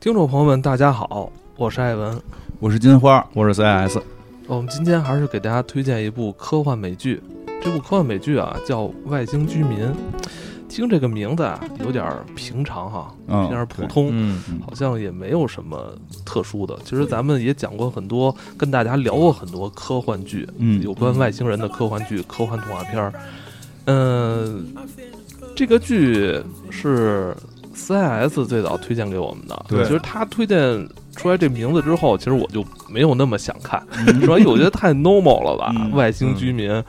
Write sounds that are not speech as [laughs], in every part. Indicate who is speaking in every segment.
Speaker 1: 听众朋友们，大家好，我是艾文。
Speaker 2: 我是金花，我是 CIS，
Speaker 1: 我们今天还是给大家推荐一部科幻美剧，这部科幻美剧啊叫《外星居民》，听这个名字啊有点儿平常哈、
Speaker 2: 嗯
Speaker 1: 有点儿普通，
Speaker 3: 嗯，
Speaker 1: 好像也没有什么特殊的。其实咱们也讲过很多，跟大家聊过很多科幻剧，
Speaker 2: 嗯
Speaker 1: 有关外星人的科幻剧、科幻动画片儿。嗯、这个剧是 CIS 最早推荐给我们的。
Speaker 2: 对
Speaker 1: 其实他推荐出来这名字之后，其实我就没有那么想看，主要因为我觉得太 normal 了吧，
Speaker 2: 嗯
Speaker 1: 外星居民。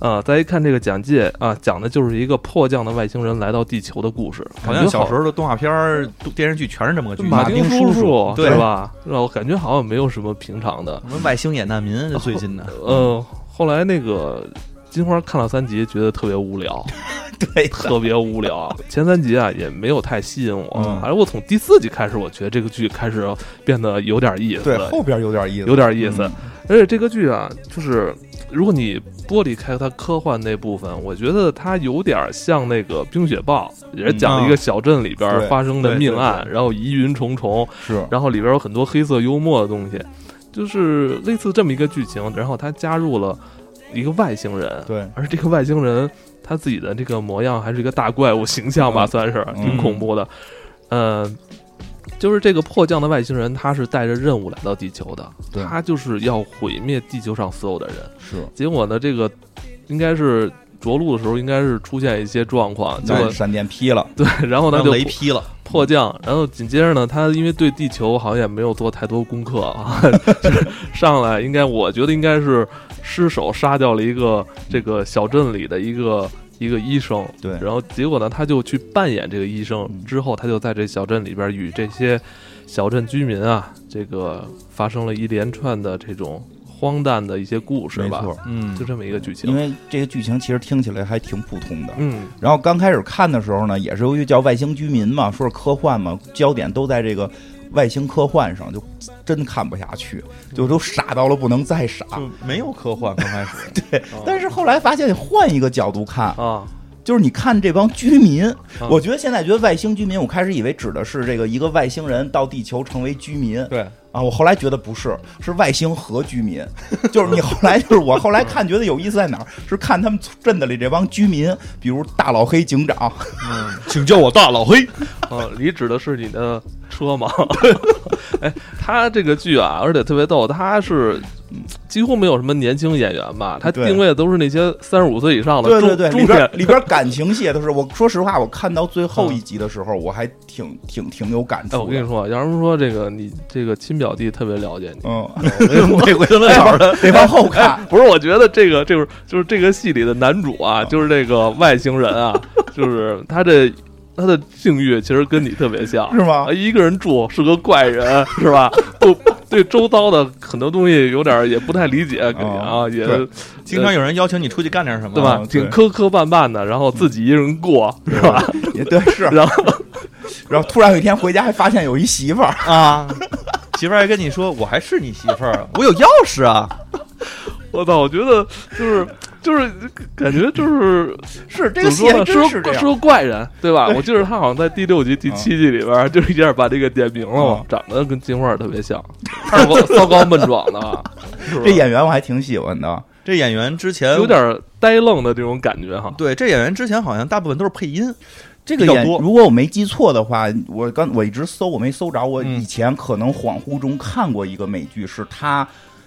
Speaker 1: 啊、再一看这个简介啊、讲的就是一个迫降的外星人来到地球的故事，
Speaker 3: 好
Speaker 1: 感
Speaker 3: 像
Speaker 1: 觉
Speaker 3: 小时候的动画片儿、电视剧全是这么个剧情。
Speaker 1: 马丁叔
Speaker 3: 叔对
Speaker 1: 是吧？让我感觉好像没有什么平常的。
Speaker 3: 什么外星野难民，这最近的，
Speaker 1: 呃，后来那个金花看了三集，觉得特别无
Speaker 3: [laughs]
Speaker 1: 聊，
Speaker 3: [laughs] 对
Speaker 1: 特别无聊。前三集啊也没有太吸引我，
Speaker 2: 嗯
Speaker 1: 反正我从第四集开始，我觉得这个剧开始变得有点意思
Speaker 4: 对，
Speaker 2: 嗯
Speaker 1: 了，
Speaker 4: 后边有点意思。
Speaker 1: 有点意思。而且这个剧啊，就是如果你剥离开它科幻那部分，我觉得它有点像那个《冰雪暴》，也是讲一个小镇里边
Speaker 4: 对
Speaker 1: 发生的
Speaker 3: 嗯对
Speaker 1: 命
Speaker 3: 对
Speaker 1: 案，然后疑云重重，
Speaker 4: 是，
Speaker 1: 然后里边有很多黑色幽默的东西，就是类似这么一个剧情，然后他加入了一个外星人，
Speaker 4: 对，
Speaker 1: 而这个外星人他自己的这个模样还是一个大怪物形象吧，
Speaker 2: 嗯
Speaker 1: 算是
Speaker 2: 嗯
Speaker 1: 挺恐怖的，呃。就是这个迫降的外星人，他是带着任务来到地球的，
Speaker 2: 对
Speaker 1: 他就是要毁灭地球上所有的人。
Speaker 2: 是
Speaker 1: 结果呢，这个应该是着陆的时候，应该是出现一些状况，结
Speaker 2: 对
Speaker 1: 果
Speaker 2: 那闪电劈了，
Speaker 1: 对， [laughs] 然后他
Speaker 3: 让
Speaker 1: 就
Speaker 3: 雷劈了，
Speaker 1: 迫降，然后紧接着呢，他因为对地球好像也没有做太多功课啊， [laughs] 上来应该我觉得应该是失手杀掉了一个这个小镇里的一个一个医生，
Speaker 2: 对
Speaker 1: 然后结果呢，他就去扮演这个医生，
Speaker 2: 嗯
Speaker 1: 之后他就在这小镇里边与这些小镇居民啊，这个发生了一连串的这种荒诞的一些故事
Speaker 2: 没
Speaker 1: 吧，
Speaker 2: 错。
Speaker 3: 嗯
Speaker 1: 就这么一个剧
Speaker 2: 因
Speaker 1: 情，
Speaker 2: 为这个剧情其实听起来还挺普通的。
Speaker 1: 嗯，
Speaker 2: 然后刚开始看的时候呢，也是由于叫外星居民嘛，说是科幻嘛，焦点都在这个外星科幻上，就真看不下去，就都傻到了不能再傻。
Speaker 3: 就没有科幻刚开 [laughs] 始，
Speaker 2: 但是后来发现换一个角度看，
Speaker 1: 啊，
Speaker 2: 就是你看这帮居民，我觉得现在觉得外星居民，我开始以为指的是这个一个外星人到地球成为居民，
Speaker 3: 对，
Speaker 2: 啊，我后来觉得不是，是外星和居民， [laughs] 就是你后来就是我后来看觉得有意思在哪儿，是看他们镇子里这帮居民，比如大老黑警长，
Speaker 3: 请叫我大老 [laughs] 黑。
Speaker 1: [laughs] 哦，你指的是你的车吗？ [laughs] 哎，他这个剧啊，而且特别逗，他是几乎没有什么年轻演员吧？他
Speaker 2: 对
Speaker 1: 定位的都是那些三十五岁以上的
Speaker 2: 对
Speaker 1: 中
Speaker 2: 对对，里
Speaker 1: 中
Speaker 2: 边
Speaker 1: 年。
Speaker 2: 里边感情戏都是，我说实话，我看到最后一集的时候，我还挺挺挺有感
Speaker 1: 嗯哎，我
Speaker 2: 触
Speaker 1: 跟
Speaker 2: 的
Speaker 1: 你，说，要是说这个你这个亲表弟特别了解你，
Speaker 2: 嗯，
Speaker 1: [laughs]
Speaker 3: 每回都那样的，
Speaker 2: 得往后看，
Speaker 1: 不是？我觉得这个就是就是这个戏里的男主啊，
Speaker 2: 嗯
Speaker 1: 就是这个外星人啊，就是他这他的境遇其实跟你特别像，
Speaker 2: 是吗
Speaker 1: 啊，？一个人住是个怪人，是
Speaker 2: [laughs]
Speaker 1: 吧？都对周遭的很多东西有点儿也不太理解，啊，也
Speaker 2: 哦对
Speaker 3: [laughs]
Speaker 2: 哦
Speaker 3: 经常有人邀请你出去干点什么，
Speaker 1: 对吧？
Speaker 2: 对
Speaker 1: 挺磕磕绊绊的，然后自己一人过，是吧？
Speaker 2: [laughs] 也对是，
Speaker 1: [laughs] 然后
Speaker 2: 然后突然有一天回家还发现有一媳妇儿，
Speaker 3: 啊， [laughs] 媳妇儿还跟你说，我还是你媳妇儿，我有钥匙啊。
Speaker 1: 我操，我觉得就是就是感觉就是
Speaker 2: 是 [laughs] 这
Speaker 1: 怎
Speaker 2: 个
Speaker 1: 么说呢，
Speaker 2: 戏还真
Speaker 1: 是
Speaker 2: 是
Speaker 1: 个是
Speaker 2: 这样，哦
Speaker 1: 个怪人，对
Speaker 2: [laughs]
Speaker 1: 吧？我记得他好像在第六集、第七集里边儿，就是一下把这个点明了嘛
Speaker 2: 嗯，
Speaker 1: 长得跟金花儿特别
Speaker 2: [laughs]
Speaker 1: 像，骚高骚高闷壮的，啊是吧
Speaker 2: 这演员我还挺喜欢的，
Speaker 3: 这演员之前
Speaker 1: 有点儿呆愣的这种感觉哈。
Speaker 3: 对，这演员之前好像大部分都是配音，
Speaker 2: 这个
Speaker 3: 比较
Speaker 2: 演，
Speaker 3: 多
Speaker 2: 如果我没记错的话，我刚我一直搜，我没搜着。我
Speaker 3: 嗯
Speaker 2: 以前可能恍惚中看过一个美剧，是他，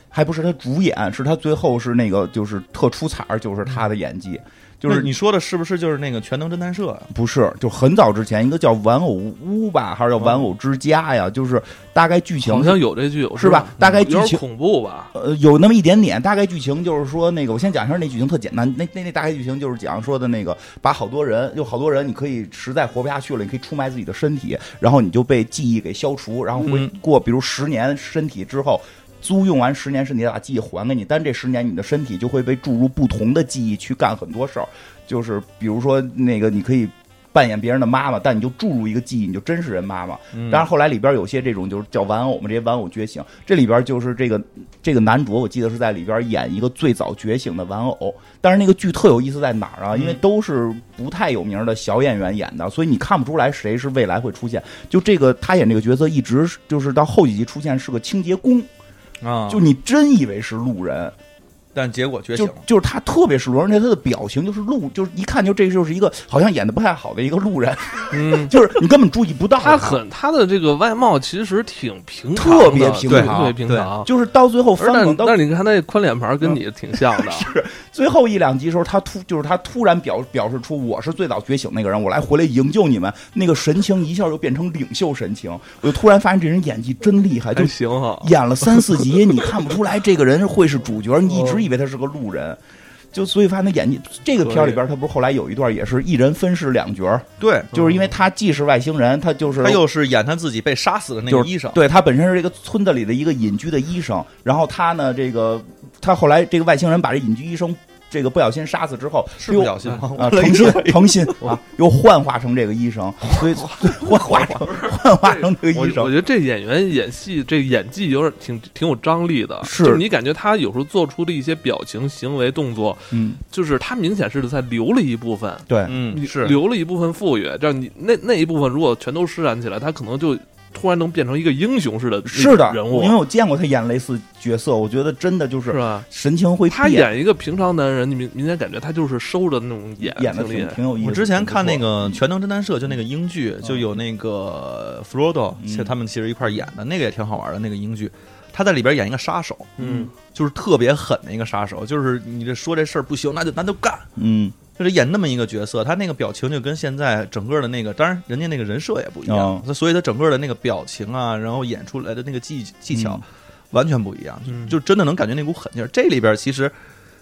Speaker 2: 还不是他主演，是他最后是那个就是特出彩儿，就是他的演技，就
Speaker 3: 那
Speaker 2: 是
Speaker 3: 你说的是不是就是那个《全能侦探社》啊？
Speaker 2: 不是就很早之前一个叫《玩偶屋》吧，还是叫《玩偶之家》呀？就是大概剧
Speaker 1: 好
Speaker 2: 情
Speaker 1: 像有这句，我
Speaker 2: 是吧？大概
Speaker 1: 有
Speaker 2: 剧
Speaker 1: 点儿
Speaker 2: 情
Speaker 1: 恐怖吧？
Speaker 2: 呃，有那么一点点，大概剧情就是说，那个我先讲一下那剧情特简单，那那那大概剧情就是讲说的那个，把好多人，有好多人，你可以实在活不下去了，你可以出卖自己的身体，然后你就被记忆给消除，然后会
Speaker 1: 嗯
Speaker 2: 过比如十年身体之后。租用完十年身体，再把记忆还给你，但这十年你的身体就会被注入不同的记忆去干很多事儿，就是比如说那个你可以扮演别人的妈妈，但你就注入一个记忆，你就真是人妈妈。
Speaker 1: 嗯
Speaker 2: 当然，后来里边有些这种就是叫玩偶嘛，这些玩偶觉醒，这里边就是这个这个男主，我记得是在里边演一个最早觉醒的玩偶。但是那个剧特有意思在哪儿啊？因为
Speaker 1: 嗯
Speaker 2: 都是不太有名的小演员演的，所以你看不出来谁是未来会出现。就这个他演这个角色，一直是就是到后几集出现是个清洁工，
Speaker 3: 啊，
Speaker 2: 就你真以为是路人，
Speaker 3: 但结果觉醒
Speaker 2: 就
Speaker 3: 了，
Speaker 2: 就是他特别是路人，而且他的表情就是路，就是一看就这就是一个好像演的不太好的一个路人， [laughs]
Speaker 1: 嗯，
Speaker 2: 就是你根本注意不
Speaker 1: [laughs]
Speaker 2: 到
Speaker 1: 他很他的这个外貌其实挺平常的，
Speaker 2: 特别平
Speaker 1: 对
Speaker 2: 常
Speaker 1: 特别平常。
Speaker 2: 就是到最后翻
Speaker 1: 而但
Speaker 2: 滚到
Speaker 1: 但是你看他那宽脸盘跟你挺像
Speaker 2: [laughs]
Speaker 1: 的，
Speaker 2: 最后一两集时候，他突就是他突然表表示出我是最早觉醒那个人，我来回来营救你们，那个神情一下就变成领袖神情，我就突然发现这人演技真厉害，就
Speaker 3: 哎
Speaker 1: 还行哈。
Speaker 2: 演了三四集，你看不出来这个人会是主角，你一直以为他是个路人。就所以发现他演技，这个片儿里边他不是后来有一段也是一人分饰两角儿，
Speaker 3: 对，
Speaker 2: 就是因为他既是外星人，他就是
Speaker 3: 嗯他又是演他自己被杀死的那
Speaker 2: 就
Speaker 3: 个
Speaker 2: 是
Speaker 3: 医生，
Speaker 2: 对他本身是这个村子里的一个隐居的医生，然后他呢，这个他后来这个外星人把这隐居医生这个不小心杀死之后，
Speaker 3: 是
Speaker 2: 又
Speaker 3: 不小心吗？ [laughs]
Speaker 2: 啊，
Speaker 3: 我了一
Speaker 2: 诚心
Speaker 3: 个
Speaker 2: 诚心啊，又幻化成这个医生，所以 [laughs] 所以幻化成幻化成这个
Speaker 1: 我
Speaker 2: 医
Speaker 1: 我
Speaker 2: 生，
Speaker 1: 觉得这演员演戏这演技有点挺挺有张力的，
Speaker 2: 是
Speaker 1: 就是你感觉他有时候做出的一些表情、行为、动作，
Speaker 2: 嗯，
Speaker 1: 就是他明显是在留了一部分，
Speaker 2: 对，
Speaker 3: 嗯，是
Speaker 1: 留了一部分富裕，这样你那那一部分如果全都施展起来，他可能就突然能变成一个英雄似的
Speaker 2: 是的，
Speaker 1: 人物
Speaker 3: 啊
Speaker 2: 因为，我见过他演类似角色，我觉得真的就是是
Speaker 1: 吧？
Speaker 2: 神情会
Speaker 1: 他
Speaker 2: 变
Speaker 1: 演一个平常男人，你明明显感觉他就是收着那种演，
Speaker 2: 演的
Speaker 1: 挺厉
Speaker 2: 挺
Speaker 1: 害。
Speaker 2: 挺有意思。
Speaker 3: 我之前看那
Speaker 2: 挺不错
Speaker 3: 个《全能侦探社》，就那个英剧，就有那个 Frodo，
Speaker 2: 嗯
Speaker 3: 其实他们其实一块儿演的，那个也挺好玩的。那个英剧，他在里边演一个杀手，
Speaker 1: 嗯，
Speaker 3: 就是特别狠的一个杀手，就是你这说这事儿不行，那就那就干，
Speaker 2: 嗯
Speaker 3: 就是演那么一个角色。他那个表情就跟现在整个的那个，当然人家那个人设也不一
Speaker 2: 哦
Speaker 3: 样，所以他整个的那个表情啊，然后演出来的那个技技巧
Speaker 2: 嗯
Speaker 3: 完全不一样，
Speaker 1: 嗯
Speaker 3: 就真的能感觉那股狠劲儿。这里边其实。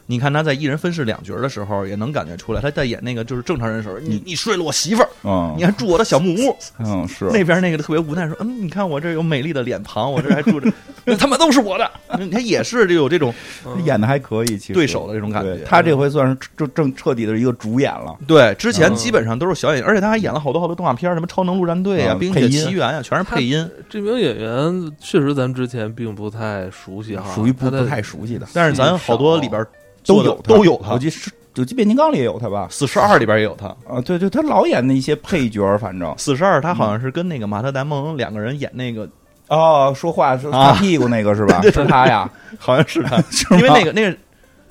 Speaker 3: 你看他在一人分饰两角的时候，也能感觉出来，他在演那个就是正常人的时候，你你睡了我媳妇儿，
Speaker 2: 嗯
Speaker 3: 你还住我的小木屋。
Speaker 2: 嗯 [laughs] 是
Speaker 3: 那边那个特别无奈说：“嗯，你看我这有美丽的脸庞，我这还住着， [laughs] 那他妈都是我的。”他也是就有这种
Speaker 2: [laughs]
Speaker 1: 嗯
Speaker 2: 他演的还可以，其实
Speaker 3: 对手的这种感
Speaker 2: 对
Speaker 3: 觉。
Speaker 2: 他这回算是就正彻底的一个主演了。
Speaker 3: 对之前基本上都是小演员，而且他还演了好多好多动画片，什么《超能陆战队》啊，
Speaker 2: 嗯
Speaker 3: 《冰
Speaker 2: 配
Speaker 3: 雪
Speaker 2: 音
Speaker 3: 奇缘》啊，全是配音。
Speaker 1: 这名演员确实咱之前并不太熟悉哈，
Speaker 2: 属于
Speaker 1: 他
Speaker 2: 不
Speaker 1: 的
Speaker 2: 不太熟悉的，
Speaker 3: 啊但是咱好多里边
Speaker 2: 都
Speaker 3: 做
Speaker 2: 有
Speaker 3: 的
Speaker 2: 他
Speaker 3: 都有
Speaker 2: 我
Speaker 3: 他，
Speaker 2: 记是就记变形金刚里也有他吧？
Speaker 3: 四十二里边也有他。
Speaker 2: 啊，对对，他老演那些配角儿，反正
Speaker 3: 四十二他好像是跟那个马特·达蒙两个人演那个，
Speaker 2: 哦，说话是擦
Speaker 3: 啊
Speaker 2: 屁股那个是吧？是他呀，
Speaker 3: 好像是他，
Speaker 2: 是吗
Speaker 3: 因为那个那个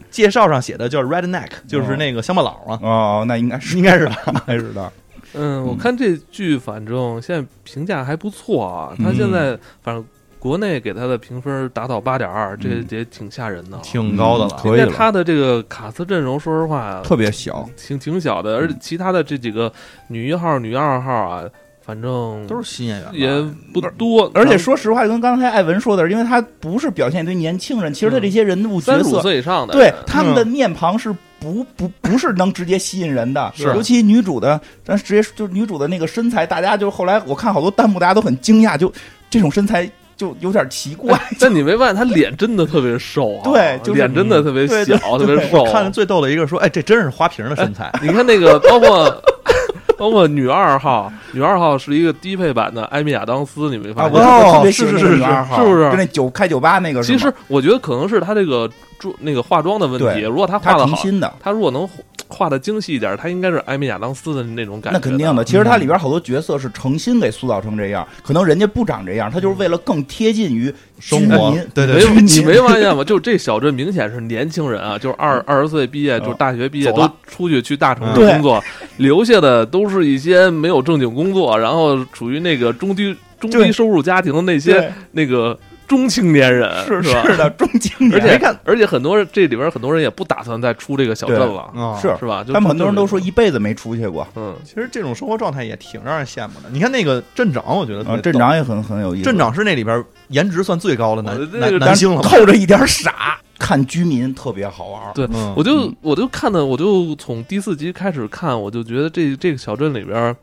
Speaker 3: 介绍上写的叫 Redneck，就是那个乡巴佬啊，
Speaker 2: 哦，那应该是
Speaker 3: 应该是他。
Speaker 2: 应该是他，
Speaker 1: 嗯，我
Speaker 2: 嗯
Speaker 1: 看这剧反正现在评价还不错啊，他
Speaker 2: 嗯
Speaker 1: 现在反正国内给他的评分达到八点二，这
Speaker 2: 嗯
Speaker 1: 也挺吓人的啊。
Speaker 3: 挺高的
Speaker 2: 嗯
Speaker 3: 了，
Speaker 2: 可以
Speaker 1: 现
Speaker 2: 了
Speaker 1: 在他的这个卡斯阵容，说实话
Speaker 2: 特嗯别小，
Speaker 1: 挺挺小的，而且其他的这几个女一号、女二号啊，反正
Speaker 3: 都是新演员吧，
Speaker 1: 也不多，
Speaker 2: 而且说实话，跟刚才艾文说的，因为他不是表现一堆年轻人，其实他这些人物
Speaker 1: 三
Speaker 2: 角
Speaker 1: 十五
Speaker 2: 色，
Speaker 1: 岁以上的，
Speaker 2: 对他们的面庞是不不不是能直接吸引人的，
Speaker 3: 是
Speaker 2: 尤其女主的，咱直接就是女主的那个身材，大家就后来我看好多弹幕，大家都很惊讶，就这种身材就有点奇怪，
Speaker 1: 哎但你没发现她脸真的特别瘦啊，
Speaker 2: 对就是
Speaker 1: 脸真的特别
Speaker 2: 对
Speaker 1: 小，特别瘦。
Speaker 3: 看的最逗的一个说，哎，这真是花瓶的身材，
Speaker 1: 你看那个，包括 [laughs] 包括女二号，女二号是一个低配版的艾米亚当斯，你没发
Speaker 2: 啊，我
Speaker 1: 现？
Speaker 2: 就
Speaker 3: [laughs] 哦
Speaker 2: 特别喜
Speaker 3: 是
Speaker 2: 欢
Speaker 3: 是
Speaker 2: 那个
Speaker 3: 是
Speaker 2: 女二号，
Speaker 1: 是不是
Speaker 2: 就那酒开酒吧那个是
Speaker 1: 其
Speaker 2: 吗，
Speaker 1: 实我觉得可能是她这个妆那个化妆的问
Speaker 2: 对
Speaker 1: 题，如果她
Speaker 2: 他
Speaker 1: 化的
Speaker 2: 挺
Speaker 1: 好，
Speaker 2: 新的。
Speaker 1: 她如果能画的精细一点，她应该是艾米亚当斯的那种感觉。
Speaker 2: 那肯定的，，
Speaker 3: 嗯
Speaker 2: 其实它里边好多角色是诚心给塑造成这样，可能人家不长这样，他就是为了更贴近于居
Speaker 3: 生活
Speaker 2: 民
Speaker 3: 对对
Speaker 1: 没有
Speaker 2: 居民
Speaker 1: 你没发现吗？就这小镇明显是年轻人啊，就是二二十岁毕业，就是大学毕业
Speaker 2: 嗯哦走了
Speaker 1: 都出去去大城市
Speaker 2: 嗯
Speaker 1: 工作，留下的都是一些没有正经工作，然后处于那个中低中
Speaker 2: 对
Speaker 1: 低收入家庭的那些
Speaker 2: 对
Speaker 1: 那个中青年人，
Speaker 2: 是
Speaker 1: 是吧？
Speaker 2: 是的，中青
Speaker 1: 而
Speaker 2: 年。
Speaker 1: 且而且很多人这里边很多人也不打算再出这个小镇了，
Speaker 3: 啊
Speaker 2: 是
Speaker 1: 是吧？就
Speaker 2: 嗯他们很多人
Speaker 1: 就
Speaker 2: 都说一辈子没出去过，
Speaker 1: 嗯，
Speaker 3: 其实这种生活状态也挺让人羡慕的。你看那个啊镇长，我觉得特
Speaker 2: 嗯，
Speaker 3: 别逗
Speaker 2: 镇长也很很有意思。
Speaker 3: 镇长是那里边颜值算最高的
Speaker 1: 我
Speaker 3: 男
Speaker 1: 这
Speaker 3: 男
Speaker 1: 个
Speaker 3: 男星了吧？
Speaker 2: 透着一点傻，看居民特别好玩。
Speaker 1: 对
Speaker 3: 嗯
Speaker 1: 我就我就看的，我就从呃第四集开始看，我就觉得这这个小镇里边儿，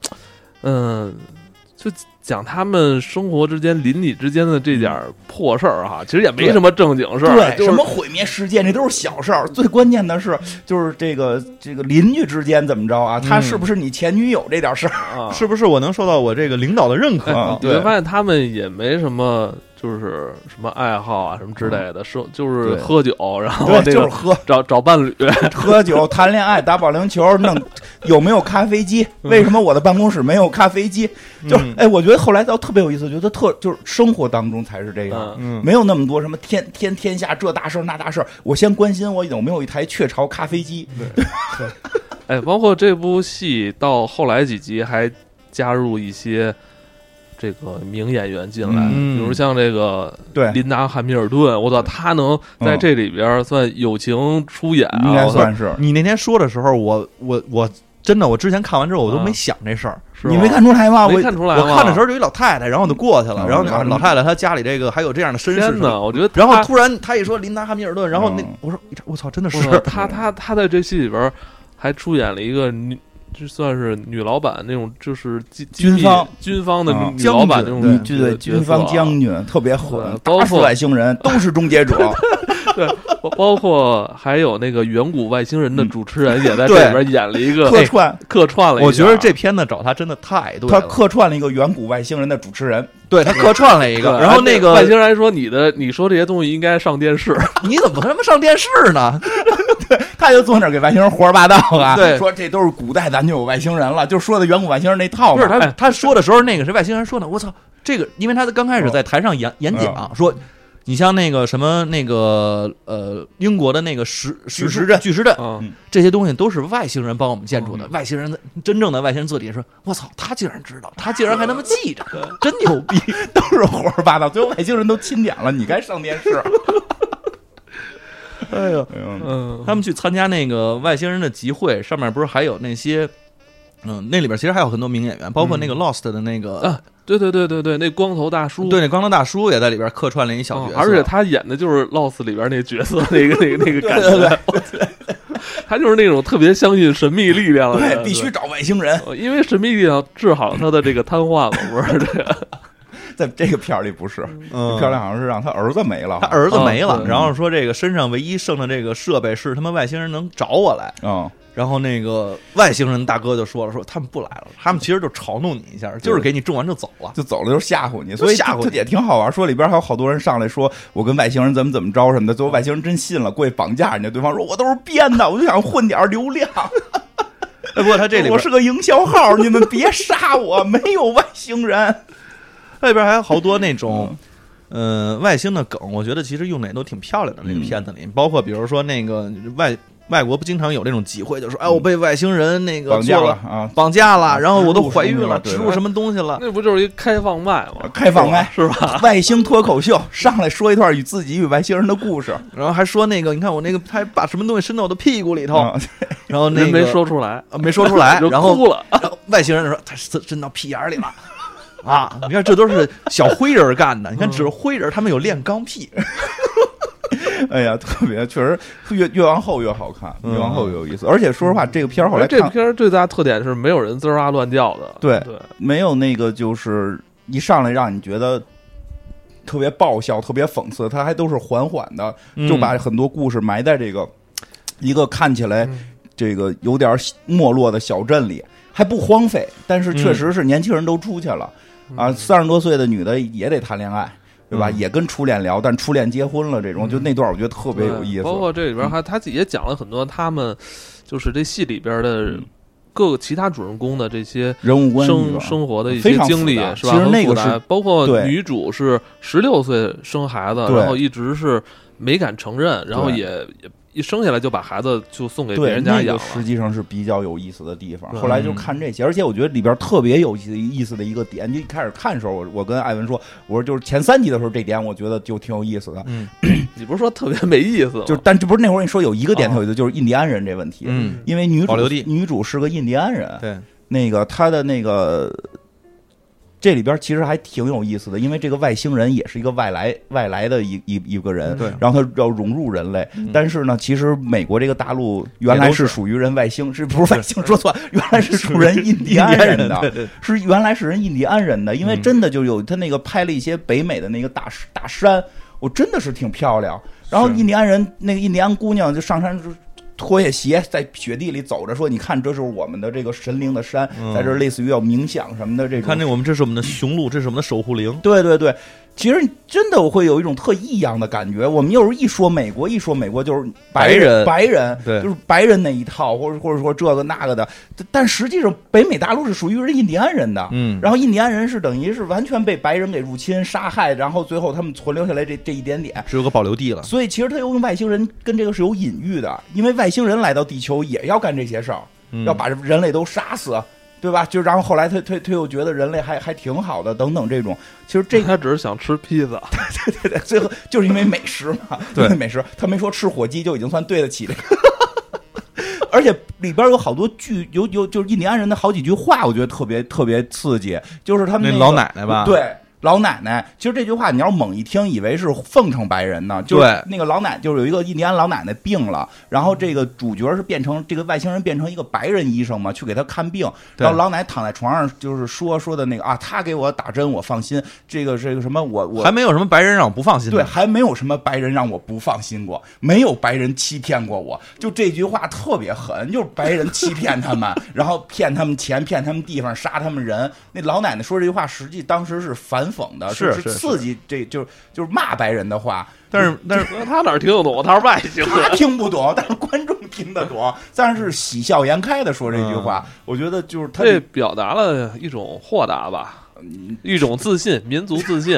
Speaker 1: 嗯、就讲他们生活之间、邻里之间的这点儿破事儿哈，其实也没什么正经事儿，
Speaker 2: 嗯对，
Speaker 1: 就是
Speaker 2: 什么毁灭世界，这都是小事儿。最关键的是，就是这个这个邻居之间怎么着啊？他
Speaker 3: 嗯
Speaker 2: 是不是你前女友这点事儿？
Speaker 1: 啊，
Speaker 3: 是不是我能受到我这个领导的认可？
Speaker 2: 嗯
Speaker 1: 你
Speaker 2: 对
Speaker 1: 会发现他们也没什么，就是什么爱好啊，什么之类的，生就是
Speaker 2: 嗯对
Speaker 1: 喝酒，然后
Speaker 2: 对，
Speaker 1: 这
Speaker 2: [laughs] 就是
Speaker 1: 个
Speaker 2: 喝
Speaker 1: 找找伴侣，
Speaker 2: 喝酒、谈恋爱、打保龄球，弄有没有咖啡机？
Speaker 1: 嗯
Speaker 2: 为什么我的办公室没有咖啡机？就是
Speaker 3: 嗯
Speaker 2: 哎，我觉得后来倒特别有意思，觉得特就是生活当中才是这样。
Speaker 1: [laughs] 嗯，
Speaker 3: 嗯，
Speaker 2: 没有那么多什么天天天下这大事儿那大事儿，我先关心我有没有一台雀巢咖啡机。
Speaker 1: 哎，包括这部戏到后来几集还加入一些这个名演员进来，
Speaker 3: 嗯
Speaker 1: 比如像这个
Speaker 3: 哎
Speaker 2: 对，
Speaker 1: 琳达·汉密尔顿，我操，她能
Speaker 3: 嗯
Speaker 1: 在这里边儿算友情出演啊，
Speaker 2: 应该
Speaker 1: 我操
Speaker 2: 算是。
Speaker 3: 你那天说的时候，我我我真的，我之前看完之后我都
Speaker 1: 啊
Speaker 3: 没想这事儿。
Speaker 1: 是
Speaker 2: 你
Speaker 1: 吧
Speaker 2: 没看出来吗？我
Speaker 1: 没看出来吗？
Speaker 3: 我看的时候就一老太太，然后我就过去了。
Speaker 2: 嗯
Speaker 3: 然后那
Speaker 2: 嗯
Speaker 3: 老太太她家里这个还有这样的身世什
Speaker 1: 天
Speaker 3: 么的，
Speaker 1: 哪，我觉得她，
Speaker 3: 然后突然她一说琳达汉密尔顿，然后那
Speaker 2: 嗯
Speaker 3: 我说一查我操，真的是
Speaker 1: 我操她她她在这戏里边儿还出演了一个女。就算是女老板那种，就是基基地
Speaker 2: 军方
Speaker 1: 军方的
Speaker 2: 啊
Speaker 1: 嗯女老板那种
Speaker 2: 你
Speaker 1: 角，
Speaker 2: 军队
Speaker 1: 角色
Speaker 2: 军方
Speaker 1: 啊
Speaker 2: 将军特别狠
Speaker 1: 对，包
Speaker 2: 打
Speaker 1: 括
Speaker 2: 死外星人都是终
Speaker 1: [laughs]
Speaker 2: 结者。
Speaker 1: 包包括还有那个远古外星人的主持人也在这
Speaker 3: 嗯对
Speaker 1: 里边演了一个
Speaker 2: 客
Speaker 1: 哎
Speaker 2: 串，
Speaker 1: 客串了一下。
Speaker 3: 我觉得这片子找她真的太对
Speaker 2: 他
Speaker 3: 了，
Speaker 2: 客串了一个远古外星人的主持人，
Speaker 3: 对她客串了一
Speaker 1: 对
Speaker 3: 个，然后那个
Speaker 1: 外星人还说你的你说这些东西应该上电
Speaker 3: [laughs]
Speaker 1: 视，
Speaker 3: 你怎么他妈上电视呢？
Speaker 2: 他就坐那儿给外星人胡说八道啊，
Speaker 3: 对
Speaker 2: 说这都是古代咱就有外星人了，就说的远古外星人那套
Speaker 3: 不
Speaker 2: 嘛
Speaker 3: 是。他
Speaker 1: 哎
Speaker 3: 他说的时候，那个谁外星人说呢？我操，这个，因为他刚开始在台上演演讲说。你像那个什么那个呃，英国的那个石石
Speaker 2: 巨石阵
Speaker 3: 巨石阵
Speaker 1: 嗯，
Speaker 3: 这些东西都是外星人帮我们建筑的。外星人真正的外星人自己说：“我操，他竟然知道，他竟然还那么记着，真牛逼
Speaker 2: [laughs] 都是胡说八道，最后外星人都钦点了，你该上电
Speaker 3: [laughs]
Speaker 2: 视。！”
Speaker 3: 哎呦，
Speaker 2: 嗯
Speaker 1: 嗯，
Speaker 3: 他们去参加那个外星人的集会，上面不是还有那些，嗯，那里边其实还有很多名演员，包括那个 Lost 的那个，
Speaker 1: 啊对对对对对，那光头大叔
Speaker 3: 对，那光头大叔也在里边客串了一小角
Speaker 1: 嗯
Speaker 3: 色，
Speaker 1: 而且他演的就是《Lost》里边那
Speaker 2: [laughs]
Speaker 1: 角色，那个那个那个感
Speaker 2: 对对
Speaker 1: 觉，我操 [laughs] 他就是那种特别相信神秘力量的人，
Speaker 2: 对，必须找外星人。
Speaker 1: 对。因为神秘力量治好了他的这个瘫痪嘛，不是 [laughs]
Speaker 2: [laughs]
Speaker 1: 这
Speaker 2: 啊
Speaker 1: 个
Speaker 2: 在这个片儿里不是，这
Speaker 3: 嗯
Speaker 2: 片儿里好像是让他儿子没了，
Speaker 3: 他儿子没
Speaker 1: 哦
Speaker 3: 了，
Speaker 1: 对
Speaker 3: 然后说这个身上唯一剩的这个设备是他妈外星人能找我来，
Speaker 2: 嗯，
Speaker 3: 然后那个外星人大哥就说了，说他们不来了，他们其实就嘲弄你一
Speaker 1: 嗯
Speaker 3: 下，就是给你种完就走了。
Speaker 2: 就走了，就吓唬你，所以
Speaker 3: 吓唬
Speaker 2: 这
Speaker 3: 你
Speaker 2: 也挺好玩。说里边还有好多人上来说我跟外星人怎么怎么着什么的，最后外星人真信了，过去绑架人家，对方说我都是编的，我就想混点流量，
Speaker 3: 哎，不过他 [laughs] 这里边
Speaker 2: 我是个营销号， [laughs] 你们别杀我，没有外星人。
Speaker 3: 他里边还有好多那种。
Speaker 1: 嗯
Speaker 3: 呃，外星的梗，我觉得其实用的也都挺漂亮的。那个片子里，包括比如说那个外外国不经常有那种集会，就说哎，我被外星人那个
Speaker 2: 绑架
Speaker 3: 做
Speaker 2: 了
Speaker 3: 了
Speaker 2: 啊，
Speaker 3: 绑架了，然后我
Speaker 2: 植
Speaker 3: 都
Speaker 2: 入什么
Speaker 3: 怀孕
Speaker 2: 了
Speaker 3: 了，
Speaker 2: 对
Speaker 3: 植入什么东西了，
Speaker 1: 那不就是一开放麦吗？
Speaker 2: 啊开放麦啊
Speaker 1: 是吧？
Speaker 2: 外星脱口秀上来说一段与自己与外星人的故事，
Speaker 3: 然后还说那个，你看我那个，他还把什么东西伸到我的屁股里头，
Speaker 2: 啊
Speaker 3: 然后那
Speaker 1: 人
Speaker 3: 个
Speaker 1: 没说出来，
Speaker 3: 啊，没说出 [laughs]
Speaker 2: 哎
Speaker 3: 来，
Speaker 1: 就
Speaker 3: 然后
Speaker 1: 哭了。
Speaker 3: 然后外星人就说他伸伸到屁眼儿里了。啊！你看，这都是小灰人干的。你看，只是灰人，他们有炼钢屁。
Speaker 2: 哎呀，特别确实越越往后越好看，越往后越有意思。而且说实话，这个片儿后来
Speaker 1: 哎这
Speaker 2: 看
Speaker 1: 片儿最大特点是没有人滋哇乱叫的，
Speaker 2: 对
Speaker 1: 对，
Speaker 2: 没有那个就是一上来让你觉得特别爆笑、特别讽刺，它还都是缓缓的，
Speaker 3: 嗯
Speaker 2: 就把很多故事埋在这个一个看起来这个有点没落的小镇里，还不荒废，但是确实是年轻人都出去了、
Speaker 1: 嗯
Speaker 2: 啊，三十多岁的女的也得谈恋爱。对吧？也跟初恋聊，但初恋结婚了，这种就那段我觉得特别有意
Speaker 1: 嗯
Speaker 2: 思。嗯
Speaker 1: 包括这里边还他自己也讲了很多他们就是这戏里边的
Speaker 2: 嗯
Speaker 1: 各个其他主人公的这些
Speaker 2: 人物关系吧
Speaker 1: 生生活的一
Speaker 2: 非
Speaker 1: 些
Speaker 2: 常复
Speaker 1: 经历
Speaker 2: 杂
Speaker 1: 是吧？
Speaker 2: 其实那个
Speaker 1: 很复杂
Speaker 2: 是
Speaker 1: 包括
Speaker 2: 对
Speaker 1: 女主是十六岁生孩子，
Speaker 2: 对
Speaker 1: 然后一直是没敢承认，然后
Speaker 2: 对
Speaker 1: 也也一生下来就把孩子就送给别
Speaker 2: 对，
Speaker 1: 人家
Speaker 2: 那
Speaker 1: 养
Speaker 2: 个
Speaker 1: 了。
Speaker 2: 实际上是比较有意思的地方。
Speaker 1: 对嗯
Speaker 2: 后来就看这些，而且我觉得里边特别有意思意思的一个点，就一开始看的时候，我我跟艾文说，我说就是前三集的时候，这点我觉得就挺有意思的。
Speaker 3: 嗯
Speaker 1: 你不是说特别没意思吗？
Speaker 2: 就是，但这不是那会儿你说有一个点
Speaker 1: 啊
Speaker 2: 特有意思，就是印第安人这问题，
Speaker 3: 嗯，
Speaker 2: 因为女主
Speaker 3: 保留地
Speaker 2: 女主是个印第安人，
Speaker 3: 对，
Speaker 2: 那个她的那个这里边其实还挺有意思的，因为这个外星人也是一个外来外来的一一一个人，
Speaker 3: 对
Speaker 2: 然后他要融入人类。但是呢，其实美国这个大陆原来嗯是属于人外星，是不是外星？说错了，原来是属人印第安人的，
Speaker 3: 对对
Speaker 2: 是原来是人印第安人的，因为
Speaker 3: 嗯
Speaker 2: 真的就有他那个拍了一些北美的那个大山大山，我真的是挺漂亮。然后
Speaker 3: 是
Speaker 2: 印第安人那个印第安姑娘就上山就脱下鞋在雪地里走着，说：“你看，这是我们的这个神灵的山，
Speaker 3: 嗯
Speaker 2: 在这儿类似于要冥想什么的这种。”
Speaker 3: 看这我们这是我们的雄鹿，这是我们的守护灵，
Speaker 2: 对对对，其实真的我会有一种特异样的感觉。我们有时候一说美国，一说美国就是人，白
Speaker 3: 白
Speaker 2: 人，
Speaker 3: 对
Speaker 2: 就是白人那一套，或者或者说这个那个的。但但实际上，北美大陆是属于人印第安人的，
Speaker 3: 嗯
Speaker 2: 然后印第安人是等于是完全被白人给入侵、杀害，然后最后他们存留下来这这一点点。
Speaker 3: 只有个保留地了。
Speaker 2: 所以其实他用外星人跟这个是有隐喻的，因为外星人来到地球也要干这些事儿，
Speaker 3: 嗯
Speaker 2: 要把人类都杀死。对吧？就然后后来他他他又觉得人类还还挺好的，等等这种，其实这
Speaker 3: [laughs]
Speaker 2: 个
Speaker 1: 他只是想吃披萨，
Speaker 2: 对对，最后就是因为美食嘛，
Speaker 3: 对
Speaker 2: 因为美食，他没说吃火鸡就已经算对得起这个。而且里边有好多句，有有就是印第安人的好几句话，我觉得特别特别刺激，就是他们、
Speaker 3: 那
Speaker 2: 个、
Speaker 3: 老奶奶吧
Speaker 2: 对。老奶奶，其实这句话你要猛一听，以为是奉承白人呢。就是
Speaker 3: 对
Speaker 2: 那个老奶，就是有一个印第安老奶奶病了，然后这个主角是变成这个外星人变成一个白人医生嘛，去给她看病。
Speaker 3: 对
Speaker 2: 然后老奶奶躺在床上，就是说说的那个啊，他给我打针，我放心。这个这个什么，我我
Speaker 3: 还没有什么白人让我不放心的。
Speaker 2: 对，还没有什么白人让我不放心过，没有白人欺骗过我。就这句话特别狠，就是白人欺骗他
Speaker 3: [laughs]
Speaker 2: 们，然后骗他们钱，骗他们地方，杀他们人。那老奶奶说这句话，实际当时是反讽的，
Speaker 3: 是
Speaker 2: 是
Speaker 3: 是是
Speaker 2: 刺激这就是就是骂白人的话。
Speaker 3: 但是但是
Speaker 1: 他哪儿听得懂？他是外星
Speaker 2: 他
Speaker 1: 人。
Speaker 2: 听不懂，但是观众听得懂，但是喜笑颜开的说这句话，
Speaker 3: 嗯
Speaker 2: 我觉得就是嗯他
Speaker 1: 这表达了一种豁达吧，一种自信，民族自
Speaker 2: [laughs]
Speaker 1: 信。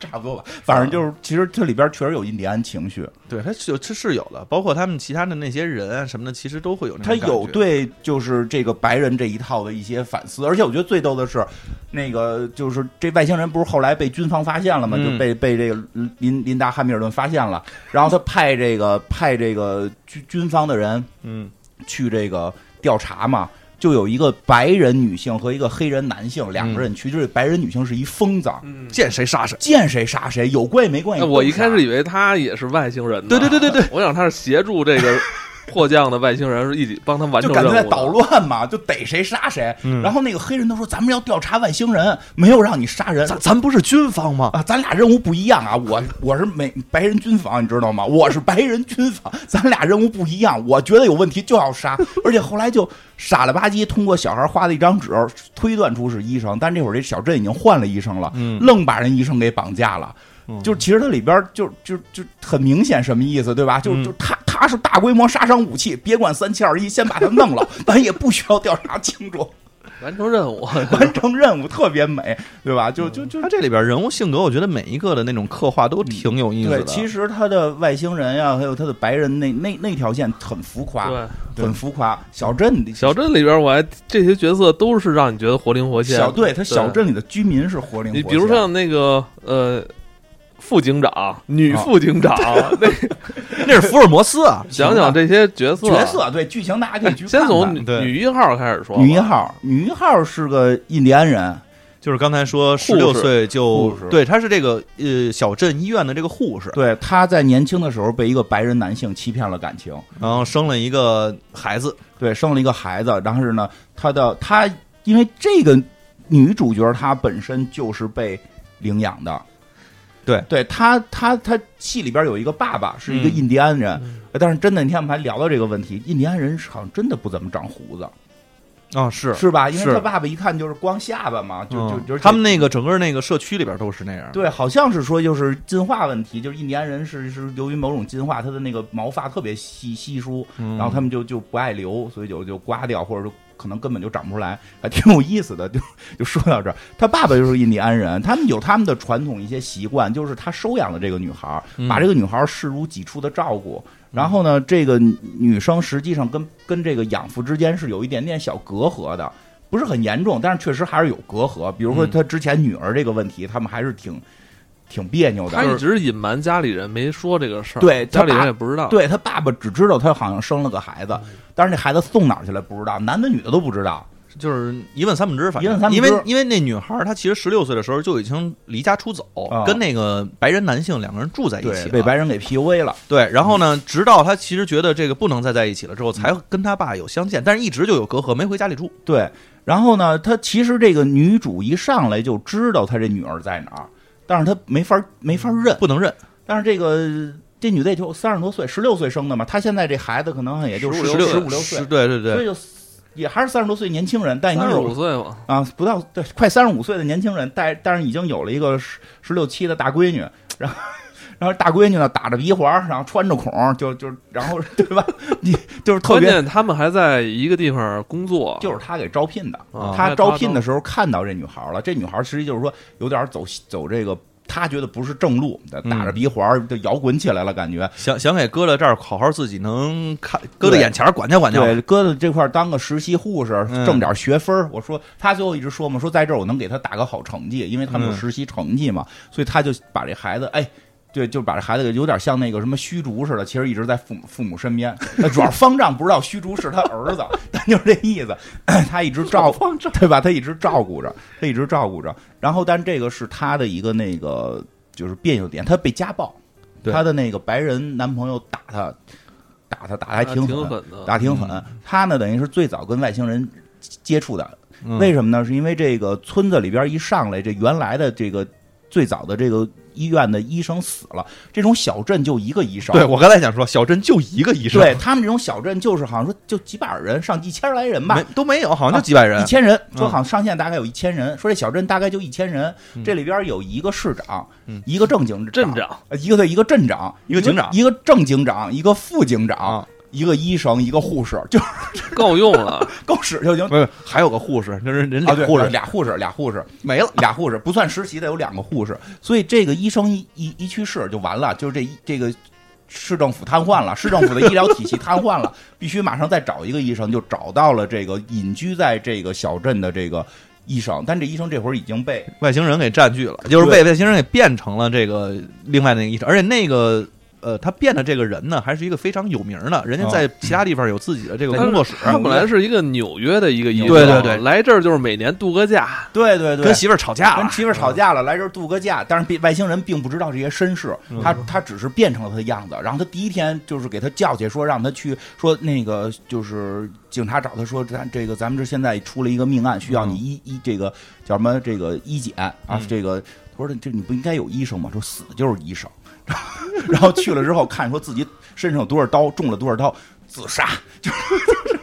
Speaker 2: 差不多吧，反正就是其实这里边确实有印第安情绪，
Speaker 3: 对，他是有这是有的，包括他们其他的那些人啊什么的，其实都会有那
Speaker 2: 他
Speaker 3: 种感
Speaker 2: 有
Speaker 3: 觉，
Speaker 2: 对就是这个白人这一套的一些反思，而且我觉得最逗的是，那个就是这外星人不是后来被军方发现了吗？
Speaker 3: 嗯
Speaker 2: 就被被这个林林达汉密尔顿发现了，然后他派这个派这个军军方的人
Speaker 3: 嗯，
Speaker 2: 去这个调查嘛。就有一个白人女性和一个黑人男性两个人去，就是白人女性是一疯子，
Speaker 1: 嗯，
Speaker 3: 见谁杀谁。
Speaker 2: 见谁杀谁，有怪没怪。
Speaker 1: 那我一开始以为他也是外星人呢。
Speaker 3: 对对对对对，
Speaker 1: 我想他是协助这
Speaker 2: [laughs]
Speaker 1: 个迫降的外星人，一起帮他完
Speaker 2: 啊就
Speaker 1: 成
Speaker 2: 感
Speaker 1: 任
Speaker 2: 觉
Speaker 1: 务
Speaker 2: 在
Speaker 1: 的。
Speaker 2: 捣乱嘛，就逮谁杀谁。
Speaker 3: 嗯
Speaker 2: 然后那个黑人都说：“咱们要调查外星人，没有让你杀人。”
Speaker 3: 咱咱不是军方吗？
Speaker 2: 啊，咱俩任务不一样啊！我我是美白人军方，你知道吗？我是白人军方， [laughs] 咱俩任务不一样。我觉得有问题就要杀， [laughs] 而且后来就傻了吧唧，通过小孩画的一张纸推断出是医生，但这会儿这小镇已经换了医生了，
Speaker 3: 嗯
Speaker 2: 愣把人医生给绑架了。
Speaker 3: 嗯
Speaker 2: 就其实它里边儿就就就很明显什么意思，对吧？就
Speaker 3: 嗯
Speaker 2: 就他他是大规模杀伤武器，别管三七二十一，先把他弄了， [laughs] 咱也不需要调查清楚，
Speaker 1: 完成任务。
Speaker 2: 完成任务特别美，对吧？就就就嗯
Speaker 3: 他这里边人物性格，我觉得每一个的那种刻画都挺嗯有意思的。
Speaker 2: 对，其实他的外星人啊呀、还有他的白人那那那条线很浮夸，
Speaker 1: 对，
Speaker 2: 很浮夸。小镇里
Speaker 1: 小镇里边我还这些角色都是让你觉得活灵活现的。
Speaker 2: 小对，他小镇里的居民是活灵活
Speaker 1: 你
Speaker 2: 现。
Speaker 1: 比如像那个呃，副警长、
Speaker 2: 嗯
Speaker 1: 女副警
Speaker 2: [laughs]
Speaker 1: 长，那
Speaker 3: 那是福尔摩斯啊，
Speaker 1: 想想这些角色，
Speaker 2: [laughs] 角色对剧情，大家可以去看
Speaker 1: 先
Speaker 2: 看。
Speaker 1: 从女
Speaker 3: 对
Speaker 1: 女一号开始说吧。
Speaker 2: 女一号，女一号是个印第安人，
Speaker 3: 就是刚才说十六岁就
Speaker 2: 护士
Speaker 3: 对，他是这个呃小镇医院的这个护士，
Speaker 2: 对，她在年轻的时候被一个白人男性欺骗了感情，
Speaker 3: 然后生了一个孩子，
Speaker 2: 对，生了一个孩子。然后是呢，她的她因为这个女主角她本身就是被领养的，
Speaker 3: 对
Speaker 2: 对，她她她戏里边有一个爸爸是一个
Speaker 3: 嗯
Speaker 2: 印第安人，呃
Speaker 1: 嗯
Speaker 2: 但是真的那天我们还聊到这个问题，印第安人好像真的不怎么长胡子，
Speaker 3: 啊，是
Speaker 2: 是吧？因为
Speaker 3: 是
Speaker 2: 他爸爸一看就是光下巴嘛，就就
Speaker 3: 嗯
Speaker 2: 就是
Speaker 3: 他们那个整个那个社区里边都是那样。
Speaker 2: 对，好像是说就是进化问题，就是印第安人是是由于某种进化，他的那个毛发特别稀稀疏，
Speaker 3: 嗯，
Speaker 2: 然
Speaker 3: 然
Speaker 2: 后他们就就不爱留，所以就就刮掉，或者说可能根本就长不出来，还挺有意思的。就 [laughs] 就说到这儿，他爸爸就是印第安人，他们有他们的传统一些习惯，就是他收养了这个女孩儿，
Speaker 3: 嗯
Speaker 2: 把这个女孩儿视如己出的照顾。然后呢，这个女生实际上跟跟这个养父之间是有一点点小隔阂的，不是很严重，但是确实还是有隔阂。比如说
Speaker 3: 嗯
Speaker 2: 他之前女儿这个问题，他们还是挺挺别扭的
Speaker 1: 他。一直隐瞒家里人，没说这个事儿。
Speaker 2: 对他
Speaker 1: 家里人
Speaker 2: 爸
Speaker 1: 也不知道。
Speaker 2: 对他爸爸只知道他好像生了个孩子，但是那孩子送哪儿去了不知道，男的女的都不知道。
Speaker 3: 就是一问三不知，反
Speaker 2: 一问
Speaker 3: 正
Speaker 2: 三不知
Speaker 3: 因为因为那女孩儿她其实十六岁的时候就已经离家出走，
Speaker 2: 啊
Speaker 3: 跟那个白人男性两个人住在一起
Speaker 2: 对，
Speaker 3: 了
Speaker 2: 被白人给 PUA 了，
Speaker 3: 对，然后呢，直到她其实觉得这个不能再在一起了之后，才
Speaker 2: 嗯
Speaker 3: 跟她爸有相见，但是一直就有隔阂，没回家里住。
Speaker 2: 对。然后呢，她其实这个女主一上来就知道她这女儿在哪儿，但是她没法没法认。
Speaker 3: 不能认，
Speaker 2: 但是这个这女的也就三十多岁，十六岁生的嘛，她现在这孩子可能也就
Speaker 1: 15
Speaker 2: 十
Speaker 1: 六
Speaker 2: 十
Speaker 1: 岁
Speaker 2: 五六岁
Speaker 3: 十，对对
Speaker 2: 所以
Speaker 3: 对，
Speaker 2: 就也还是三十多岁年轻人，但已经
Speaker 1: 三十
Speaker 2: 有
Speaker 1: 五岁嘛，
Speaker 2: 啊，不到对，快三十五岁的年轻人，但但是已经有了一个十十六七的大闺女，然后。然后大闺女呢，打着鼻环，然后穿着孔，就就然后对吧？ [laughs] 你就是特
Speaker 1: 关
Speaker 2: 别，
Speaker 1: 键他们还在一个地方工作，
Speaker 2: 就是他给招聘的。
Speaker 1: 啊
Speaker 2: 他招聘的时候看到这女孩了，这女孩实际就是说有点走走这个，他觉得不是正路，
Speaker 1: 嗯
Speaker 2: 打着鼻环就摇滚起来了，感觉。
Speaker 3: 想想给搁到这儿，好好自己能看，搁到
Speaker 2: 对
Speaker 3: 眼前儿管教管教。
Speaker 2: 对，搁到这块儿当个实习护士，
Speaker 3: 嗯
Speaker 2: 挣点学分儿。我说他最后一直说嘛，说在这儿我能给他打个好成绩，因为他们有
Speaker 3: 嗯
Speaker 2: 实习成绩嘛，所以他就把这孩子，哎。对，就把这孩子给有点像那个什么虚竹似的，其实一直在父母父母身边。那主要是方丈不知道虚竹是他儿子， [laughs] 但就是这意思， [clears throat] 他一直照顾， [laughs] 对吧？他一直照顾着，他一直照顾着。然后，但这个是他的一个那个就是别扭点，他被家暴，
Speaker 3: 对
Speaker 2: 他的那个白人男朋友打他，打他打的还
Speaker 1: 还
Speaker 2: 挺
Speaker 1: 啊挺
Speaker 2: 狠，
Speaker 1: 狠的，
Speaker 2: 打
Speaker 3: 嗯
Speaker 2: 挺狠。他呢，等于是最早跟外星人接触的。
Speaker 3: 嗯
Speaker 2: 为什么呢？是因为这个村子里边一上来，这原来的这个最早的这个医院的医生死了，这种小镇就一个医生。
Speaker 3: 对我刚才想说，小镇就一个医生，
Speaker 2: 对他们这种小镇就是好像说就几百人，上一千来人吧
Speaker 3: 没，都没有，好像就几百人
Speaker 2: 啊一。千人，
Speaker 3: 嗯
Speaker 2: 说好像上线大概有一千人，说这小镇大概就一千人，
Speaker 3: 嗯
Speaker 2: 这里边有一个市长，
Speaker 3: 嗯
Speaker 2: 一个正经
Speaker 1: 镇，长，
Speaker 2: 呃一个对一个镇长，
Speaker 3: 一个警长
Speaker 2: 一个正警长，一个副警长
Speaker 3: 啊，
Speaker 2: 一个医生，一个护士，就是
Speaker 1: 够用了，
Speaker 2: 够使就行。
Speaker 3: 不是，还有个护士，就是人
Speaker 2: 啊，
Speaker 3: 俩
Speaker 2: 对，
Speaker 3: 护士
Speaker 2: 俩护士，俩护士，
Speaker 3: 哎没了。
Speaker 2: 俩护士不算实习的有两个护士，所以这个医生一一一去世就完了，就是这一这个市政府瘫痪了，市政府的医疗体系瘫痪了，必须马上再找一个医生，就找到了这个隐居在这个小镇的这个医生，但这医生这会儿已经被
Speaker 3: 外星人给占据了，就是被外星人给变成了这个另外那个医生，而且那个呃，他变的这个人呢，还是一个非常有名的，人
Speaker 2: 啊
Speaker 3: 家在其他地方有自己的这个工作室，
Speaker 1: 他本来是一个纽约的一个医生，
Speaker 3: 对对对
Speaker 1: 来这儿就是每年度个假，
Speaker 2: 对对
Speaker 3: 跟媳妇儿吵架
Speaker 2: 跟
Speaker 3: 了，嗯
Speaker 2: 媳妇儿吵架了，来这儿度个假。但是被外星人并不知道这些身世，
Speaker 3: 嗯
Speaker 2: 他他只是变成了他的样子。然后他第一天就是给他叫去，说让他去说那个就是警察找他说，咱这个咱们这现在出了一个命案，需要你医医这个叫什么这个医检啊
Speaker 3: 嗯，
Speaker 2: 这个他说这你不应该有医生吗？说死的就是医生。 [laughs] 然后去了之后看说自己身上有多少刀，中了多少刀，自杀， [laughs] 就是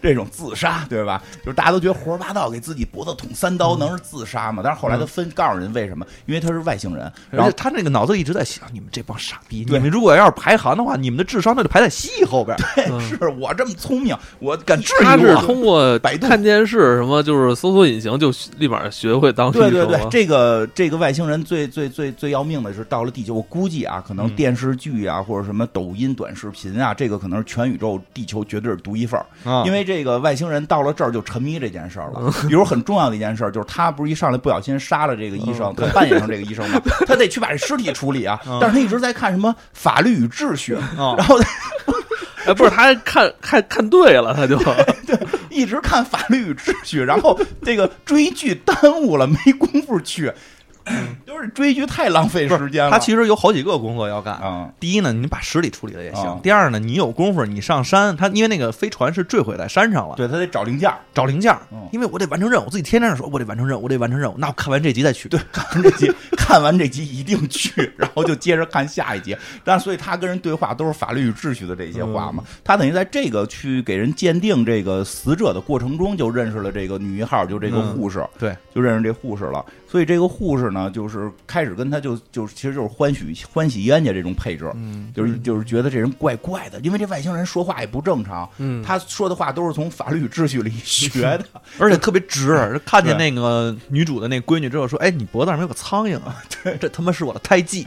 Speaker 2: 这种自杀，对吧？就是大家都觉得胡说八道，给自己脖子捅三刀能是自杀吗？但是后来他分告诉人为什么，因为他是外星人，然
Speaker 3: 然
Speaker 2: 后
Speaker 3: 后他那嗯个脑子里一直在想，你们这帮傻逼，你
Speaker 2: 对
Speaker 3: 们如果要是排行的话，你们的智商那就排在西后边，
Speaker 1: 嗯
Speaker 2: 是我这么聪明，我
Speaker 3: 敢质
Speaker 1: 他
Speaker 3: 疑
Speaker 1: 是
Speaker 3: 我。
Speaker 1: 通过
Speaker 2: 百度
Speaker 1: 看电视什么，就是搜索引擎就立马学会当医生
Speaker 2: 对
Speaker 1: 了。
Speaker 2: 对对，这个这个外星人最最最最要命的是到了地球，我估计啊，可能
Speaker 3: 嗯
Speaker 2: 电视剧啊、或者什么抖音短视频啊，这个可能是全宇宙地球绝对是独一份儿。
Speaker 3: 啊
Speaker 2: 因为这个外星人到了这儿就沉迷这件事儿了。比如很重要的一件事儿，就是他不是一上来不小心杀了这个医 [laughs] 生，他扮演成这个医生 [laughs] 嘛，他得去把这尸体处理啊
Speaker 3: 嗯。
Speaker 2: 但是他一直在看什么法律与秩序，
Speaker 3: 啊
Speaker 2: 然后
Speaker 1: 哎，不是，他还看看看对了，他就
Speaker 2: 一直看法律与秩序，然后这个追剧耽误了，没工夫 [laughs] 去，就是追剧太浪费时间了。
Speaker 3: 他其实有好几个工作要干。
Speaker 2: 啊，
Speaker 3: 第一呢，你把尸体处理了也行；
Speaker 2: 啊
Speaker 3: 第二呢，你有功夫，你上山。他因为那个飞船是坠毁在山上了，
Speaker 2: 对他得找零件儿。
Speaker 3: 找零件儿
Speaker 2: 嗯，
Speaker 3: 因为我得完成任务，我自己天天说，我得完成任务，我得完成任务。那我看完这集再去。对，
Speaker 2: 看这集， [laughs] 看完这集一定去， [laughs] 然后就接着看下一集。但所以他跟人对话都是法律与秩序的这些话嘛。
Speaker 3: 嗯
Speaker 2: 他等于在这个去给人鉴定这个死者的过程中，就认识了这个女一号，就这个
Speaker 3: 嗯
Speaker 2: 护士，
Speaker 3: 对，
Speaker 2: 就认识这护士了。所以这个护士呢，就是开始跟他就就其实就是欢喜欢喜冤家这种配置，
Speaker 3: 嗯
Speaker 2: 就是就是觉得这人怪怪的，因为这外星人说话也不正常，
Speaker 1: 嗯
Speaker 2: 他说的话都是从法律与秩序里学
Speaker 3: [laughs]
Speaker 2: 的。
Speaker 3: 而且特别
Speaker 2: 嗯
Speaker 3: 直。啊看见那个女主的那闺女之后说：“哎，你脖子上面有个苍蝇
Speaker 2: [laughs]
Speaker 3: 啊！”对，这他妈是我的胎记。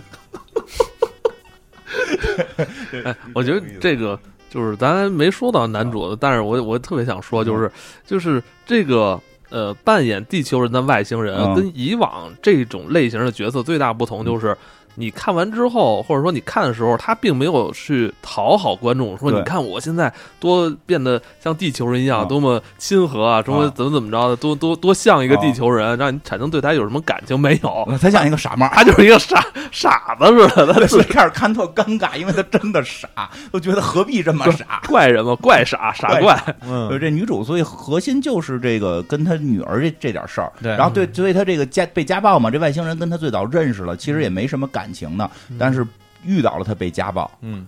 Speaker 1: 哎， [laughs] 我觉得这个
Speaker 2: 嗯
Speaker 1: 就是咱没说到男主，但是我我特别想说，就是就是这个呃扮演地球人的外星人、
Speaker 2: 嗯
Speaker 1: 跟以往这种类型的角色最大不同就是。你看完之后，或者说你看的时候，他并没有去讨好观众，说
Speaker 2: 对
Speaker 1: 你看我现在多变得像地球人一样，
Speaker 2: 嗯
Speaker 1: 多么亲和啊，多么
Speaker 2: 啊
Speaker 1: 怎么怎么着的，多多多像一个地
Speaker 2: 啊
Speaker 1: 球人，让你产生对他有什么感情没有？
Speaker 2: 他像一个傻帽儿。
Speaker 1: 他就是一个傻傻子似的，他
Speaker 2: 对，
Speaker 1: 自
Speaker 2: 所以开始看特尴尬，因为他真的傻，我觉得何必这么傻。
Speaker 1: 怪人嘛，怪傻傻
Speaker 2: 怪
Speaker 1: 怪，
Speaker 2: 呃，
Speaker 3: 嗯，
Speaker 2: 这女主，所以核心就是这个跟她女儿这这点事儿。
Speaker 3: 对嗯
Speaker 2: 然后对，所以她这个家被家暴嘛，这外星人跟她最早认识了，其
Speaker 3: 嗯
Speaker 2: 实也没什么感情的，但是遇到了她被家暴，
Speaker 3: 嗯，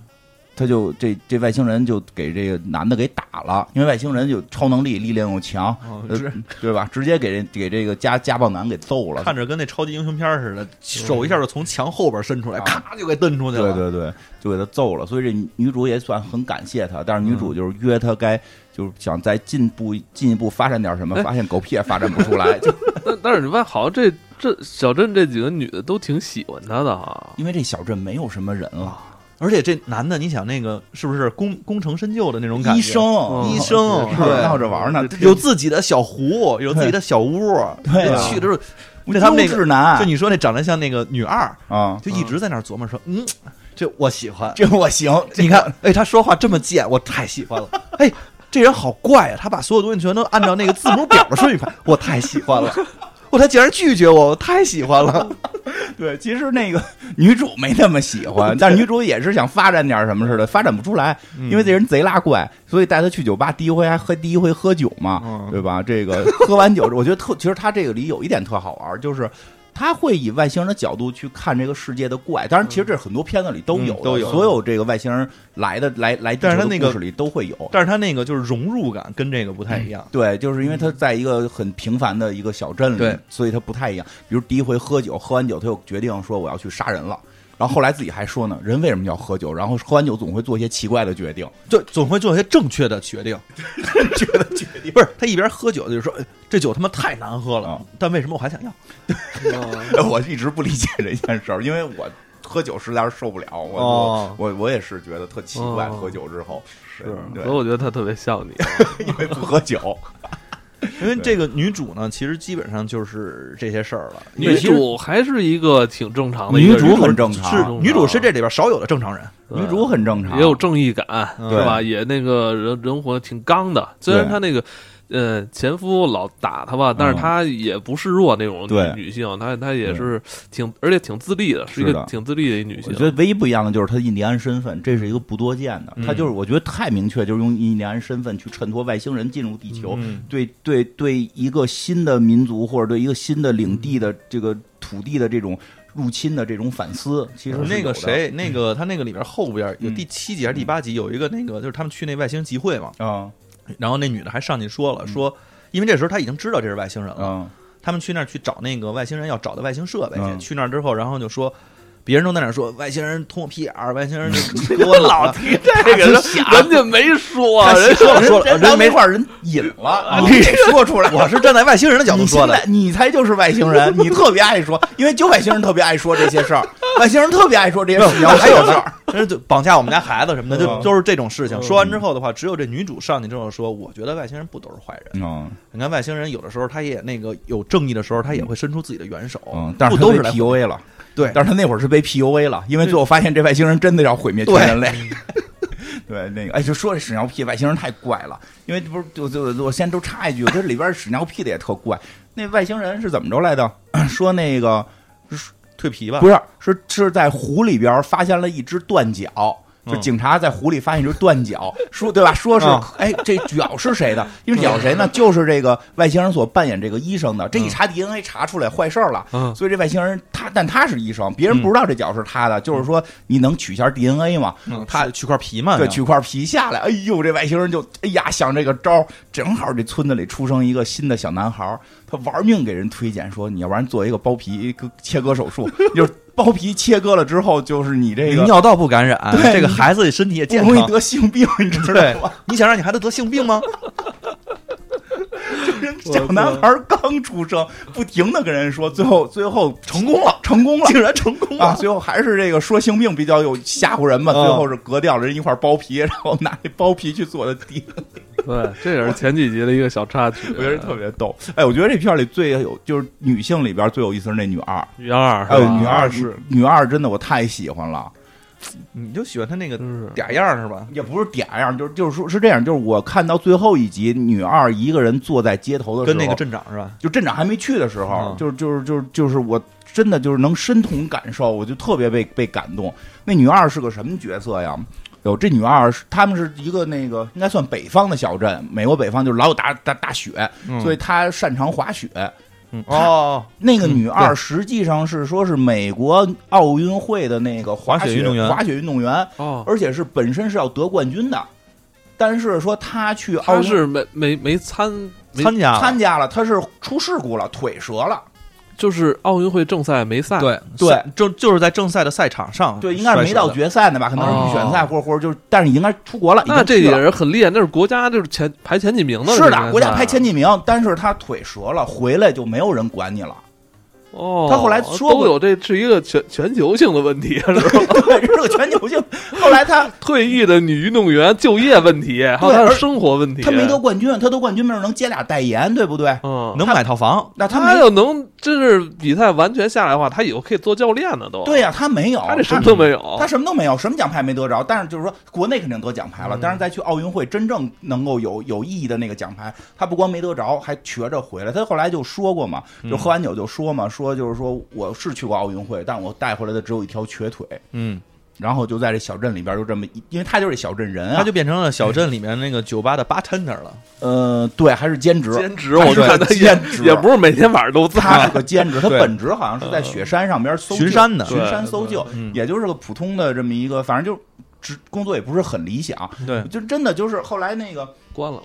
Speaker 2: 她就这这外星人就给这个男的给打了，因为外星人有超能力，力量又强，
Speaker 3: 哦
Speaker 2: 呃
Speaker 3: 是
Speaker 2: 对吧？直接给人给这个家家暴男给揍了。
Speaker 3: 看着跟那超级英雄片儿似的，手一下就从墙后边伸出来，
Speaker 2: 啊
Speaker 3: 咔就给蹬出去
Speaker 2: 对
Speaker 3: 了。
Speaker 2: 对对，就给他揍了。所以这女主也算很感谢他，但是女
Speaker 3: 嗯
Speaker 2: 主就是约他该就是想再进步进一步发展点什么，
Speaker 1: 哎
Speaker 2: 发现狗屁也发展不出
Speaker 3: [laughs]
Speaker 2: 来，就
Speaker 1: 但但是你发现好像这这小镇这几个女的都挺喜欢他的哈，
Speaker 2: 因为这小镇没有什么人了，
Speaker 3: 而且这男的，你想那个是不是功功成身就的那种感觉？
Speaker 2: 医生、
Speaker 1: 嗯
Speaker 3: 医生
Speaker 2: 是
Speaker 3: 对
Speaker 2: 嗯闹着玩呢，
Speaker 1: 这
Speaker 3: 有自己的小湖，有自己的小屋，
Speaker 2: [laughs] 对哎
Speaker 1: 啊
Speaker 3: 去的时候，
Speaker 2: 这
Speaker 3: 这他们那
Speaker 2: 优
Speaker 3: 个
Speaker 2: 质男
Speaker 3: 就你说那长得像那个女二，
Speaker 2: 啊，
Speaker 3: 就一直在那儿琢磨说，嗯，这我喜欢。
Speaker 2: 这我行，这
Speaker 3: 你看，哎，他说话这么贱，我太喜欢了。哎，这人好怪啊，他把所有东西全都按照那个字母表的顺序排，我太喜欢了。 [laughs] 我他竟然拒绝我，我太喜欢了。
Speaker 2: 对，其实那个女主没那么喜
Speaker 3: [laughs]
Speaker 2: 欢，但是女主也是想发展点什么似的，发展不出来，
Speaker 3: 嗯
Speaker 2: 因为这人贼拉怪，所以带她去酒吧，第一回还喝，第一回喝酒嘛
Speaker 3: 嗯，
Speaker 2: 对吧？这个喝完酒，我觉得特，其实他这个里有一点特好玩，就是。他会以外星人的角度去看这个世界的怪，当然，其实这很多片子里都有的、
Speaker 3: 嗯都有
Speaker 2: 所有这个外星人来的来来地
Speaker 3: 但是
Speaker 2: 球
Speaker 3: 他
Speaker 2: 的
Speaker 3: 那个
Speaker 2: 故事里都会有。
Speaker 3: 但是他那个就是融入感跟这个不太一样。
Speaker 2: 对，就是因为他在一个很平凡的一个小镇里，
Speaker 3: 嗯对
Speaker 2: 所以他不太一样。比如第一回喝酒，喝完酒他就决定说我要去杀人了。然后后来自己还说呢，人为什么要喝酒？然后喝完酒总会做一些奇怪的决定，
Speaker 3: 就总会做一些正确的决定，
Speaker 2: 觉得决定
Speaker 3: 不是他一边喝酒就说哎这酒他妈太难喝了
Speaker 2: 啊，
Speaker 3: 但为什么我还想要？
Speaker 2: [laughs] 我一直不理解这件事儿，因为我喝酒实在是受不了，我、
Speaker 3: 哦
Speaker 2: 我我我也是觉得特奇怪，
Speaker 1: 哦
Speaker 2: 喝酒之后是对
Speaker 1: [laughs] 所以，我觉得他特别像你，
Speaker 2: 因为不喝酒，
Speaker 3: 因为这个女主呢，其实基本上就是这些事儿了。
Speaker 1: 女主还是一个挺正常的一
Speaker 2: 女
Speaker 1: 个人，
Speaker 2: 主很正常，
Speaker 3: 是
Speaker 1: 常
Speaker 3: 女主是这里边少有的正常人，
Speaker 1: 对
Speaker 2: 女主很正常，
Speaker 1: 也有正义感，
Speaker 3: 嗯
Speaker 1: 是吧？也那个人人活得挺刚的，虽然
Speaker 2: 对
Speaker 1: 她那个。呃，前夫老打她吧，但是
Speaker 2: 嗯
Speaker 1: 她也不示弱那种
Speaker 2: 对
Speaker 1: 女性，她她也是挺，而且挺自立的，是一
Speaker 2: 是
Speaker 1: 个
Speaker 2: 的
Speaker 1: 挺自立的一女
Speaker 2: 我
Speaker 1: 性
Speaker 2: 觉。得唯一不一样的就是他印第安身份，这是一个不多见的。他就是我觉得太明确，就是用印第安身份去衬托外星人进入地球，
Speaker 3: 嗯
Speaker 2: 对对对，一个新的民族或者对一个新的领地的这个土地的这种入侵的这种反思，其实是
Speaker 3: 那
Speaker 2: 有
Speaker 3: 个
Speaker 2: 的
Speaker 3: 谁，那个他那个里边后边有第七集还是第八集，有一个那个就是他们去那外星集会嘛，
Speaker 2: 啊
Speaker 3: 然后那女的还上去说了说，因为这时候她已经知道这是外星人了，
Speaker 2: 啊
Speaker 3: 他们去那儿去找那个外星人要找的外星设备
Speaker 2: 嗯
Speaker 3: 去，去那儿之后，然后就说。别人都在那儿说外星人捅我屁眼儿，外星人
Speaker 2: [laughs]
Speaker 3: 就给我老
Speaker 1: 提 [laughs] 这个，人家没说，啊
Speaker 3: 他
Speaker 1: 人
Speaker 3: 说了说了，
Speaker 2: 人
Speaker 3: 人
Speaker 2: 人没
Speaker 3: 没
Speaker 2: 话，人引了，
Speaker 3: 啊
Speaker 2: 你得说出来。
Speaker 3: [laughs] 我是站在外星人的角度
Speaker 2: 你
Speaker 3: 说
Speaker 2: 现
Speaker 3: 的
Speaker 2: 在，你才就是外星人，你特别爱 [laughs] 说，因为就外星人特别爱说这些事儿， [laughs] 外星人特别爱说这些事情，
Speaker 3: 还有
Speaker 2: 事
Speaker 3: 事
Speaker 2: 儿
Speaker 3: [laughs] 儿，真是绑架我们家孩子什么的，就
Speaker 2: 嗯
Speaker 3: 都是这种事情。说完之后的话，只有这女主上去之后说：“我觉得外星人不都是坏人。
Speaker 2: 嗯
Speaker 3: 你看外星人有的时候他也那个有正义的时候，他也会伸出自己的援手
Speaker 2: 嗯，，但
Speaker 3: 不
Speaker 2: 是
Speaker 3: 都
Speaker 2: 他
Speaker 3: 是
Speaker 2: 被
Speaker 3: 来
Speaker 2: PUA 了。
Speaker 3: 对。
Speaker 2: 但是他那会儿是被 PUA 了，因为最后发现这外星人真的要毁灭全人类。 [laughs] 对，那个哎，就说这屎尿屁外星人太怪了，因为这不是就就就我先都插一句，这里边屎尿屁的也特怪。那外星人是怎么着来的？ [clears throat] 说那个
Speaker 3: 蜕皮吧
Speaker 2: 不？是，是是在湖里边发现了一只断脚。就
Speaker 3: 嗯
Speaker 2: 警察在湖里发现一只断脚，说对吧？说是
Speaker 3: 嗯
Speaker 2: 哎，这脚是谁的？因为脚是谁呢？就是这个外星人所扮演这个医生的。
Speaker 3: 嗯
Speaker 2: 这一查 DNA 查出来坏事儿了，
Speaker 1: [laughs] 嗯
Speaker 2: 所以这外星人他，但他是医生，别人不知道这脚是他的，就是说你能取下 DNA 吗？
Speaker 3: 嗯他取块皮嘛，
Speaker 2: 对，
Speaker 3: 那
Speaker 2: 取块皮下来，哎呦，这外星人就哎呀想这个招儿，正好这村子里出生一个新的小男孩儿，他玩命给人推荐说，你要不然做一个包皮割切割手术， [laughs] 就是包皮切割了之后，就是你这个
Speaker 3: 尿道不感染，
Speaker 2: 对
Speaker 3: 这个孩子身体也
Speaker 2: 不 [laughs]
Speaker 3: 健
Speaker 2: 容易
Speaker 3: 康。
Speaker 2: 得性病，你知道
Speaker 3: 对
Speaker 2: 吗？，
Speaker 3: 你想让你孩子得性 [laughs] 病吗？
Speaker 2: 人小男孩儿刚出生，不停的跟人说，最后最后
Speaker 3: 成功了，
Speaker 2: [laughs] 成功了，
Speaker 3: 竟然成功
Speaker 2: 啊，
Speaker 3: 了！
Speaker 2: 最后还是这个说性病比较有吓唬人嘛，
Speaker 3: 嗯
Speaker 2: 最后是割掉了人一块包皮，然后拿那包皮去做的 DNA。
Speaker 1: 对，这也是前几集的一个小插曲。啊
Speaker 2: 我觉得特别逗。哎，我觉得这片儿里最有就是女性里边最有意思是那女二，
Speaker 1: 女二，
Speaker 2: 哎
Speaker 1: 是
Speaker 2: 呦，
Speaker 3: 啊
Speaker 1: 吧
Speaker 2: 女二是女二，真的我太喜欢了。
Speaker 3: 你就喜欢他那个
Speaker 1: 就是
Speaker 3: 嗲样儿是吧？
Speaker 2: 也不是嗲样，就是就是说是这样，就是我看到最后一集，女二一个人坐在街头的时
Speaker 3: 跟
Speaker 2: 候，
Speaker 3: 那个镇长是吧？
Speaker 2: 就镇长还没去的时候，
Speaker 3: 嗯
Speaker 2: 就是就是就是就是我真的就是能深同感受，我就特别被被感动。那女二是个什么角色呀？有这女二是，他们是一个那个应该算北方的小镇，美国北方就是老有大大大雪，
Speaker 3: 嗯
Speaker 2: 所以她擅长滑雪。
Speaker 3: 嗯哦，
Speaker 2: 那个女
Speaker 3: 嗯
Speaker 2: 二
Speaker 3: 对
Speaker 2: 实际上是说是美国奥运会的那个滑
Speaker 3: 滑雪运动员
Speaker 2: 滑雪运动员，
Speaker 1: 哦，
Speaker 2: 而且是本身是要得冠军的，但是说她去奥
Speaker 1: 他
Speaker 2: 运
Speaker 1: 是啊没没没参没
Speaker 3: 参加了
Speaker 2: 参加了，她是出事故了，腿折了。
Speaker 1: 就是奥运会正赛没赛，，
Speaker 3: 对
Speaker 2: 对
Speaker 3: 赛正就是在正赛的赛场
Speaker 1: 啊
Speaker 3: 上，
Speaker 2: 对，应该是没到。决赛呢吧？可能是预选赛，或者或者就是，但是应该是出国了。
Speaker 1: 哦那
Speaker 2: 已经
Speaker 1: 这
Speaker 2: 去
Speaker 1: 也
Speaker 2: 了
Speaker 1: 是很厉害，那是国家就是前排前几名的，啊
Speaker 2: 是
Speaker 1: 这应该
Speaker 2: 的，国家排前
Speaker 1: 几。
Speaker 2: 几名，但是他腿折了，回来就没有人管
Speaker 1: [laughs]
Speaker 2: 你了。
Speaker 1: 哦，
Speaker 2: 他后来说
Speaker 1: 都
Speaker 2: 过
Speaker 1: 有这是一个全全球性的问题，是吧？
Speaker 2: 对，这是个全球性。后
Speaker 1: [laughs]
Speaker 2: 来他
Speaker 1: 退役的女运动员就业问题，还有她
Speaker 2: 而
Speaker 1: 的生活问题，
Speaker 2: 他没得冠军，他得冠军没准能接俩代言，对不对？
Speaker 1: 嗯。
Speaker 3: 能买套房，
Speaker 2: 那他
Speaker 1: 他
Speaker 2: 没
Speaker 1: 要能真是比赛完全下来的话，他以后可以做教练呢，都。
Speaker 2: 对，呀，他没有，
Speaker 1: 他这什么都没
Speaker 3: 哦
Speaker 1: 有。
Speaker 2: 他什么都没有，什么奖牌没得着。但是就是说，国内肯定得奖牌
Speaker 3: 嗯
Speaker 2: 了，但是再去奥运会真正能够有有意义的那个奖牌，他不光没得着，还瘸着回来。他后来就说过嘛，
Speaker 3: 嗯
Speaker 2: 就喝完酒就说嘛，说就是说我是去过奥运会，但我带回来的只有一条瘸腿。
Speaker 3: 嗯，
Speaker 2: 然后就在这小镇里边就这么一，因为他就是小镇人啊，
Speaker 3: 嗯他就变成了小镇里面那个酒吧的 bartender 了。
Speaker 2: 呃对，还是兼职，
Speaker 1: 兼职，我
Speaker 2: 对
Speaker 1: 看他也
Speaker 2: 兼职
Speaker 1: 也不是每天晚上都
Speaker 2: 他
Speaker 1: 在
Speaker 2: 是。个兼
Speaker 3: [laughs]
Speaker 2: 职，他
Speaker 3: 对
Speaker 2: 本职好像是在雪山上边搜救
Speaker 3: 巡山的
Speaker 2: 巡山搜救
Speaker 3: 对对，嗯
Speaker 2: 也就是个普通的这么一个，反正就职工作也不是很理想，
Speaker 3: 对，
Speaker 2: 就真的就是后来那个。
Speaker 1: 关了，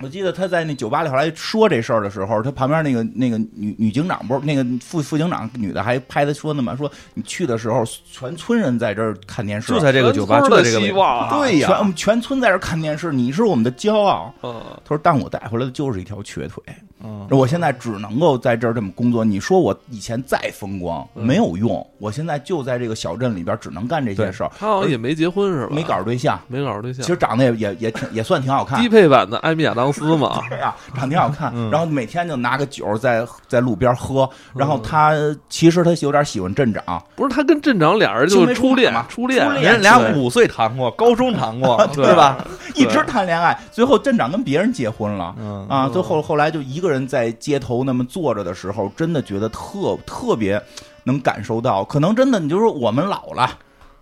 Speaker 2: 我记得他在那酒吧里后来说这事儿的时候，他旁边那个那个女女警长不是那个副副警长女的还拍他说呢嘛，说你去的时候全村人在这儿看电视，啊
Speaker 3: 就在这个酒吧，
Speaker 1: 全
Speaker 3: 就
Speaker 1: 村
Speaker 3: 在
Speaker 1: 的
Speaker 3: 这个啊
Speaker 1: 希
Speaker 3: 位置。
Speaker 1: 望。啊
Speaker 2: 对呀、全我们全村在这儿看电视，你是我们的骄傲。
Speaker 1: 嗯，
Speaker 2: 他说，但我带回来的就是一条瘸腿，
Speaker 3: 嗯，
Speaker 2: 我现在只能够在这儿这么工作。你说我以前再风光
Speaker 1: 嗯
Speaker 2: 没有用，我现在就在这个小镇里边只能干这些
Speaker 3: 对
Speaker 2: 事儿，
Speaker 1: 他好像也没结婚是吧？
Speaker 2: 没搞着对象。
Speaker 1: 没搞着对
Speaker 2: 其
Speaker 1: 象。
Speaker 2: 实长得也也也挺也算挺好看
Speaker 1: 低，配版的艾米亚当斯
Speaker 2: [laughs]
Speaker 1: 嘛，
Speaker 2: 对啊，长得挺好看。
Speaker 3: 嗯
Speaker 2: 然后每天就拿个酒在在路边喝。然后
Speaker 1: 嗯
Speaker 2: 他其实他有点喜欢镇长，
Speaker 1: 不是他跟镇长俩人就是初恋
Speaker 2: 青梅竹马嘛，
Speaker 1: 初恋
Speaker 2: 初恋
Speaker 3: 人俩五岁谈过，高中谈过， [laughs] 对吧？
Speaker 2: 一直谈恋爱，最后镇长跟别人结婚了。
Speaker 3: 嗯，
Speaker 2: 啊，
Speaker 1: 嗯
Speaker 2: 最后后来就一个人在街头那么坐着的时候，真的觉得特特别能感受到，可能真的你就说我们老了，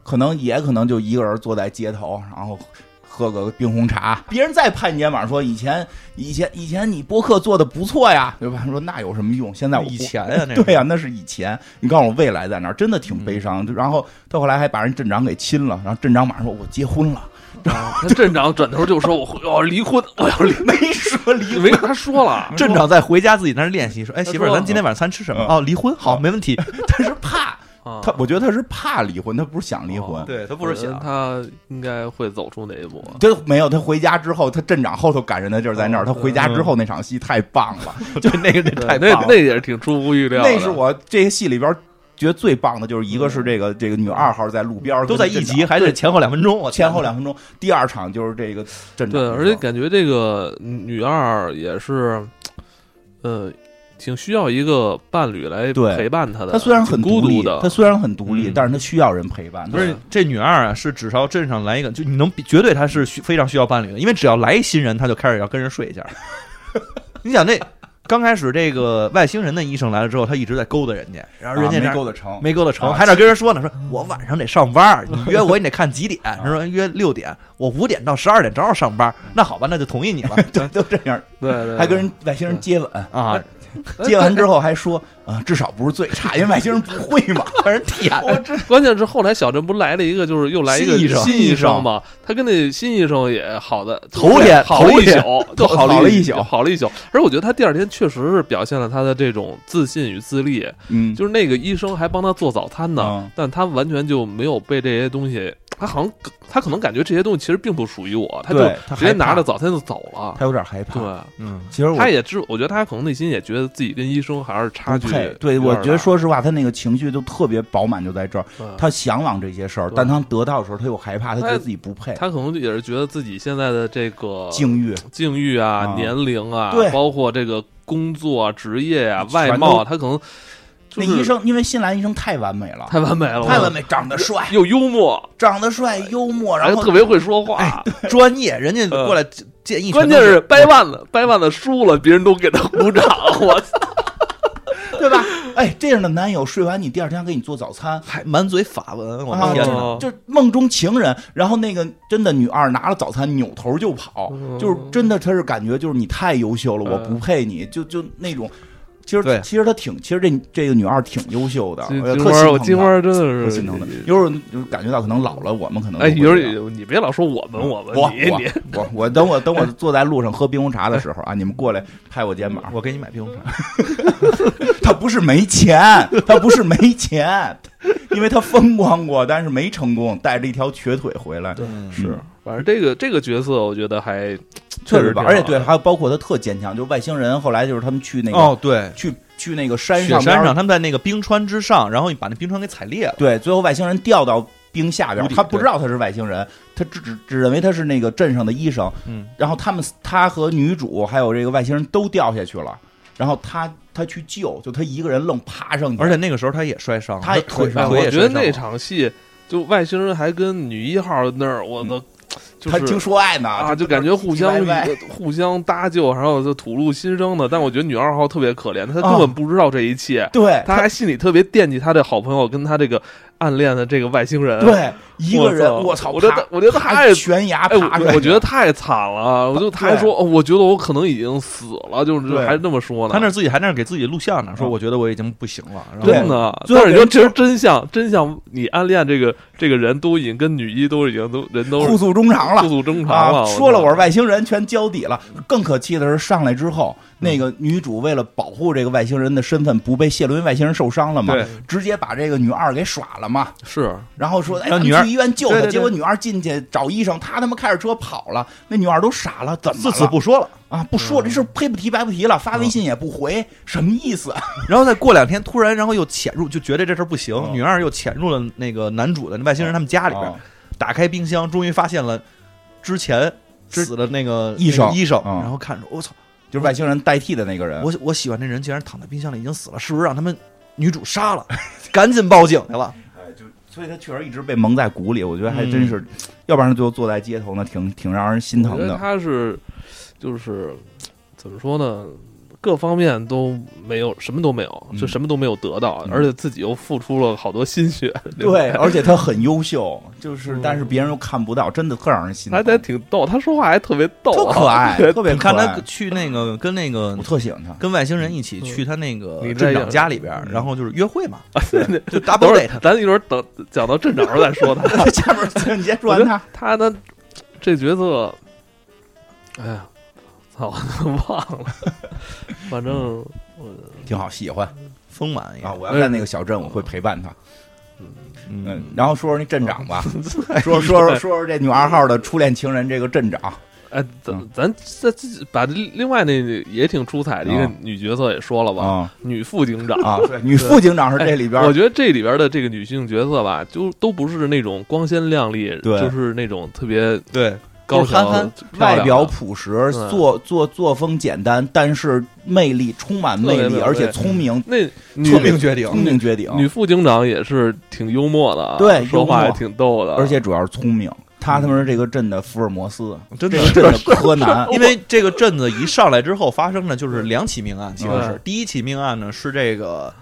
Speaker 2: 可能也可能就一个人坐在街头，然后喝个冰红茶。别人再拍你肩膀说以前以前以前你播客做的不错呀，对吧？说那有什么用？现在我
Speaker 3: 以
Speaker 2: 不
Speaker 3: 前啊呀那是
Speaker 2: 对呀、那是以前。你告诉我未来在哪儿？真的挺悲
Speaker 3: 嗯
Speaker 2: 伤。就然后他后来还把人镇长给亲了，然后镇长马上说我结婚了，
Speaker 1: 啊那镇长转头就说：“我我要离婚，我要离。
Speaker 2: 没说 [laughs] 离”
Speaker 1: 没他说了，
Speaker 3: [laughs] 镇长在回家自己那儿练习，说：“哎，媳妇儿，咱今天晚上餐吃什么？
Speaker 2: 嗯
Speaker 3: 哦，离婚，好，没问题。
Speaker 2: 他是怕
Speaker 1: 啊
Speaker 2: [laughs] 他，我觉得他是怕离婚，他不是想离嗯婚。
Speaker 1: 哦”
Speaker 3: [laughs] 对他
Speaker 1: 我
Speaker 3: [laughs]
Speaker 1: 觉得他应该会走出那一步。
Speaker 2: 他没有，他回家之后，他镇长后头感人的地儿在那儿。他回家之后那场戏太棒了，
Speaker 3: 就那个人
Speaker 1: 对
Speaker 3: 太
Speaker 1: 那
Speaker 3: 棒
Speaker 1: 那
Speaker 3: 了。
Speaker 1: 也是挺出乎意料的。
Speaker 2: 那是我这个戏里边觉得最棒的，就是一个是这个这个女二号在路边儿
Speaker 3: 都在一
Speaker 2: 跟
Speaker 3: 集，
Speaker 2: 镇
Speaker 3: 还是前后两分钟，我
Speaker 2: 长前后两分钟，第二场就是这个镇长
Speaker 1: 对，
Speaker 2: 的事儿。
Speaker 1: 而且感觉这个女二也是，呃，挺需要一个伴侣来
Speaker 2: 对
Speaker 1: 陪伴她的。
Speaker 2: 他虽然很
Speaker 1: 挺孤
Speaker 2: 独立
Speaker 1: 独的，
Speaker 2: 他虽然很独立，
Speaker 3: 嗯
Speaker 2: 但是他需要人陪伴。
Speaker 3: 不是这女二啊，是至少镇上来一个，就你能比绝对她是需非常需要伴侣的，因为只要来一新人，她就开始要跟人睡
Speaker 2: [laughs]
Speaker 3: 一下。你想那刚开始这个外星人的医生来了之后，他一直在勾搭人家，然后人家
Speaker 2: 啊
Speaker 3: 这
Speaker 2: 没
Speaker 3: 样
Speaker 2: 够得成，
Speaker 3: 没勾搭成，
Speaker 2: 啊
Speaker 3: 还得跟人说呢，说我晚上得上班儿，你约我你得看几点，
Speaker 2: 啊
Speaker 3: 他说约六点，我五点到十二点正好上班，那好吧，那就同意
Speaker 2: [laughs]
Speaker 3: 你了
Speaker 2: 对，都这样，
Speaker 1: 对对，哎
Speaker 2: 还跟人外星人接吻，
Speaker 3: 啊，
Speaker 2: 接完之后还说啊，至少不是最差，因为外星人不会嘛。
Speaker 3: 让人舔，
Speaker 1: 对。关键是后来小镇不来了一个，就是又来一个
Speaker 3: 新医生
Speaker 1: 新医生嘛。他跟那新医生也好的
Speaker 3: 头天
Speaker 1: 好了
Speaker 3: 头
Speaker 1: 一
Speaker 3: 天
Speaker 1: 宿，就好
Speaker 2: 好了一
Speaker 1: 一
Speaker 2: 宿
Speaker 1: 好了一宿。而我觉得他第二天确实是表现了他的这种自信与自立，
Speaker 2: 嗯，
Speaker 1: 就是那个医生还帮他做早餐呢，
Speaker 2: 嗯
Speaker 1: 但他完全就没有被这些东西他好像他可能感觉这些东西其实并不属于我，他就
Speaker 3: 对他
Speaker 1: 直接
Speaker 3: 害怕
Speaker 1: 拿着早餐就走了。
Speaker 3: 他有点害怕。
Speaker 1: 对，
Speaker 3: 嗯，其实我
Speaker 1: 他也知，我觉得他可能内心也觉得自己跟医生还是差距
Speaker 2: 不配。对，
Speaker 1: 有点
Speaker 2: 我
Speaker 1: 大
Speaker 2: 觉得，说实话，他那个情绪就特别饱满，就在这儿。
Speaker 1: 嗯
Speaker 2: 他向往这些事儿，
Speaker 1: 对
Speaker 2: 但他得到的时候，他又害怕，他觉
Speaker 1: 他
Speaker 2: 得自己不配。
Speaker 1: 他可能也是觉得自己现在的这个
Speaker 2: 境遇
Speaker 1: 境遇啊
Speaker 2: 啊、
Speaker 1: 年龄啊
Speaker 2: 对，
Speaker 1: 包括这个工作啊、职业啊、
Speaker 2: 全都
Speaker 1: 外貌啊，他可能就
Speaker 2: 那
Speaker 1: 是
Speaker 2: 医生，因为新来医生太完美了，
Speaker 1: 太完美了，
Speaker 2: 太完，美，长得帅，
Speaker 1: 又幽默，
Speaker 2: 长得帅，幽默，
Speaker 1: 然
Speaker 2: 然
Speaker 1: 后哎
Speaker 2: 后哎
Speaker 1: 特别会说话。
Speaker 3: 专业，人家
Speaker 2: 呃
Speaker 3: 过来建议，
Speaker 1: 关键是掰腕子，掰腕子输了，别人都给他鼓
Speaker 2: [laughs]
Speaker 1: 掌。我操！
Speaker 2: 对吧？哎，这样的男友睡完你，第二天还给你做早餐。
Speaker 3: 还满嘴法文，我
Speaker 2: 啊，
Speaker 3: 的
Speaker 2: 就
Speaker 3: 天
Speaker 2: 是
Speaker 1: 哦
Speaker 3: 哪！
Speaker 2: 就是梦中情人，然后那个真的女二拿了早餐，扭头就跑，
Speaker 1: 嗯
Speaker 2: 就是真的，她是感觉就是你太优秀了，
Speaker 1: 嗯
Speaker 2: 我不配你，就就那种，其实
Speaker 3: 对
Speaker 2: 其实她挺，其实这这个女二挺优秀的，
Speaker 1: 金
Speaker 2: 我也
Speaker 1: 金
Speaker 2: 特
Speaker 1: 花，我
Speaker 2: 心
Speaker 1: 金
Speaker 2: 疼
Speaker 1: 花真
Speaker 2: 她，
Speaker 1: 的
Speaker 2: 特
Speaker 1: 是
Speaker 2: 心疼她。有时候就感觉到可能老了，我们可能
Speaker 1: 哎，
Speaker 2: 都
Speaker 1: 有
Speaker 2: 会这样
Speaker 1: 时候你别老说我们，我们
Speaker 2: 我
Speaker 1: 你
Speaker 2: 我
Speaker 1: 你，
Speaker 2: 我我等我等我坐在路上喝冰红茶的时候啊，你们过来拍我肩膀。
Speaker 3: 我给你买冰红茶，
Speaker 2: 他不是没钱，他不是没钱，因为他风光过，但是没成功，带着一条瘸腿回来。
Speaker 3: 嗯
Speaker 2: 是，
Speaker 1: 反正这个这个角色，我觉得还
Speaker 2: 确
Speaker 1: 实
Speaker 2: 实吧，
Speaker 1: 挺好
Speaker 2: 而且对，还有包括他特坚强，就是外星人后来就是他们去那个、
Speaker 3: 哦，对，
Speaker 2: 去去那个山
Speaker 3: 雪
Speaker 2: 上边儿
Speaker 3: 山上，他们在那个冰川之上，然后把那冰川给踩裂了。
Speaker 2: 对，最后外星人掉到冰下边儿
Speaker 3: 无，底
Speaker 2: 他不知
Speaker 3: 对
Speaker 2: 道他是外星人，他只只只认为他是那个镇上的医生，
Speaker 3: 嗯，
Speaker 2: 然后他们他和女主还有这个外星人都掉下去了，然后他他去救，就他一个人愣爬上去，
Speaker 3: 而且那个时候他也摔伤了，
Speaker 2: 他也
Speaker 3: 腿
Speaker 2: 腿上
Speaker 3: 腿
Speaker 1: 我
Speaker 3: 也
Speaker 1: 觉
Speaker 3: 摔
Speaker 1: 得
Speaker 3: 伤
Speaker 1: 那
Speaker 3: 了
Speaker 1: 场戏，就外星人还跟女一号那儿，我的就
Speaker 2: 嗯他听
Speaker 1: 是
Speaker 2: 说爱呢
Speaker 1: 啊，就感觉互相
Speaker 2: 唧唧歪歪
Speaker 1: [laughs] 互相搭救，还有就吐露心声的。但我觉得女二号特别可怜，她
Speaker 2: 啊
Speaker 1: 根本不知道这一切，
Speaker 2: 对
Speaker 1: 她还心里特别惦记她的好朋友跟她这个暗恋的这个外星人。，
Speaker 2: 对一个人，
Speaker 1: 我
Speaker 2: 操，
Speaker 1: 我觉得
Speaker 2: 爬
Speaker 1: 我觉得
Speaker 2: 爬
Speaker 1: 太
Speaker 2: 悬崖
Speaker 1: 哎，
Speaker 2: 爬出来
Speaker 1: 我
Speaker 2: 的，
Speaker 1: 我觉得太惨了，我就他还说，哦我觉得我可能已经死了，就是
Speaker 2: 对
Speaker 1: 还那么说呢。
Speaker 3: 他那自己还那儿给自己录像呢，说
Speaker 2: 嗯
Speaker 3: 我觉得我已经不行了，然后
Speaker 2: 对
Speaker 1: 真的，
Speaker 2: 最
Speaker 1: 但
Speaker 2: 后
Speaker 1: 是你说
Speaker 2: 人
Speaker 1: 其实真相，真相，你暗恋这个这个人都已经跟女一都已经都人都
Speaker 2: 互
Speaker 1: 是
Speaker 2: 诉衷肠了
Speaker 1: 互。诉衷肠
Speaker 2: 啊
Speaker 1: 了。，
Speaker 2: 说了我
Speaker 1: 我
Speaker 2: 是外星人，全交底了。更可气的是，上来之后，那
Speaker 3: 嗯
Speaker 2: 个女主为了保护这个外星人的身份不被泄露，因为外星人受伤了嘛
Speaker 1: 对，
Speaker 2: 直接把这个女二给耍了嘛。
Speaker 1: 是
Speaker 2: 然后说，哎，咱
Speaker 3: 让
Speaker 2: 们
Speaker 3: 女二
Speaker 2: 去医院救
Speaker 3: 对
Speaker 2: 她。
Speaker 3: 对对
Speaker 2: 结果女二进去找医生，她他妈开着车跑了，那女二都傻了，怎么
Speaker 3: 自此
Speaker 2: 了
Speaker 3: 不嗯
Speaker 2: [laughs]
Speaker 3: 说了。
Speaker 2: 啊？不说这事儿黑不提白不提了，发微信也不回，什么意思？啊
Speaker 3: 然后再过两天，突然然后又潜入，就觉得这事儿不行，
Speaker 2: 嗯
Speaker 3: 女二又潜入了那个男主的外星人他们家里边，
Speaker 2: 啊
Speaker 3: 打开冰箱，终于发现了之前
Speaker 2: 之
Speaker 3: 死的那个
Speaker 2: 医生
Speaker 3: 那个医生，
Speaker 2: 嗯
Speaker 3: 然后看着我操，
Speaker 2: [laughs] 就是外星人代替的那个人。
Speaker 3: 我我喜欢那人竟然躺在冰箱里已经死了，是不是让他们女主杀了？ [laughs] 赶紧报警去了。
Speaker 2: 哎，就所以他确实一直被蒙在鼓里，我觉得还
Speaker 3: 嗯
Speaker 2: 真是，要不然最后坐在街头呢，挺挺让人心
Speaker 1: 我觉
Speaker 2: 疼
Speaker 1: 得
Speaker 2: 的。
Speaker 1: 他是就是怎么说呢？各方面都没有，什么都没有，
Speaker 2: 嗯
Speaker 1: 就什么都没有得到，
Speaker 2: 嗯
Speaker 1: 而且自己又付出了好多心血。吧
Speaker 2: 对，而且他很优秀，就是
Speaker 1: 嗯
Speaker 2: 但是别人又看不到，真的特让人心
Speaker 1: 他
Speaker 2: 疼。
Speaker 1: 还挺逗，他说话还特别逗、
Speaker 2: 特
Speaker 1: 啊，
Speaker 2: 可爱，特别
Speaker 3: 你
Speaker 2: 可
Speaker 3: 看他
Speaker 2: 爱。
Speaker 3: 去那个跟那个
Speaker 2: 我特喜欢他，
Speaker 3: 跟外星人一起
Speaker 1: 嗯
Speaker 3: 去他那个
Speaker 1: 你在
Speaker 3: 镇长家里边，
Speaker 2: 嗯
Speaker 3: 然后就是约会
Speaker 1: [laughs]
Speaker 3: 嘛，
Speaker 1: [laughs]
Speaker 3: 就
Speaker 1: 等
Speaker 3: double
Speaker 1: 会儿
Speaker 3: date。
Speaker 1: 咱一会儿等讲到镇长时候再说他。 [laughs]
Speaker 2: 下面你先
Speaker 1: 我
Speaker 2: 说完
Speaker 1: 觉得
Speaker 2: 他，
Speaker 1: 他呢，这角色，哎呀，操， [laughs] 忘了，反正
Speaker 2: 挺好，喜
Speaker 1: 嗯
Speaker 2: 欢
Speaker 3: 丰满
Speaker 2: 啊！
Speaker 3: 呀，
Speaker 2: 我要在那个小镇，我会陪伴他。嗯
Speaker 3: 嗯，，
Speaker 2: 然后说说那镇长吧，
Speaker 1: 嗯
Speaker 2: 哎说说说说说这女二号的初恋情人这个镇长，
Speaker 1: 哎，咱
Speaker 2: 嗯
Speaker 1: 咱再自己把另外那也挺出彩的一个
Speaker 2: 啊
Speaker 1: 女角色也说了吧， [laughs]
Speaker 2: 啊
Speaker 1: 女副警长。
Speaker 2: 啊，对女副警长是这里边
Speaker 1: 哎我觉得这里边的这个女性角色吧，就都不是那种光鲜亮丽，
Speaker 2: 对
Speaker 1: 就是那种特别
Speaker 3: 对，
Speaker 1: 高
Speaker 2: 就是憨
Speaker 1: 挑
Speaker 2: 憨、
Speaker 1: 漂亮啊嗯
Speaker 2: 外
Speaker 1: 的
Speaker 2: 表朴实，
Speaker 1: 对
Speaker 2: 作作作风简单，但是魅力充满
Speaker 1: 特
Speaker 2: 魅
Speaker 1: 别
Speaker 2: 力，
Speaker 1: 美
Speaker 2: 而且聪明，
Speaker 1: 那女
Speaker 3: 聪明绝顶，
Speaker 2: 聪明绝顶，
Speaker 1: 女副警长也是挺幽默的啊，
Speaker 2: 对
Speaker 1: 说话
Speaker 2: 幽
Speaker 1: 也
Speaker 2: 默
Speaker 1: 挺逗的，，
Speaker 2: 而且主要是聪明。他他妈是这个镇的福尔摩 [laughs] 斯，
Speaker 3: 真
Speaker 2: 这
Speaker 3: 的
Speaker 2: 个。镇的柯南
Speaker 3: [laughs] 因为这个镇子一上来之后发生的就是两起命案，其实是
Speaker 1: 嗯
Speaker 3: 第一起命案呢是这个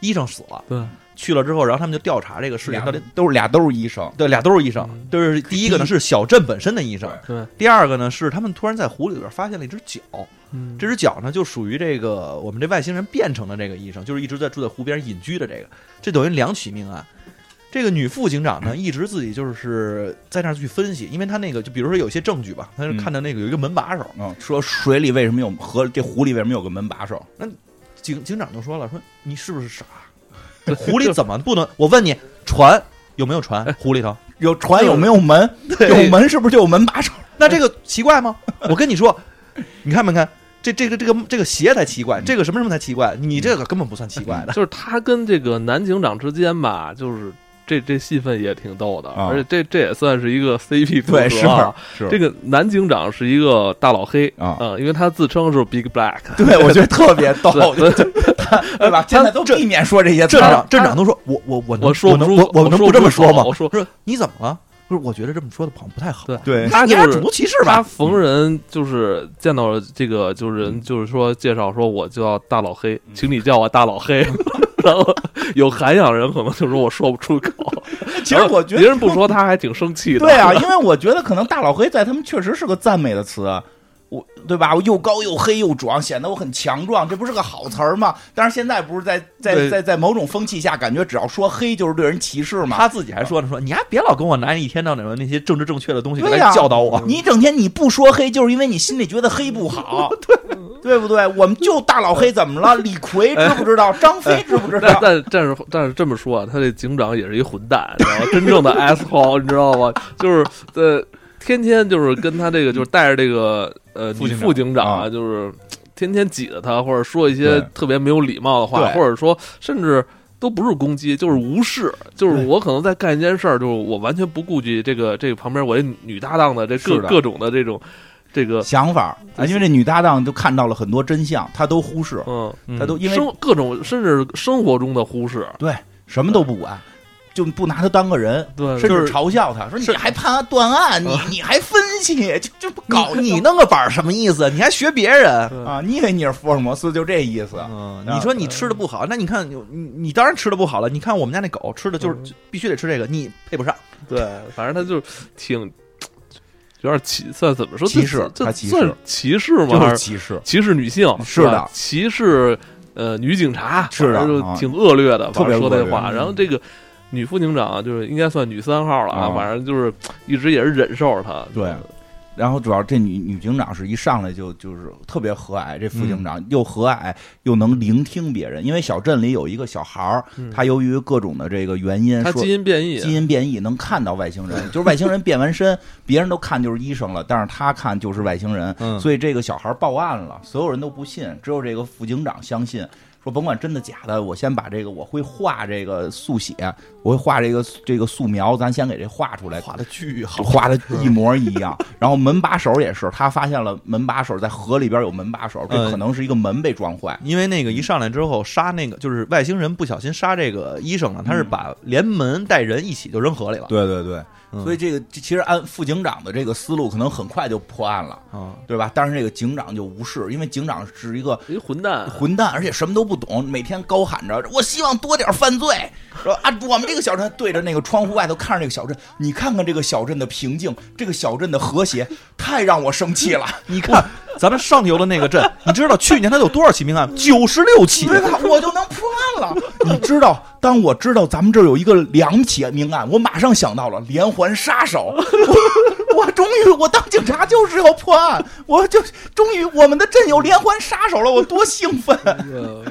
Speaker 3: 医生死了，
Speaker 1: 对
Speaker 3: 去了之后，然后他们就调查这个事情
Speaker 2: 俩
Speaker 3: 到底。
Speaker 2: [laughs] 都是俩都是医生，
Speaker 3: 对，俩都是医生
Speaker 1: 嗯，
Speaker 3: 就是第一个呢是小镇本身的医生，
Speaker 1: 对，
Speaker 3: 第二个呢是他们突然在湖里边发现了一只脚，
Speaker 1: 嗯
Speaker 3: 这只脚呢，就属于这个我们这外星人变成的这个医生，就是一直在住在湖边隐居的这个，这等于两起命案。这个女副警长呢，一直自己就是在那儿去分析，因为她那个就比如说有些证据吧，她就
Speaker 2: 嗯
Speaker 3: 看到那个有一个门把手，
Speaker 2: 嗯，说水里为什么有河，这湖里为什么有个门把手？
Speaker 3: 警警长就说了，说你是不是傻？湖里怎么不能？我问你，船有没有船？湖里头
Speaker 2: 有船有没有 [laughs] 门？有门是不是就有门把手？
Speaker 3: 那这个奇怪吗？我跟你说，你看没看？这这个这个这个鞋才奇怪，这个什么什么才奇怪？你这个根本不算奇
Speaker 2: [laughs]
Speaker 3: 怪的。
Speaker 1: 就是他跟这个男警长之间吧，就是这这戏份也挺逗的，
Speaker 2: 啊
Speaker 1: 而且这这也算是一个
Speaker 2: [laughs]
Speaker 1: CP 组合
Speaker 2: 对，是
Speaker 1: 啊
Speaker 2: 是
Speaker 1: 这个男警长是一个大老黑
Speaker 2: 啊
Speaker 1: 嗯因为他自称是 Big Black，
Speaker 2: 对，我觉得特别逗， [laughs]
Speaker 1: 对
Speaker 2: 对对吧？现在都避免说这些词
Speaker 3: 镇
Speaker 1: 这
Speaker 2: 儿
Speaker 3: 长镇长都说，我我我能
Speaker 1: 我说不
Speaker 3: 我能
Speaker 1: 出
Speaker 3: 我
Speaker 1: 我
Speaker 3: 我能
Speaker 1: 说
Speaker 3: 不这么
Speaker 1: 出口
Speaker 3: 说吗？
Speaker 1: 我说
Speaker 3: 不是你怎么了？不是，我觉得这么说的好像不太好。
Speaker 1: 对
Speaker 2: 对
Speaker 1: 他
Speaker 3: 你
Speaker 1: 就
Speaker 3: 俩
Speaker 1: 是
Speaker 3: 种族歧视
Speaker 1: 他
Speaker 3: 吧？
Speaker 1: 逢人就是见到这个就是
Speaker 2: 嗯
Speaker 1: 人就是说介绍说我叫大老黑，请你叫我大老
Speaker 2: [laughs]
Speaker 1: 黑。然后有涵养人可能就说我说不出口，
Speaker 2: 其实我觉得
Speaker 1: 别人不说他还挺生气的。
Speaker 2: 对啊，因为我觉得可能大老黑在他们确实是个赞美的词，啊我对吧？我又高又黑又壮，显得我很强壮，这不是个好词儿吗？但是现在不是在在
Speaker 3: 对
Speaker 2: 在在某种风气下，感觉只要说黑就是对人歧视嘛。
Speaker 3: 他自己还说呢，说你还别老跟我拿一天到晚的那些政治正确的东西
Speaker 2: 对
Speaker 3: 来
Speaker 2: 呀
Speaker 3: 教导
Speaker 1: 嗯
Speaker 3: 我。
Speaker 2: 你整天你不说黑，就是因为你心里觉得黑不好，对对不对？我们就大老黑怎么了？李逵知不知道？张飞知不
Speaker 1: [laughs]
Speaker 2: 知
Speaker 1: 但
Speaker 2: 道？
Speaker 1: 但但是但是这么说啊，他这警长也是一混蛋，你知道吗？真正的 [laughs] asshole，你知道吗？就是呃，天天就是跟他这个，就是带着这个呃
Speaker 3: 副
Speaker 1: 女
Speaker 3: 警长
Speaker 1: 副警长
Speaker 2: 啊
Speaker 1: 就是天天挤着他，或者说一些
Speaker 2: 对
Speaker 1: 特别没有礼貌的话，
Speaker 2: 对
Speaker 1: 或者说甚至。都不是攻击，就是无视，就是
Speaker 2: 对
Speaker 1: 我可能在干一件事儿，就是我完全不顾及这个这个旁边我这女搭档的这各
Speaker 2: 是的
Speaker 1: 各种的这种这个
Speaker 2: 想法啊，因为这女搭档就看到了很多真相，她都忽视，
Speaker 1: 嗯，
Speaker 2: 她都因为
Speaker 1: 生各种甚至生活中的忽视，
Speaker 2: 对什么都不管，就不拿她当个人，
Speaker 1: 对，
Speaker 2: 甚
Speaker 1: 呃就是
Speaker 2: 至嘲笑他说：“你
Speaker 3: 是
Speaker 2: 还判案断案，你你还分析，就就不搞
Speaker 3: 搞你
Speaker 2: 你
Speaker 3: 弄个板儿什么意思？你还学别人？
Speaker 1: 对
Speaker 2: 啊！你以为你是福尔摩斯就这意思？
Speaker 3: 嗯，
Speaker 2: 啊
Speaker 3: 你说你吃的不好，那你看有你你当然吃的不好了。你看我们家那狗吃的就是
Speaker 1: 嗯
Speaker 3: 就必须得吃这个，你配不上。
Speaker 1: 对，反正他就是挺有点歧，算怎么说
Speaker 2: 歧视
Speaker 1: 这这
Speaker 2: 他歧视
Speaker 1: 算歧视吗？
Speaker 2: 就
Speaker 1: 还
Speaker 2: 是
Speaker 1: 是
Speaker 2: 歧视，
Speaker 1: 歧视女性？
Speaker 2: 是
Speaker 1: 吧
Speaker 2: 的
Speaker 1: 歧视呃女警察，
Speaker 2: 是的
Speaker 1: 反正
Speaker 2: 啊
Speaker 1: 就挺恶劣的，
Speaker 2: 特
Speaker 1: 反
Speaker 2: 别
Speaker 1: 正说那
Speaker 2: 恶劣嗯
Speaker 1: 话。然后这个女副警长就是应该算女三号了啊，
Speaker 2: 啊
Speaker 1: 反正就是一直也是忍受着她。
Speaker 2: 对然后主要这女女警长是一上来就就是特别和蔼，这副警长又和蔼又能聆听别人，因为小镇里有一个小孩儿，
Speaker 1: 嗯
Speaker 2: 他由于各种的这个原因
Speaker 1: 她
Speaker 2: 说
Speaker 1: 基。因变异，
Speaker 2: 基因变异能看到外星人，就是外星人变完身，别人都看就是医生了，但是他看就是外星人，
Speaker 3: 嗯
Speaker 2: 所以这个小孩报案了，所有人都不信，只有这个副警长相信，说甭管真的假的，我先把这个我会画这个速写，我会画这个这个素描，咱先给这画出来，
Speaker 3: 画的巨好，
Speaker 2: 画的一模一
Speaker 3: [laughs]
Speaker 2: 样。然后门把手也是，他发现了门把手在河里边有门把手，这
Speaker 3: 嗯
Speaker 2: 可能是一个门被撞坏。
Speaker 3: 因为那个一上来之后杀那个就是外星人不小心杀这个医生了，他是把连门带人一起就扔河里了。
Speaker 2: 对对对，
Speaker 3: 嗯
Speaker 2: 所以这个这其实按副警长的这个思路，可能很快就破案了，
Speaker 3: [laughs] 啊，
Speaker 2: 对吧？但是这个警长就无视，因为警长是一个
Speaker 1: 一混蛋。
Speaker 2: 混蛋，而且什么都不懂，每天高喊着“我希望多点犯罪”，说啊，我们这个小镇对着那个窗户外头看着这个小镇，你看看这个小镇的平静，这个小镇的和谐，太让我生气 [laughs] 了。
Speaker 3: 你看咱们上游的那个 [laughs] 镇，你知道去年他有多少起命案？九十六起。
Speaker 2: 对吧？我就能破案了。 [laughs] 你知道，当我知道咱们这儿有一个两起命案，我马上想到了连环杀 [laughs] 手。我我终于，我当警察就是要破案，我就终于我们的镇有连环杀手了，我多兴奋！ [laughs]
Speaker 1: 呃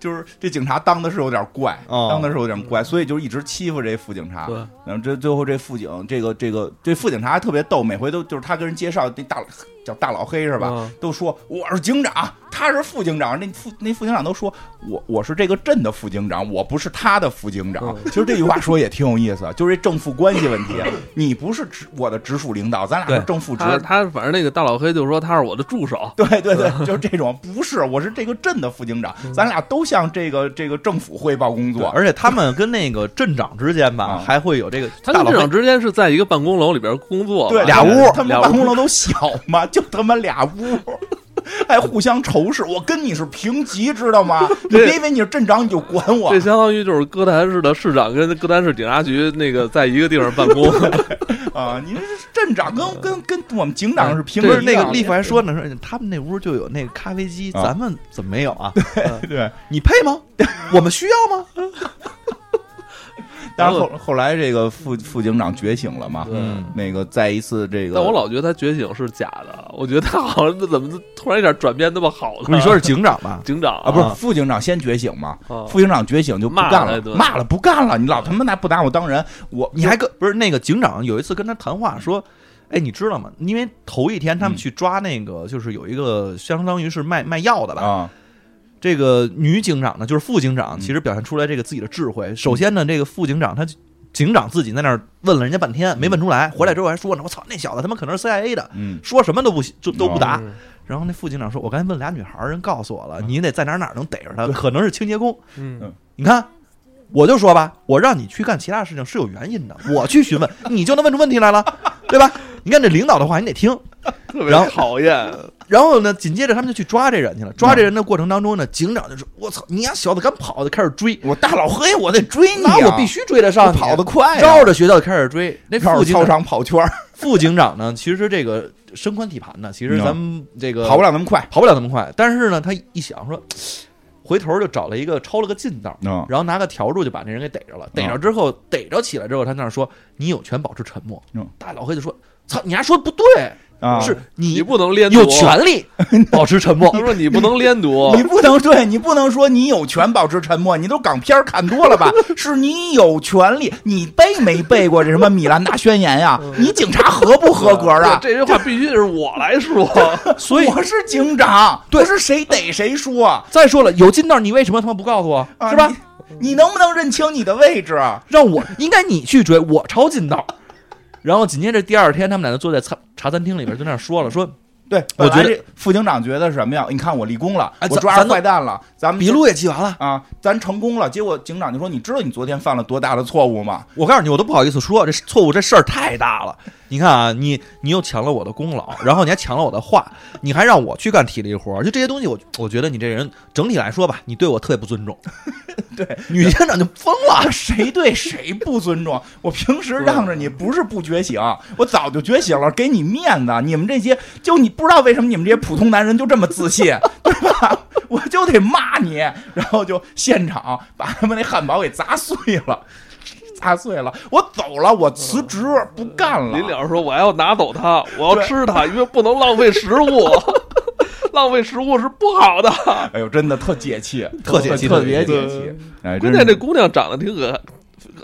Speaker 2: 就是这警察当的是有点怪，
Speaker 3: 哦
Speaker 2: 当的是有点怪，所以就是一直欺负这副警察
Speaker 1: 嗯对。
Speaker 2: 然后这最后这副警，这个这个这副警察还特别逗，每回都就是他跟人介绍这大叫大老黑是吧？
Speaker 1: 嗯
Speaker 2: 都说我是警长，他是副警长，那副那副警长都说我我是这个镇的副警长，我不是他的副警长。
Speaker 1: 嗯
Speaker 2: 其实这句话说也挺有意思，就是这正副关系问题，啊
Speaker 1: [laughs]
Speaker 2: 你不是直我的直属领导，咱俩是
Speaker 3: 对
Speaker 2: 正副职。
Speaker 1: 他他反正那个大老黑就说他是我的助手，
Speaker 2: [laughs] 对对
Speaker 3: [laughs]
Speaker 2: 对，就是这种，不是，我是这个镇的副警长，
Speaker 3: 嗯
Speaker 2: 咱俩都向这个这个政府汇报工
Speaker 3: 对
Speaker 2: 作，
Speaker 3: 而且他们跟那个镇长之间吧
Speaker 2: 啊，
Speaker 3: 还会有这个
Speaker 1: 他
Speaker 3: 大
Speaker 1: 跟
Speaker 3: 佬
Speaker 1: 镇长之间是在一个办公楼里边工作吧，
Speaker 2: 对，
Speaker 3: 哦俩屋
Speaker 2: 他们
Speaker 1: 俩屋
Speaker 2: 办公楼都小嘛， [laughs] 就他妈俩
Speaker 3: [laughs]
Speaker 2: 屋。还互相仇视，我跟你是平级，知道
Speaker 3: [laughs]
Speaker 2: 吗？你
Speaker 1: 这
Speaker 2: 别以为你是镇长你就管我
Speaker 1: 这，相当于就是哥谭市的市长跟哥谭市警察局那个在一个地方办 [laughs] 公，
Speaker 2: 啊，你这镇长跟跟跟我们警长是平
Speaker 3: 不
Speaker 2: 级
Speaker 3: 是
Speaker 2: 的
Speaker 3: 那个利弗还说呢，说他们那屋就有那个咖啡机，
Speaker 2: 啊
Speaker 3: 咱们怎么没有啊？
Speaker 2: 对。
Speaker 3: 你配 [laughs] 吗？我们需要吗？
Speaker 2: 但是后后来这个副副警长觉醒了嘛，
Speaker 1: 对
Speaker 3: 嗯
Speaker 2: 那个在一次这个，
Speaker 1: 但我老觉得他觉醒是假的，我觉得他好像怎么突然一下转变那么好呢？
Speaker 3: 不是你说是警长吧？
Speaker 1: 警长
Speaker 2: 啊，不
Speaker 3: 啊
Speaker 2: 是副警长先觉醒嘛？
Speaker 1: 啊
Speaker 2: 副警长觉醒就不干
Speaker 1: 骂了一
Speaker 2: 了，
Speaker 1: 顿
Speaker 2: 骂了不干了，你老他妈拿不拿我当人？我
Speaker 3: 你还跟不是那个警长有一次跟他谈话说，哎，你知道吗？因为头一天他们去抓那个，就是有一个相当于是卖卖药的吧，
Speaker 2: 啊，
Speaker 3: 这个女警长呢，就是副警长，其实表现出来这个自己的智慧。首先呢，这个副警长他警长自己在那儿问了人家半天，没问出来，回来之后还说呢，我操，那小子他妈可能是 CIA 的，
Speaker 2: 嗯，
Speaker 3: 说什么都不就都不答。
Speaker 1: 嗯
Speaker 3: 然后那副警长说，我刚才问俩女孩儿，人告诉我了，你得在哪儿哪儿能逮着他，可能是清洁工。
Speaker 1: 嗯，
Speaker 3: 你看。我就说吧，我让你去干其他事情是有原因的， [laughs] 我去询问，你就能问出问题来了， [laughs] 对吧？你看这领导的话，你得听，
Speaker 1: 特别
Speaker 3: 然后
Speaker 1: 讨厌，
Speaker 3: 然后呢，紧接着他们就去抓这人去了。抓这人的过程当中呢，警长就说：“我操，你丫小子敢跑！”就开始追，
Speaker 2: 我大老黑，我得追你啊，
Speaker 3: 那我必须追得
Speaker 2: 我
Speaker 3: 上你，
Speaker 2: 跑得快啊，
Speaker 3: 绕着学校就开始追。那
Speaker 2: 绕
Speaker 3: 副
Speaker 2: 着
Speaker 3: 警
Speaker 2: 操
Speaker 3: 长，
Speaker 2: 场跑圈儿，
Speaker 3: 副警长呢，其实这个身宽体盘呢，其实
Speaker 2: 嗯
Speaker 3: 咱们这个
Speaker 2: 跑不了那么快。
Speaker 3: 跑不了那么快。但是呢，他一想说，回头就找了一个抄了个近道，
Speaker 2: 嗯
Speaker 3: 然后拿个笤帚就把那人给逮着了。逮着之后，逮着起来之后，他那儿说：“你有权保持沉默。
Speaker 2: 嗯”
Speaker 3: 大老黑就说：“操，你丫说的不对，
Speaker 2: 啊，
Speaker 3: 是
Speaker 1: 你
Speaker 3: 你
Speaker 1: 不能连读
Speaker 3: 有，权利保持沉默。”
Speaker 1: 他说你不能连读， [laughs]
Speaker 2: 你不能对，你不能说你有权保持沉默，你都港片儿看多了
Speaker 3: [laughs]
Speaker 2: 吧？是你有权利，你背没背过这什么《米兰达宣言》呀？
Speaker 3: 嗯
Speaker 2: 你警察合不合格啊？
Speaker 1: 对这句话必须得是我来 [laughs] 说，
Speaker 3: 所以
Speaker 2: 我是警长，
Speaker 3: 对
Speaker 2: 不是谁逮谁说，
Speaker 3: 再说了，有近道你为什么他妈不告诉我？
Speaker 2: 啊
Speaker 3: 是吧？？
Speaker 2: 你你能不能认清你的位置？啊
Speaker 3: 让我应该你去追，我抄近道。然后紧接着第二天，他们俩就坐在茶茶餐厅里边就那儿说了，说
Speaker 2: 对，本
Speaker 3: 我
Speaker 2: 来
Speaker 3: 觉得
Speaker 2: 这副警长觉得什么呀？你看我立功了
Speaker 3: 哎，
Speaker 2: 我
Speaker 3: 咱
Speaker 2: 抓
Speaker 3: 咱
Speaker 2: 着
Speaker 3: 都
Speaker 2: 坏蛋了，咱们
Speaker 3: 笔录也记完了。
Speaker 2: 啊，咱成功了。结果警长就说：“你知道你昨天犯了多大的错误吗
Speaker 3: 我告诉你，我都不好意思说这错误，这事儿太大了。你看啊，你你又抢了我的功劳，然后你还抢了我的话，你还让我去干体力活儿，就这些东西我，我觉得你这人整体来说吧，你对我特别不尊重。
Speaker 2: [laughs] 对，
Speaker 3: 女警长就疯了？”，
Speaker 2: [laughs] 谁对谁不尊重？我平时让着你，不是不觉醒，我早就觉醒了，给你面子。你们这些，就你不知道为什么你们这些普通男人就这么自信，对吧？ [laughs] 我就得骂你，然后就现场把他们那汉堡给砸碎了，砸碎了。我走了，我辞职不干了。
Speaker 1: 临了说：“我要拿走它，我要吃它，因为不能浪费食物， [laughs] 浪费食物是不好的。
Speaker 2: 哎呦，真的特解气，
Speaker 3: 特解气
Speaker 2: 特别
Speaker 1: 特
Speaker 2: 解
Speaker 1: 解气
Speaker 2: 气。哎，
Speaker 1: 关键这姑娘长得挺可，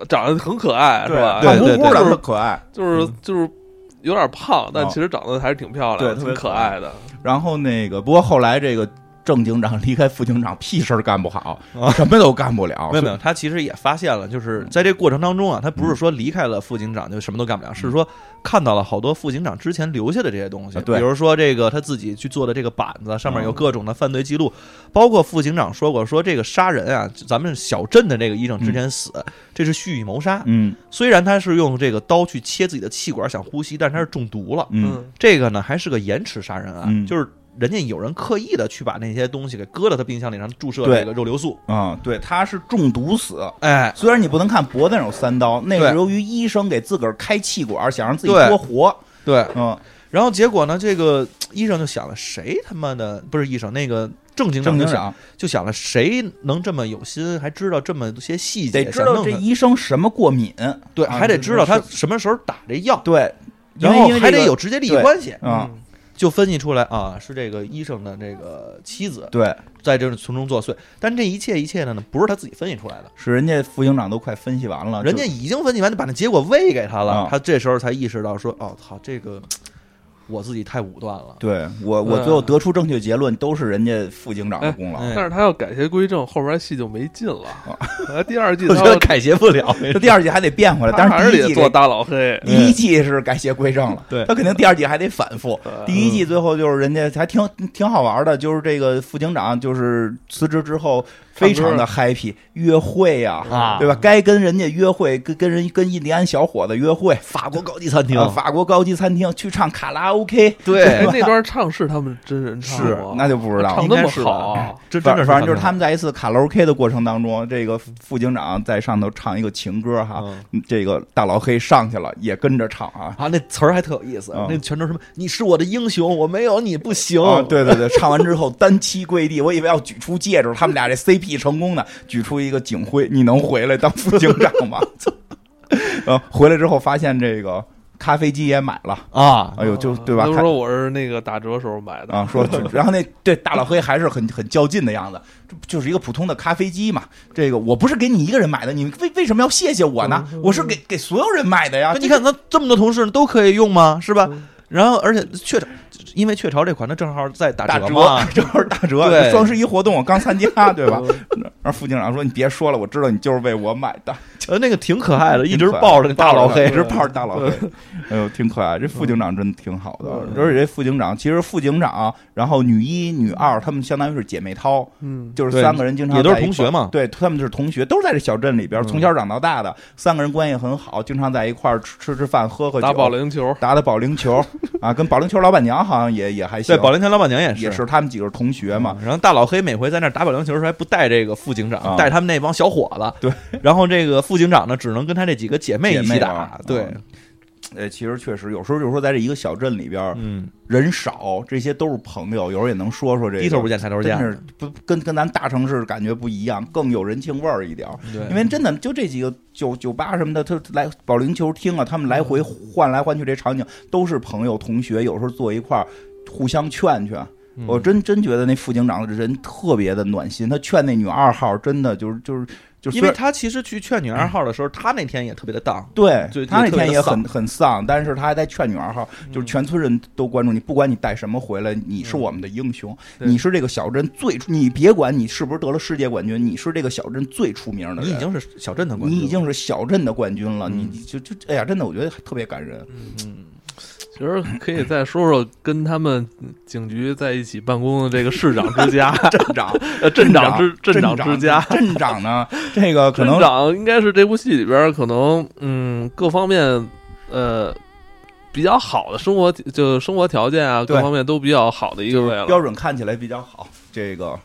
Speaker 1: 长得很可爱，是吧？
Speaker 3: 对
Speaker 2: 胖乎乎
Speaker 3: 对
Speaker 2: 的，
Speaker 1: 对
Speaker 2: 特可爱。
Speaker 1: 就是就是有点胖，但
Speaker 2: 嗯哦
Speaker 1: 其实长得还是挺漂
Speaker 2: 对
Speaker 1: 亮，挺
Speaker 2: 特别
Speaker 1: 可
Speaker 2: 可
Speaker 1: 爱的。
Speaker 2: 然后那个，不过后来这个正警长离开副警长，屁事儿干不好
Speaker 3: 啊，
Speaker 2: 什么都干不了。
Speaker 3: 没有没有，他其实也发现了，
Speaker 2: 嗯
Speaker 3: 就是在这过程当中啊，他不是说离开了副警长就什么都干不了，
Speaker 2: 嗯
Speaker 3: 是说看到了好多副警长之前留下的这些东西，
Speaker 2: 啊对嗯
Speaker 3: 比如说这个他自己去做的这个板子，上面有各种的犯罪记录，包括副警长说过说这个杀人啊，咱们小镇的这个医生之前死，这是蓄意谋杀，
Speaker 2: 嗯
Speaker 3: 虽然他是用这个刀去切自己的气管想呼吸，但是他是中毒了，
Speaker 2: 嗯，
Speaker 3: 这个呢还是个延迟杀人案、
Speaker 2: 嗯
Speaker 3: 就是人家有人刻意的去把那些东西给搁到他冰箱里，让他注射
Speaker 2: 对
Speaker 3: 这个肉流素，
Speaker 2: 啊，对，他是中毒死。
Speaker 3: 哎。
Speaker 2: 虽然你不能看脖子上有三刀，那
Speaker 3: 对
Speaker 2: 是由于医生给自个儿开气管，想让自己
Speaker 3: 对
Speaker 2: 多活。
Speaker 3: 对，
Speaker 2: 嗯，
Speaker 3: 然后结果呢，这个医生就想了，谁他妈的不是医生？那个正经
Speaker 2: 正
Speaker 3: 就
Speaker 2: 经
Speaker 3: 想
Speaker 2: 长
Speaker 3: 就想了，谁能这么有心，还知道这么些细节，
Speaker 2: 得知
Speaker 3: 想
Speaker 2: 道
Speaker 3: 弄
Speaker 2: 这
Speaker 3: 他
Speaker 2: 医生什么过敏，
Speaker 3: 对，
Speaker 2: 啊
Speaker 3: 还得知道他
Speaker 2: 是
Speaker 3: 什么时候打这药，
Speaker 2: 对，因
Speaker 3: 然
Speaker 2: 为
Speaker 3: 后
Speaker 2: 因为
Speaker 3: 还
Speaker 2: 这
Speaker 3: 得
Speaker 2: 个
Speaker 3: 有直接利益
Speaker 2: 对
Speaker 3: 关系，
Speaker 2: 啊，
Speaker 1: 嗯
Speaker 3: 就分析出来啊，是这个医生的这个妻子
Speaker 2: 对，
Speaker 3: 在这从中作祟。但这一切一切的呢，不是他自己分析出来的，
Speaker 2: 是人家副警长都快分析完了，
Speaker 3: 人家
Speaker 2: 啊就
Speaker 3: 已经分析完，就把那结果喂给他了
Speaker 2: 啊，
Speaker 3: 他这时候才意识到说，哦，操，这个我自己太武断了。嗯
Speaker 2: 对我我最后得出正确结论都是人家副警长的功劳。
Speaker 3: 哎哎
Speaker 1: 但是他要改邪归正，后边戏就没劲
Speaker 2: 哦
Speaker 1: 了。啊第二
Speaker 2: [laughs]
Speaker 1: 季
Speaker 3: 我
Speaker 1: 他
Speaker 3: 觉得改邪不了，
Speaker 2: 这第二季还得变回来，
Speaker 1: 他
Speaker 2: 但
Speaker 1: 还
Speaker 2: 是
Speaker 1: 是
Speaker 2: 第一
Speaker 1: 得
Speaker 2: 季
Speaker 1: 做
Speaker 2: 得
Speaker 1: 大老黑。
Speaker 2: 第一季是改邪归正了，
Speaker 3: 对嗯
Speaker 2: 他肯定第二季还得反复。
Speaker 1: 呃
Speaker 2: 第一季最后就是人家还挺挺好玩的，就是这个副警长就是辞职之后非常的 happy，约会呀、
Speaker 3: 啊
Speaker 2: 对吧？该跟人家约会，跟跟人跟印第安小伙子约会，
Speaker 3: 法国高级餐厅
Speaker 2: 啊法国高级餐厅去唱卡拉 OK，
Speaker 1: 哎
Speaker 3: 对，
Speaker 1: 那段唱是他们真人唱
Speaker 2: 是
Speaker 1: 吗？
Speaker 2: 那就不知道
Speaker 1: 唱
Speaker 2: 了。
Speaker 1: 那
Speaker 3: 应
Speaker 1: 么
Speaker 3: 该是
Speaker 1: 好
Speaker 3: 吧嗯
Speaker 1: 啊，
Speaker 3: 真真
Speaker 2: 反
Speaker 3: 的
Speaker 2: 反正就是他
Speaker 3: 们
Speaker 2: 们在一次卡拉 OK 的过程当中，这个副警长在上头唱一个情歌哈，嗯
Speaker 3: 啊
Speaker 2: 这个大老黑上去了也跟着唱啊，
Speaker 3: 啊，那词儿还特有意思
Speaker 2: 嗯，
Speaker 3: 那全都是什么？你是我的英雄，我没有你不行。
Speaker 2: 啊，，对对对，唱完之后单膝跪地，我以为要举出戒指，他们俩这 CP 成功呢，举出一个 [laughs] 嗯警徽，你能回来当副警长吗？啊，回来之后发现这个咖啡机也买了，
Speaker 3: 啊，
Speaker 2: 哎呦，就对吧？
Speaker 1: 都
Speaker 2: 看
Speaker 1: 嗯说我是那个打折时候买的，
Speaker 2: 啊，
Speaker 3: [laughs]
Speaker 2: 说，然后那对大老黑还是很很较劲的样子，这不就是一个普通的咖啡机嘛。这个我不是给你一个人买的，你为为什么要谢谢我呢？我是给给所有人买的呀
Speaker 3: 嗯那。你看，咱这么多同事都可以用吗？是吧？
Speaker 2: 嗯
Speaker 3: 然后，而且雀巢，因为雀巢这款，它正好在打
Speaker 2: 打
Speaker 3: 折嘛
Speaker 2: [laughs] 折，，正好打折，
Speaker 3: 对
Speaker 2: 双十一活动我刚
Speaker 3: [laughs]
Speaker 2: 参加，对吧？然后副警长说：“你别说了，我知道你就是为我买的。”
Speaker 3: 呃，那个挺可爱的，一直
Speaker 2: 挺可爱
Speaker 3: 抱着那大
Speaker 2: [laughs]
Speaker 3: 老黑
Speaker 2: 一，直抱着大老
Speaker 3: [laughs]
Speaker 2: 黑，哎呦，挺可爱。这副警长真的挺好的，
Speaker 3: 嗯
Speaker 2: 而且这副警长其实副警长，然后女一、女二，她们相当于是姐妹掏，
Speaker 1: 嗯，
Speaker 2: 就是
Speaker 3: 对
Speaker 2: 三个人经常
Speaker 3: 也都是
Speaker 2: 在一
Speaker 3: 同
Speaker 2: 块儿
Speaker 3: 学嘛
Speaker 2: 对，他们就是同学，都是在这小镇里边
Speaker 3: 嗯
Speaker 2: 从小长到大的，三个人关系很好，经常在一块儿吃吃吃饭、喝喝酒，
Speaker 1: 打保龄球，
Speaker 2: 打打保龄球啊，跟保龄球老板娘好像也也还行，
Speaker 3: 对，保龄球嗯老板娘也
Speaker 2: 也是他们几个是同学嘛，
Speaker 3: 然后大老黑每回在那儿打保龄球的时候，还不带这个副警
Speaker 2: 啊
Speaker 3: 长，带他们那帮小伙子。
Speaker 2: 对，
Speaker 3: 然后这个副警长呢，只能跟他这几个姐妹
Speaker 2: 姐
Speaker 3: 一
Speaker 2: 妹
Speaker 3: 起
Speaker 2: 啊
Speaker 3: 打。嗯对
Speaker 2: 啊，呃，其实确实有时候就是说在这一个小镇里边儿
Speaker 3: 嗯，
Speaker 2: 人少，这些都是朋友，有时候也能说说这个，
Speaker 3: 低头不见抬头
Speaker 2: 真
Speaker 3: 见。
Speaker 2: 是不跟跟咱大城市感觉不一样，更有人情味儿一点儿。
Speaker 3: 对，
Speaker 2: 因为真的就这几个酒酒吧什么的，他来保龄球厅啊，他们来回
Speaker 3: 嗯
Speaker 2: 换来换去，这场景都是朋友同学，有时候坐一块儿互相劝劝。
Speaker 3: 嗯
Speaker 2: 我真真觉得那副警长的人特别的暖心，他劝那女二号真的就是就是就是
Speaker 3: 因为他其实去劝女二号的时候，他那天也特别的荡。
Speaker 2: 对
Speaker 3: 就
Speaker 2: 他那
Speaker 3: 就特别
Speaker 2: 天
Speaker 3: 地
Speaker 2: 也
Speaker 3: 丧嗯
Speaker 2: 很很丧，但是他还在劝女二号，就是全村人都关注你，不管你带什么回来，你是我们的英雄，
Speaker 1: 对
Speaker 2: 你是这个小镇最出，你别管你是不是得了世界冠军，你是这个小镇最出名的人，
Speaker 3: 你已经是小镇的冠
Speaker 2: 你
Speaker 3: 军，
Speaker 2: 已经是小镇的冠军了，
Speaker 3: 嗯
Speaker 2: 你就就哎呀，真的我觉得特别感人，
Speaker 3: 嗯，
Speaker 1: 其实可以再说说跟他们警局在一起办公的这个市长之家、
Speaker 2: 镇长，
Speaker 1: 呃镇长之
Speaker 2: 镇
Speaker 1: 长之家。
Speaker 2: 镇长呢，这个可
Speaker 1: 镇
Speaker 2: 能
Speaker 1: 长应该是这部戏里边儿可能嗯各方面呃比较好的生活就生活条件啊
Speaker 2: 对
Speaker 1: 各方面都比较好的一个位了。
Speaker 2: 标准看起来比较好，这个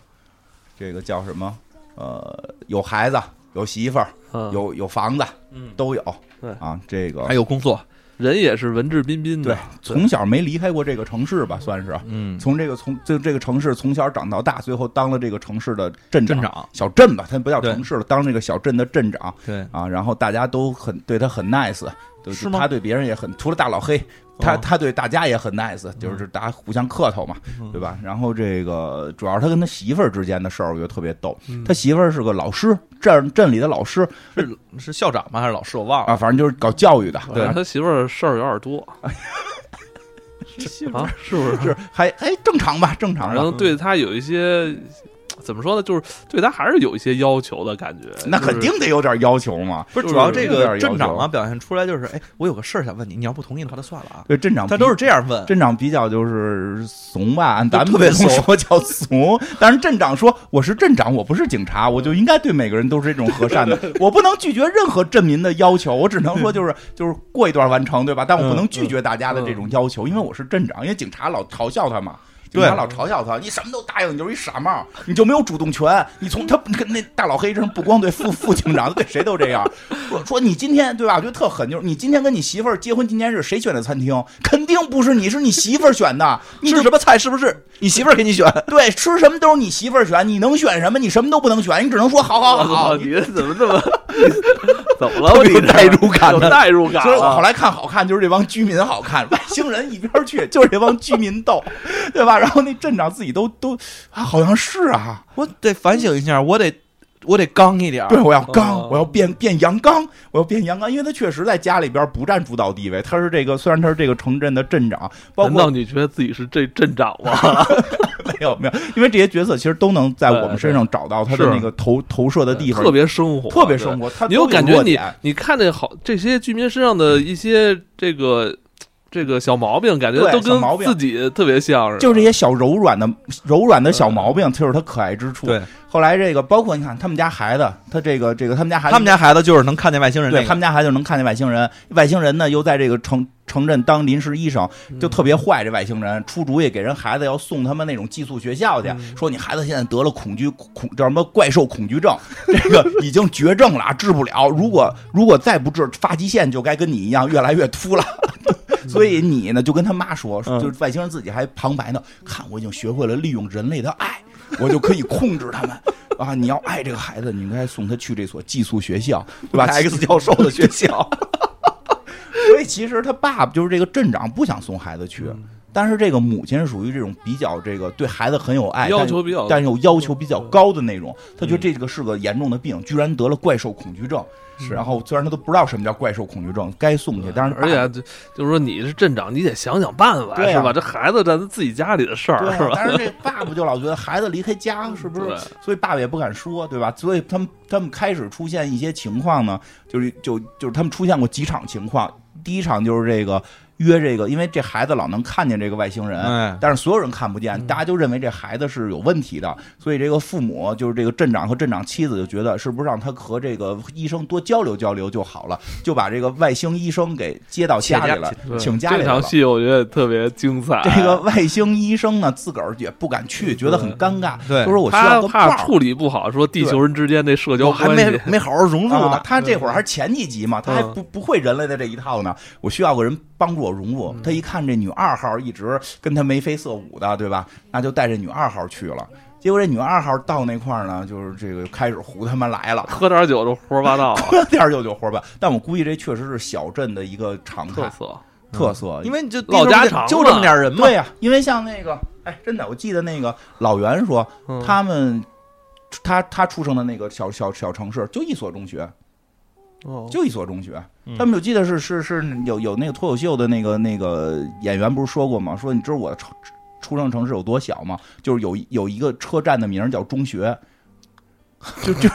Speaker 2: 这个叫什么？呃，有孩子，有媳妇儿，
Speaker 1: 嗯
Speaker 2: 有有房子，
Speaker 1: 嗯
Speaker 2: 都有，
Speaker 1: 对
Speaker 2: 啊，这个
Speaker 3: 还有工作，
Speaker 1: 人也是文质彬彬
Speaker 2: 对
Speaker 1: 的，，
Speaker 2: 从小没离开过这个城市吧，算是
Speaker 3: 嗯，
Speaker 2: 从这个从就这个城市从小长到大，最后当了这个城市的镇
Speaker 3: 镇
Speaker 2: 长。
Speaker 3: 长，
Speaker 2: 小镇吧，他不叫
Speaker 3: 对
Speaker 2: 城市了，当这个小镇的镇长
Speaker 3: 对，
Speaker 2: 啊，然后大家都很对他很 nice，就是
Speaker 3: 吗哦
Speaker 2: 他对别人也很，除了大老黑，他他对大家也很 nice，就是大家互相客套嘛，
Speaker 3: 嗯
Speaker 2: 对吧？然后这个主要是他跟他媳妇儿之间的事儿，我觉得特别逗
Speaker 1: 嗯。
Speaker 2: 他媳妇儿是个老师，镇镇里的老师
Speaker 3: 是是校长吗？还是老师？我忘了。
Speaker 2: 啊，反正就是搞教育的，
Speaker 1: 反
Speaker 2: 对
Speaker 3: 嗯
Speaker 1: 正他媳妇儿事儿有点
Speaker 2: [laughs]
Speaker 1: 多啊，是不是？
Speaker 2: 是还哎正常吧，正常
Speaker 1: 反
Speaker 2: 吧。
Speaker 1: 正对他有一些怎么说呢，就是对他还是有一些要求的感觉。
Speaker 2: 那肯定得有点要求嘛。
Speaker 3: 不是，
Speaker 1: 就是
Speaker 3: 主要这
Speaker 2: 有点
Speaker 3: 个
Speaker 2: 要求
Speaker 3: 镇长啊，表现出来就是，哎，我有个事儿想问你，你要不同意的话，就算了啊。
Speaker 2: 对，镇长
Speaker 3: 他
Speaker 2: 比
Speaker 3: 都是这样问，
Speaker 2: 镇长比较就是怂吧，按咱们
Speaker 3: 特别
Speaker 2: 这种 [laughs]
Speaker 3: 怂
Speaker 2: 说叫怂。但是镇长说我是镇长，我不是警察，我就应该对每个人都是这种和
Speaker 3: [laughs]
Speaker 2: 善的，我不能拒绝任何镇民的要求，我只能说就是就是过一段完成，对吧？但我不能
Speaker 3: 嗯
Speaker 2: 拒绝大家的这种要求，因为我是镇长，因为警察老嘲笑他嘛。警
Speaker 3: 对
Speaker 2: 察老嘲笑他，你什么都答应，你就是一傻帽，你就没有主动权。你从他跟那大老黑这不光对副副警长，对谁都这样。说说你今天对吧？我觉得特狠，就是你今天跟你媳妇儿结婚纪念日谁选的餐厅？肯定不是你，是你媳妇儿选的。你
Speaker 3: 吃
Speaker 2: 就
Speaker 3: 什么菜是不是你媳妇儿给你选？ [laughs]
Speaker 2: 对吃什么都是你媳妇儿选，你能选什么？你什么都不能选，你只能说好好
Speaker 1: 我操，
Speaker 2: 好。
Speaker 1: 啊你这怎么这
Speaker 2: [laughs]
Speaker 1: 么怎么了？我
Speaker 3: 特别有
Speaker 1: 你这
Speaker 3: 代入感
Speaker 1: 有
Speaker 3: 呢
Speaker 1: 代入感啊
Speaker 2: 所以我后
Speaker 1: 了。
Speaker 2: 来看好看，就是这帮居民好看， [laughs] 外星人一边儿去，就是这帮居民斗，对吧？然后那镇长自己都都啊，好像是啊，
Speaker 3: 我得反省一下，我得我得刚一点儿。
Speaker 2: 对，我要刚，
Speaker 1: 哦
Speaker 2: 我要变变阳刚，我要变阳刚，因为他确实在家里边不占主导地位，他是这个虽然他是这个城镇的镇长，包
Speaker 1: 难道
Speaker 2: 括
Speaker 1: 你觉得自己是这镇长吗？
Speaker 2: 没有没有，因为这些角色其实都能在我们身上找到他的
Speaker 1: 是
Speaker 2: 那个投投射的地方，
Speaker 1: 特别生活，
Speaker 2: 特别
Speaker 1: 对
Speaker 2: 生活，他
Speaker 1: 你有
Speaker 2: 都有
Speaker 1: 感觉
Speaker 2: 弱
Speaker 1: 你
Speaker 2: 点嗯
Speaker 1: 你看这好这些居民身上的一些这个这个小毛病，感觉
Speaker 2: 对
Speaker 1: 都
Speaker 2: 小毛
Speaker 1: 跟
Speaker 2: 病
Speaker 1: 自己特别像似的。
Speaker 2: 就是这些小柔软的柔软的小毛病，就是他可爱之处。
Speaker 3: 对，
Speaker 2: 后来这个包括你看他们家孩子，他这个这个他们家孩子
Speaker 3: 他们家孩子就是能看见外星人那
Speaker 2: 对
Speaker 3: 个，
Speaker 2: 他们家孩子就能看见外星人，外星人呢又在这个城城镇当临时医生，就特别坏。这外星人出主意给人孩子要送他们那种寄宿学校去，说你孩子现在得了恐惧恐叫什么怪兽恐惧症，这个已经绝症了， [laughs] 治不了。如果如果再不治，发际线就该跟你一样越来越秃了。所以你呢，就跟他妈说，
Speaker 3: 嗯
Speaker 2: 就是外星人自己还旁白呢，看我已经学会了利用人类的爱，我就可以控制他们。啊，你要爱这个孩子，你应该送他去这所寄宿学校，对吧
Speaker 3: X 教授的学校，
Speaker 2: [laughs] 所所以其实他爸爸就是这个镇长不想送孩子去，但是这个母亲是属于这种比较这个对孩子很有爱，
Speaker 1: 要求比较
Speaker 2: 但是有要求比较高的那种。他觉得这个是个严重的病，居然得了怪兽恐惧症。
Speaker 1: 是
Speaker 2: 然后虽然他都不知道什么叫怪兽恐惧症，该送去，但是
Speaker 1: 嗯而且就就是说你是镇长，你得想想办法，
Speaker 2: 对啊
Speaker 1: 是吧？这孩子咱自己家里的事
Speaker 2: 爸
Speaker 1: 儿，
Speaker 2: 对
Speaker 1: 是
Speaker 2: 啊，
Speaker 1: 吧？
Speaker 2: 但是这爸爸就老觉得孩子离开家是不是
Speaker 1: 对？
Speaker 2: 所以爸爸也不敢说，对吧？所以他们他们开始出现一些情况呢，就是就就是他们出现过几场情况。第一场就是这个约这个，因为这孩子老能看见这个外星人，
Speaker 3: 哎，
Speaker 2: 但是所有人看不见，大家就认为这孩子是有问题的，所以这个父母就是这个镇长和镇长妻子就觉得是不是让他和这个医生多交流交流就好了，就把这个外星医生给接到家里了，
Speaker 1: 对
Speaker 2: 请家里
Speaker 1: 这
Speaker 2: 来
Speaker 1: 场
Speaker 2: 了。
Speaker 1: 戏我觉得特别精彩。
Speaker 2: 这个外星医生呢，自个儿也不敢去，觉得很尴尬，
Speaker 3: 对
Speaker 2: 就说我需要
Speaker 1: 他
Speaker 2: 个伴
Speaker 1: 怕
Speaker 2: 儿。
Speaker 1: 处理不好，说地球人之间那社交
Speaker 3: 我还
Speaker 1: 关
Speaker 3: 没
Speaker 1: 系，
Speaker 3: 没好好融入
Speaker 2: 啊
Speaker 3: 呢，，
Speaker 2: 他这会儿还是前几集嘛，他还
Speaker 1: 嗯
Speaker 2: 不不会人类的这一套呢。我需要个人帮助我融入。他一看这女二号一直跟他眉飞色舞的，对吧？那就带这女二号去了。结果这女二号到那块儿呢，就是这个开始胡他妈来 [laughs] 了，
Speaker 1: 喝点酒就胡说八
Speaker 2: [laughs]
Speaker 1: 道啊，
Speaker 2: 喝点儿酒就活吧。但我估计这确实是小镇的一个常
Speaker 1: 特
Speaker 2: 态
Speaker 1: 色。
Speaker 2: 特色，
Speaker 3: 因为你就
Speaker 1: 老家常嘛
Speaker 3: 就这么点人嘛
Speaker 2: 对，呀、因为像那个，哎，真的，我记得那个老袁说，
Speaker 1: 嗯
Speaker 2: 他们他他出生的那个小小小城市就一所中学，
Speaker 1: 哦
Speaker 2: 就一所中学
Speaker 3: 嗯，
Speaker 2: 他们就记得是是是有有那个脱口秀的那个那个演员不是说过吗？说你知道我的出出生城市有多小吗？就是有一有一个车站的名儿叫中学，就就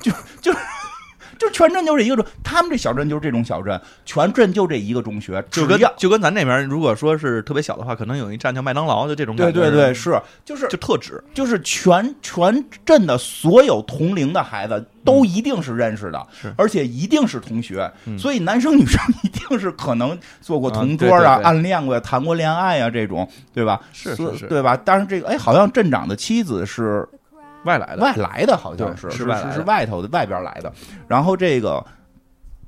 Speaker 2: 就就就全镇就这一个中，他们这小镇就是这种小镇，全镇就这一个中学，
Speaker 3: 就
Speaker 2: 只
Speaker 3: 跟
Speaker 2: 要
Speaker 3: 就跟咱这边，如果说是特别小的话，可能有一站叫麦当劳，就这种
Speaker 2: 对
Speaker 3: 感觉。
Speaker 2: 对对，，是就是
Speaker 3: 就特指。
Speaker 2: 就是全全镇的所有同龄的孩子都一定是认识的，
Speaker 3: 嗯是
Speaker 2: 而且一定是同学，
Speaker 3: 嗯
Speaker 2: 所以男生 [laughs] 女生一定是可能做过同桌
Speaker 3: 啊
Speaker 2: 啊、
Speaker 3: 对对对
Speaker 2: 暗恋过、谈过恋爱啊这种，对吧？
Speaker 3: 是
Speaker 2: 所
Speaker 3: 是是
Speaker 2: 对吧？但是这个，哎，好像镇长的妻子是
Speaker 3: 外来的，
Speaker 2: 外来的，好像是
Speaker 3: 对是
Speaker 2: 是
Speaker 3: 外来的
Speaker 2: 是外头的外边来的。然后这个，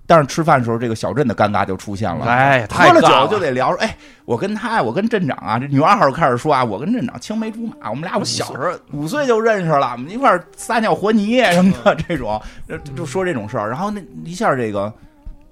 Speaker 2: 但是吃饭的时候，这个小镇的尴尬就出现了。
Speaker 3: 哎，
Speaker 2: 喝
Speaker 3: 太
Speaker 2: 了
Speaker 3: 尬
Speaker 2: 酒就得聊，哎，我跟他，我跟镇长啊，这女二号开始说啊，我跟镇长青梅竹马，我们
Speaker 3: 嗯
Speaker 2: 俩我小时候五岁就认识了，我们一块儿撒尿和泥什么的，这种就就说这种事儿，然后那一下这个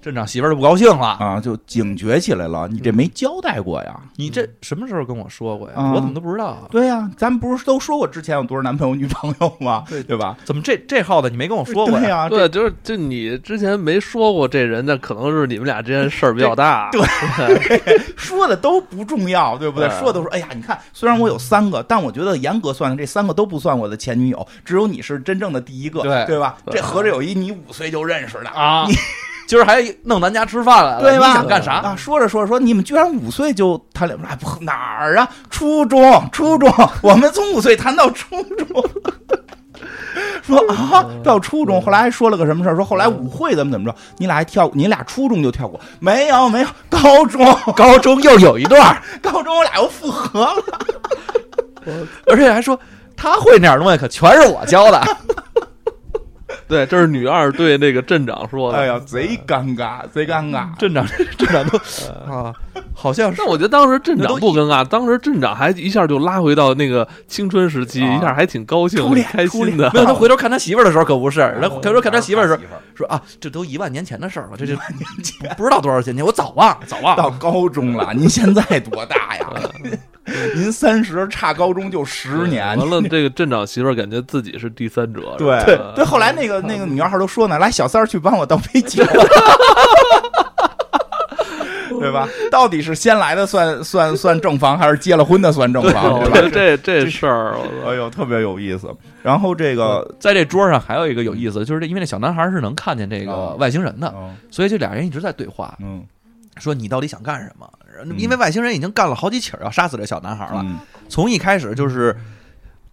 Speaker 3: 镇长媳妇儿就不高兴了。
Speaker 2: 啊就警觉起来了，你这没交代过呀？
Speaker 3: 你这什么时候跟我说过呀？
Speaker 2: 嗯
Speaker 3: 我怎么都不知道啊？
Speaker 2: 对呀、咱们不是都说过之前有多少男朋友女朋友吗？对对吧？
Speaker 3: 怎么这这号子你没跟我说过
Speaker 2: 对
Speaker 3: 呀？
Speaker 2: 呀、
Speaker 1: 对，就是就你之前没说过这人，那可能是你们俩之间事儿比较大。
Speaker 2: 对说的都不重要，对不对？
Speaker 1: 对
Speaker 2: 说的都说，哎呀，你看，虽然我有三个，但我觉得严格算的这三个都不算我的前女友，只有你是真正的第一个，
Speaker 3: 对
Speaker 2: 吧？
Speaker 1: 对
Speaker 2: 这合着有一你五岁就认识的，
Speaker 3: 啊，今儿还弄咱家吃饭来了，
Speaker 2: 对吧？
Speaker 3: 你想干啥？
Speaker 2: 啊？说着说着说，你们居然五岁就谈恋爱，哎不哪儿啊？初中，初
Speaker 3: [laughs]
Speaker 2: 中，我们从五岁谈到初中。 [laughs] 说啊，
Speaker 3: 嗯
Speaker 2: 到初中，后来还说了个什么事儿？说后来舞会怎么怎么着？你俩还跳，你俩初中就跳过？没有没有，高中 [laughs]
Speaker 3: 高中又有一段，
Speaker 2: 高中我俩又复合了。
Speaker 3: 而且还说他会那点东西，可全是我
Speaker 2: [laughs]
Speaker 3: 教的。
Speaker 1: [laughs] 对，这是女二对那个镇长说的。
Speaker 2: 哎呀，贼尴尬，贼尴尬。
Speaker 3: 镇长，镇长都
Speaker 2: 呃
Speaker 3: 啊，好像是
Speaker 1: 但我觉得当时镇
Speaker 3: 那
Speaker 1: 长
Speaker 3: 都
Speaker 1: 不尴尬，当时镇长还一下就拉回到那个青春时期，
Speaker 2: 啊
Speaker 1: 一下还挺高兴、
Speaker 2: 初恋
Speaker 1: 挺开心的
Speaker 3: 没。有。他回头看他媳妇儿的时候可不是，
Speaker 2: 啊
Speaker 3: 他回头看他媳妇儿的时候
Speaker 2: 媳妇儿
Speaker 3: 说啊，这都一万年前的事儿了，这这不知道多少钱， [laughs] 我早忘了早忘
Speaker 2: [laughs] 到
Speaker 3: 了。
Speaker 2: 高中了，您现在多大呀？
Speaker 3: 嗯
Speaker 2: [laughs] 您三十差高中就十年。
Speaker 1: 完了，这个镇长媳妇儿感觉自己是第三者。
Speaker 2: 对
Speaker 1: 是
Speaker 2: 对
Speaker 1: 吧
Speaker 2: 后来
Speaker 1: [laughs]
Speaker 2: 那个那个女二号都说呢，来小三儿去帮我倒杯酒，对吧？到底是先来的算算算正房，还是结了婚的算正房？
Speaker 1: 哦
Speaker 2: 对吧？
Speaker 1: 这这事儿，我操
Speaker 2: 哎呦，特别有意思。然后这个，
Speaker 3: 在这桌上还有一个有意思，就是这因为那小男孩是能看见这个
Speaker 2: 哦
Speaker 3: 外星人的，
Speaker 2: 嗯
Speaker 3: 所以这俩人一直在对话，
Speaker 2: 嗯
Speaker 3: 说你到底想干什么？因为外星人已经干了好几起儿要杀死这小男孩了，
Speaker 1: 啊
Speaker 2: 嗯
Speaker 3: 从一开始就是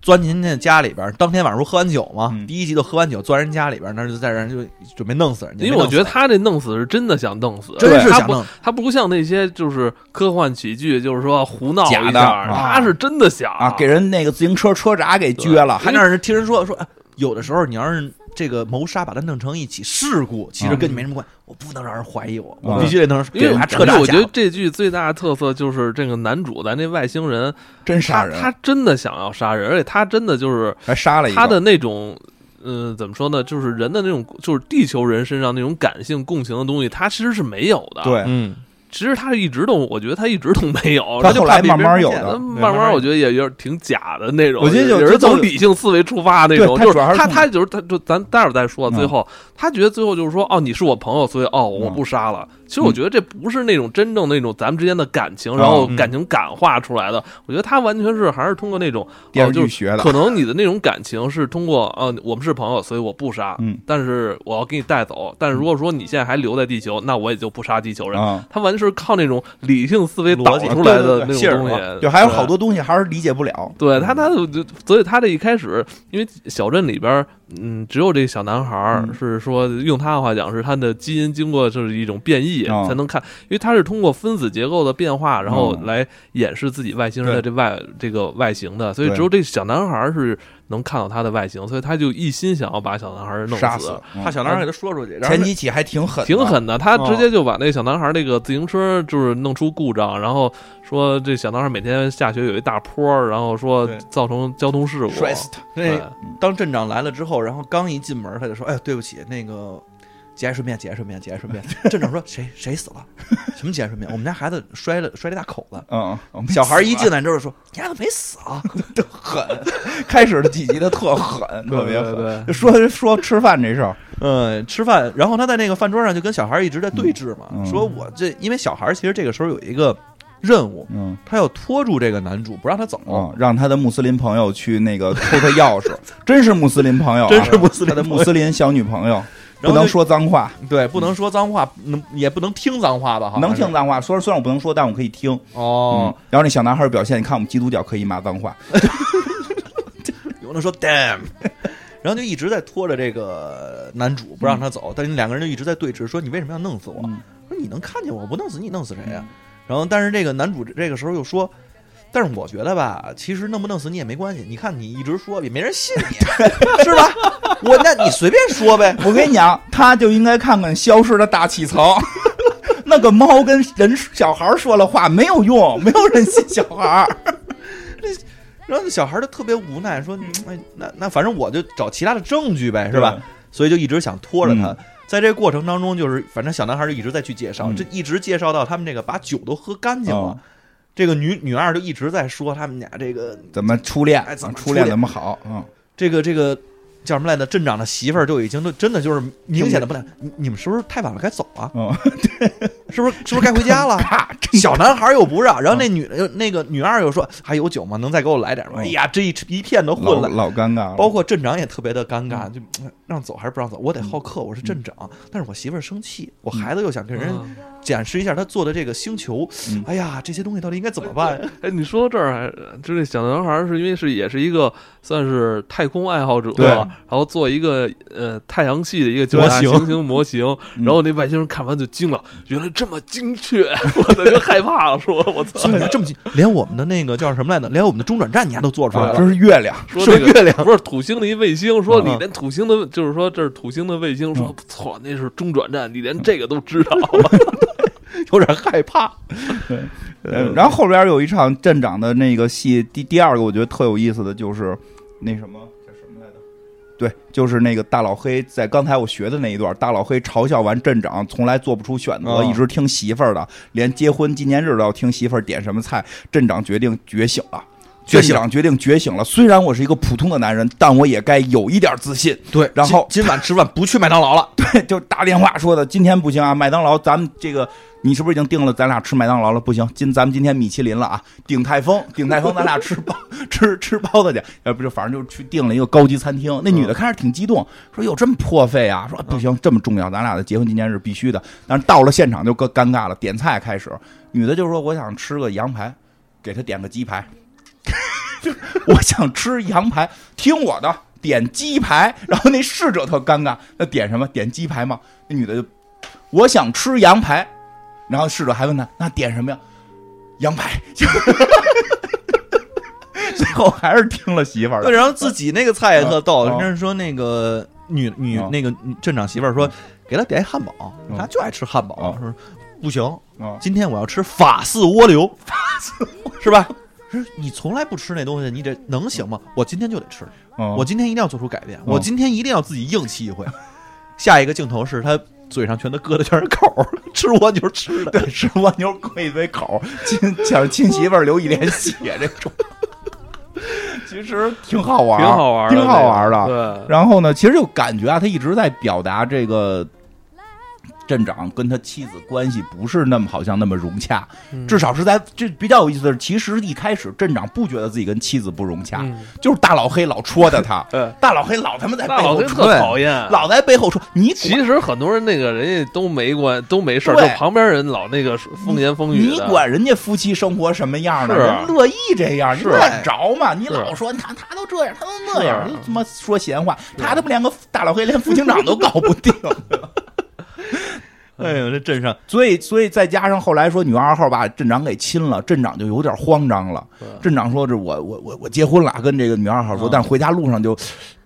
Speaker 3: 钻进人家家里边儿，当天晚上不是喝完酒吗？
Speaker 2: 嗯
Speaker 3: 第一集就喝完酒钻人家里边儿，那就在人就准备弄死人家。
Speaker 1: 因为
Speaker 3: 没
Speaker 1: 我
Speaker 3: 弄死
Speaker 1: 觉得他这弄死是真的想弄死，
Speaker 3: 真是
Speaker 1: 他
Speaker 3: 想
Speaker 1: 不
Speaker 3: 弄，
Speaker 1: 他不像那些就是科幻喜剧，就是说胡闹一
Speaker 2: 假的
Speaker 1: 下，
Speaker 2: 啊
Speaker 1: 他是真的想
Speaker 2: 啊，给人那个自行车车闸给撅了，
Speaker 3: 还那儿听人说说、哎有的时候你要是这个谋杀把它弄成一起事故，其实跟你没什么关系。我不能让人怀疑我，我必须得弄，
Speaker 1: 因为
Speaker 3: 给他
Speaker 1: 因
Speaker 3: 扯
Speaker 1: 为
Speaker 3: 大
Speaker 1: 我
Speaker 3: 架
Speaker 1: 觉得这剧最大的特色就是这个男主咱这外星人，
Speaker 2: 真杀
Speaker 1: 他
Speaker 2: 人，
Speaker 1: 他真的想要杀人，而且他真的就是
Speaker 2: 还杀了一个。
Speaker 1: 他的那种呃，怎么说呢？就是人的那种，就是地球人身上那种感性共情的东西，它其实是没有的。，
Speaker 2: 对，
Speaker 3: 嗯，
Speaker 1: 其实它一直都，我觉得它一直都没有。
Speaker 2: 他
Speaker 1: 然后
Speaker 2: 后
Speaker 3: 就
Speaker 2: 来
Speaker 3: 怕被
Speaker 2: 慢慢
Speaker 3: 别
Speaker 2: 有
Speaker 3: 人
Speaker 1: 呃
Speaker 2: 的，
Speaker 1: 慢慢，我觉得也有点挺假的那种，
Speaker 2: 我觉得有
Speaker 1: 也
Speaker 2: 这
Speaker 1: 是
Speaker 2: 都
Speaker 1: 从
Speaker 2: 是
Speaker 1: 理性思维出发那
Speaker 2: 对
Speaker 1: 种。
Speaker 2: 他
Speaker 1: 就是
Speaker 2: 主要是
Speaker 1: 他，
Speaker 2: 从
Speaker 1: 他就是他，就咱待会儿再说。
Speaker 2: 嗯
Speaker 1: 最后，他觉得最后就是说，哦，你是我朋友，所以哦，我
Speaker 2: 嗯
Speaker 1: 不杀了。其实我觉得这不是那种真正那种咱们之间的感情，
Speaker 2: 嗯
Speaker 1: 然后感情感化出来的。我觉得他完全是还是通过那种
Speaker 2: 电
Speaker 1: 哦
Speaker 2: 视
Speaker 1: 就
Speaker 2: 剧
Speaker 1: 是
Speaker 2: 学的，
Speaker 1: 可能你的那种感情是通过，呃，我们是朋友，所以我不杀，
Speaker 2: 嗯
Speaker 1: 但是我要给你带走。但是如果说你现在还留在地球，那我也就不杀地球人。
Speaker 2: 啊，
Speaker 1: 他完全是靠那种理性思维导
Speaker 3: 逻辑
Speaker 1: 出来的
Speaker 2: 对对
Speaker 1: 那种
Speaker 2: 对
Speaker 3: 信儿
Speaker 1: 东西
Speaker 3: 嘛，
Speaker 2: 就还有好
Speaker 1: 对
Speaker 2: 多东西还是理解不了，
Speaker 1: 对他，他就所以他这一开始，因为小镇里边儿，嗯，只有这小男孩儿
Speaker 2: 嗯
Speaker 1: 是说，用他的话讲，是他的基因经过就是一种变异
Speaker 2: 哦
Speaker 1: 才能看，因为他是通过分子结构的变化，然后
Speaker 2: 哦
Speaker 1: 来掩饰自己外星人的这外这个外形的，所以
Speaker 2: 对
Speaker 1: 只有这小男孩儿是能看到他的外形，所以他就一心想要把小男孩儿弄
Speaker 2: 杀
Speaker 1: 死
Speaker 2: 死。。嗯
Speaker 3: 怕小男孩给他说出去，然后
Speaker 2: 前几起还挺狠的，
Speaker 1: 挺狠的，他
Speaker 3: 哦
Speaker 1: 直接就把那小男孩那个自行车就是弄出故障，然后说这小男孩每天下雪有一大坡儿，然后说
Speaker 3: 对
Speaker 1: 造成交通事故，
Speaker 2: 摔死他，
Speaker 3: 那
Speaker 1: 对
Speaker 3: 呃
Speaker 2: 嗯
Speaker 3: 当镇长来了之后，然后刚一进门，他就说：“哎，对不起，那个节哀顺变，节哀顺变，节哀顺变。”镇长说：“谁谁死了？什么节哀顺变？我们家孩子摔了摔了一大口子。
Speaker 2: 嗯，嗯”
Speaker 3: 小孩一进来之后说：“你孩子没死啊 [laughs]
Speaker 2: 狠，开始的几集他特狠，
Speaker 3: [laughs]
Speaker 2: 特别
Speaker 1: 对对
Speaker 2: 狠，就说说吃饭这事儿，！”
Speaker 3: 嗯，吃饭，然后他在那个饭桌上就跟小孩一直在对峙嘛，
Speaker 2: 嗯嗯
Speaker 3: 说我这因为小孩其实这个时候有一个任务，
Speaker 2: 嗯。
Speaker 3: 他要拖住这个男主不让他走。
Speaker 2: 哦，让他的穆斯林朋友去那个偷他钥
Speaker 3: [laughs]
Speaker 2: 匙，真是穆斯林朋友、啊，
Speaker 3: 真是穆斯林
Speaker 2: 他的穆斯林小女朋友，
Speaker 3: 然后就
Speaker 2: 不能说脏话，
Speaker 3: 对，不能说脏话，能也不能听脏话吧？好像
Speaker 2: 能
Speaker 3: 是
Speaker 2: 听脏话。虽然虽然我不能说，但我可以听。
Speaker 3: 啊哦
Speaker 2: 嗯。，然后那小男孩表现，你看我们基督教可以骂脏话， [laughs]
Speaker 3: 有的说 damn，然后就一直在拖着这个男主不让他走，但是两个人就一直在对峙，说你为什么要弄死我？
Speaker 2: 嗯
Speaker 3: 说你能看见我，我不弄死你，弄死谁呀、然后但是这个男主这个时候又说。但是我觉得吧，其实弄不弄死你也没关系。你看你一直说也没人信你， [laughs] 是吧？我那你随便说呗。
Speaker 2: 我跟你讲，他就应该看看《消失的大气层》。 [laughs] 那个猫跟人小孩说了话没有用，没有人信小孩。
Speaker 3: [laughs] 然后那小孩儿就特别无奈，说：“
Speaker 2: 嗯
Speaker 3: 哎，那那反正我就找其他的证据呗，是吧？”所以就一直想拖着他。
Speaker 2: 嗯
Speaker 3: 在这个过程当中，就是反正小男孩就一直在去介绍，
Speaker 2: 嗯
Speaker 3: 这一直介绍到他们这个把酒都喝干净了。
Speaker 2: 哦
Speaker 3: 这个女女二就一直在说他们俩这个
Speaker 2: 怎么初恋？
Speaker 3: 哎怎么
Speaker 2: 初
Speaker 3: 初恋
Speaker 2: 恋怎么好？嗯，
Speaker 3: 这个这个叫什么来着？镇长的媳妇儿就已经都真的就是明显的不太，你你们是不是太晚了该走啊？
Speaker 2: 哦
Speaker 3: 是不是是不是该回
Speaker 2: [laughs]
Speaker 3: [laughs] 家了？
Speaker 2: 咔，
Speaker 3: 小男孩又不让，然后
Speaker 2: 哦
Speaker 3: 那女的又那个女二又说还有酒吗？能再给我来点吗？
Speaker 2: 嗯
Speaker 3: 哎呀，这一一片都混
Speaker 2: 老
Speaker 3: 了。
Speaker 2: 老尴尬了。
Speaker 3: 包括镇长也特别的尴尬，就啊嗯让走还是不让走？我得好客，我是镇长，但是我媳妇儿生气，我孩子又想跟人
Speaker 1: 嗯
Speaker 3: 展示一下他做的这个星球
Speaker 2: 嗯。
Speaker 3: 哎呀，这些东西到底应该怎么 [laughs] 办？
Speaker 1: 哎，你说到这儿，还就这小男孩儿是因为是也是一个算是太空爱好者，啊
Speaker 2: 对
Speaker 1: 然后做一个呃太阳系的一个九
Speaker 3: 模
Speaker 1: 大
Speaker 3: 型
Speaker 1: 行星模型，
Speaker 2: 嗯
Speaker 1: 然后那外星人看完就惊了，原来这么精确， [laughs] 我操，就害怕了，说我操
Speaker 3: 所，以这么近，连我们的那个叫什么来着？连我们的中转站你还都做出来
Speaker 2: 啊，
Speaker 3: 了，
Speaker 2: 这是月亮。啊
Speaker 1: 说
Speaker 3: 是
Speaker 1: 这个
Speaker 3: 月亮
Speaker 1: 不是土星的一卫星，说
Speaker 3: 嗯
Speaker 1: 你连土星的，就是说这是土星的卫星，说
Speaker 2: 嗯
Speaker 1: 不错，那是中转站，你连这个都知道，
Speaker 3: [laughs] 有点害怕。
Speaker 2: 呃，
Speaker 3: 嗯
Speaker 2: 然后后边有一场镇长的那个戏，第第二个我觉得特有意思的就是那什么叫什么来着？对，就是那个大老黑在刚才我学的那一段，大老黑嘲笑完镇长，从来做不出选择，
Speaker 3: 哦
Speaker 2: 一直听媳妇儿的，连结婚纪念日都要听媳妇儿点什么菜。镇长决定觉醒了，
Speaker 3: 觉醒
Speaker 2: 镇长决定觉醒了。虽然我是一个普通的男人，但我也该有一点自信。
Speaker 3: 对，
Speaker 2: 然后
Speaker 3: 今今晚吃饭不去麦当劳了，
Speaker 2: [laughs] 就打电话说的，今天不行啊，麦当劳，咱们这个你是不是已经定了？咱俩吃麦当劳了，不行，今咱们今天米其林了啊，鼎泰丰，鼎泰丰，咱俩吃包 [laughs] 吃吃包子去，要不就反正就去订了一个高级餐厅。那女的开始挺激动，说哟这么破费啊，说不行，这么重要，咱俩的结婚纪念日必须的。但是到了现场就更尴尬了，点菜开始，女的就说我想吃个羊排，给她点个鸡排， [laughs] 我想吃羊排，听我的，点鸡排。然后那侍者特尴尬，那点什么？点鸡排吗？那女的就，我想吃羊排。然后侍者还问他，那点什么呀？羊排。 [laughs] 最后还是听了媳妇儿
Speaker 3: [laughs] 对，
Speaker 2: 的。
Speaker 3: 然后自己那个菜也特逗，
Speaker 2: 嗯
Speaker 3: 人家说那个女女
Speaker 2: 嗯
Speaker 3: 那个女镇长媳妇儿说，给他点一汉堡，
Speaker 2: 嗯
Speaker 3: 他就爱吃汉堡，
Speaker 2: 嗯
Speaker 3: 说不行，
Speaker 2: 嗯
Speaker 3: 今天我要吃法式蜗牛，是吧？是你从来不吃那东西，你得能行吗？我今天就得吃，
Speaker 2: 嗯
Speaker 3: 我今天一定要做出改变，我今天一定要自己硬气一回。下一个镜头是他嘴上全都搁的全是口儿，吃蜗牛吃的，
Speaker 2: 对吃蜗牛跪一堆口，亲想亲媳妇儿流一脸血这种，
Speaker 1: [laughs]
Speaker 2: 其实挺好玩儿，
Speaker 1: 挺好玩儿的，
Speaker 2: 挺好玩儿的
Speaker 1: 这个对，
Speaker 2: 然后呢，其实就感觉啊，他一直在表达这个镇长跟他妻子关系不是那么好像那么融洽，
Speaker 1: 嗯
Speaker 2: 至少是在这比较有意思的是，其实一开始镇长不觉得自己跟妻子不融洽，
Speaker 1: 嗯
Speaker 2: 就是大老黑老戳的他，
Speaker 1: 对，
Speaker 2: 大老黑老他妈在背
Speaker 1: 大老
Speaker 2: 后
Speaker 1: 黑
Speaker 2: 戳
Speaker 1: 特，讨厌。
Speaker 2: 哎老在背后戳你
Speaker 1: 其实很多人那个人家都没关都没事儿，
Speaker 2: 对
Speaker 1: 就旁边人老那个风言风语
Speaker 2: 你
Speaker 1: 的。
Speaker 2: 管人家夫妻生活什么样的，
Speaker 1: 是啊
Speaker 2: 人乐意这样，你
Speaker 1: 是啊
Speaker 2: 管着吗？你
Speaker 1: 是
Speaker 2: 老说你看他都这样，他都那
Speaker 1: 是
Speaker 2: 样，
Speaker 1: 啊
Speaker 2: 你他妈说闲话，他他妈连个大老黑连副警长都搞
Speaker 1: [laughs]
Speaker 2: 不定。
Speaker 3: 哎呦，这镇上
Speaker 2: 所以，所以再加上后来说女二号把镇长给亲了，镇长就有点慌张了。
Speaker 1: 对
Speaker 2: 镇长说：“这我我我我结婚了，跟这个女二号
Speaker 1: 啊
Speaker 2: 说，
Speaker 3: 嗯
Speaker 2: 但是回家路上就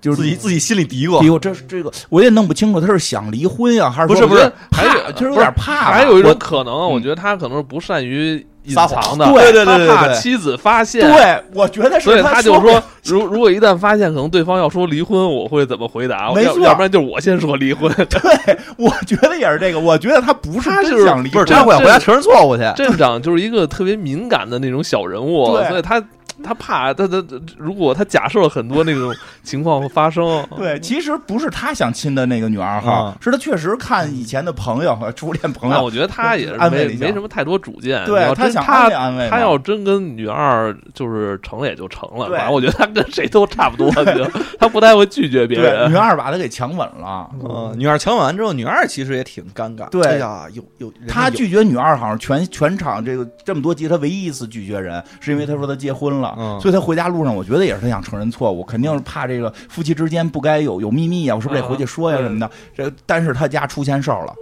Speaker 2: 就是
Speaker 3: 自己自己心里嘀咕
Speaker 2: 哎，呦，这是这个我也弄不清楚，他是想离婚呀、还是
Speaker 1: 不是
Speaker 2: 说
Speaker 1: 不是还有
Speaker 2: 怕，就是有点怕吧。
Speaker 1: 还有一
Speaker 2: 我
Speaker 1: 种可能啊，我
Speaker 2: 嗯
Speaker 1: 觉得他可能是不善于隐
Speaker 3: 撒谎
Speaker 1: 藏的，
Speaker 2: 对
Speaker 3: 对对对
Speaker 1: 他怕
Speaker 3: 对
Speaker 1: 妻子发现，
Speaker 2: 对，我觉得是
Speaker 1: 所以
Speaker 2: 他
Speaker 1: 他就
Speaker 2: 说
Speaker 1: 说，如如果一旦发现，可能对方要说离婚，我会怎么回答？
Speaker 2: 没
Speaker 1: 要
Speaker 2: 错
Speaker 1: 要不然就是我先说离婚。
Speaker 2: [laughs] 我觉得也是这个，我觉得他不是
Speaker 1: 他就
Speaker 2: 真
Speaker 1: 是
Speaker 2: 想离
Speaker 3: 不
Speaker 2: 婚，
Speaker 3: 是
Speaker 1: 这
Speaker 3: 他会
Speaker 1: 这
Speaker 3: 回家承认错误去。
Speaker 1: [laughs] 镇长就是一个特别敏感的那种小人物，
Speaker 2: 对
Speaker 1: 所以他他怕他他如果他假设了很多那种情况发生，
Speaker 2: [laughs] 对，其实不是他想亲的那个女二号，
Speaker 3: 嗯
Speaker 2: 是他确实看以前的朋友和初恋朋
Speaker 1: 啊那
Speaker 2: 友，
Speaker 1: 我觉得他也是
Speaker 2: 安慰
Speaker 1: 没
Speaker 2: 了一下
Speaker 1: 没什么太多主见。你
Speaker 2: 对
Speaker 1: 要真
Speaker 2: 想安慰
Speaker 1: 他
Speaker 2: 安慰嘛。
Speaker 1: 他要真跟女二就是成了也就成了，
Speaker 2: 对
Speaker 1: 反正我觉得他跟谁都差不多，就他不太会拒绝别
Speaker 2: 对
Speaker 1: 人
Speaker 2: 女。二把他给强吻了，
Speaker 3: 嗯，女二强吻完之后，女二其实也挺尴尬。
Speaker 2: 对
Speaker 3: 哎呀，有有人家
Speaker 2: 他
Speaker 3: 有
Speaker 2: 拒绝女二好像全全场这个这么多集，他唯一一次拒绝人，是因为他说他结婚了，
Speaker 3: 嗯
Speaker 2: 所以他回家路上，我觉得也是他想承认错误，肯定是怕这个夫妻之间不该有有秘密呀，我是不是得回去说呀
Speaker 1: 嗯
Speaker 2: 什么的？这但是他家出现事儿了。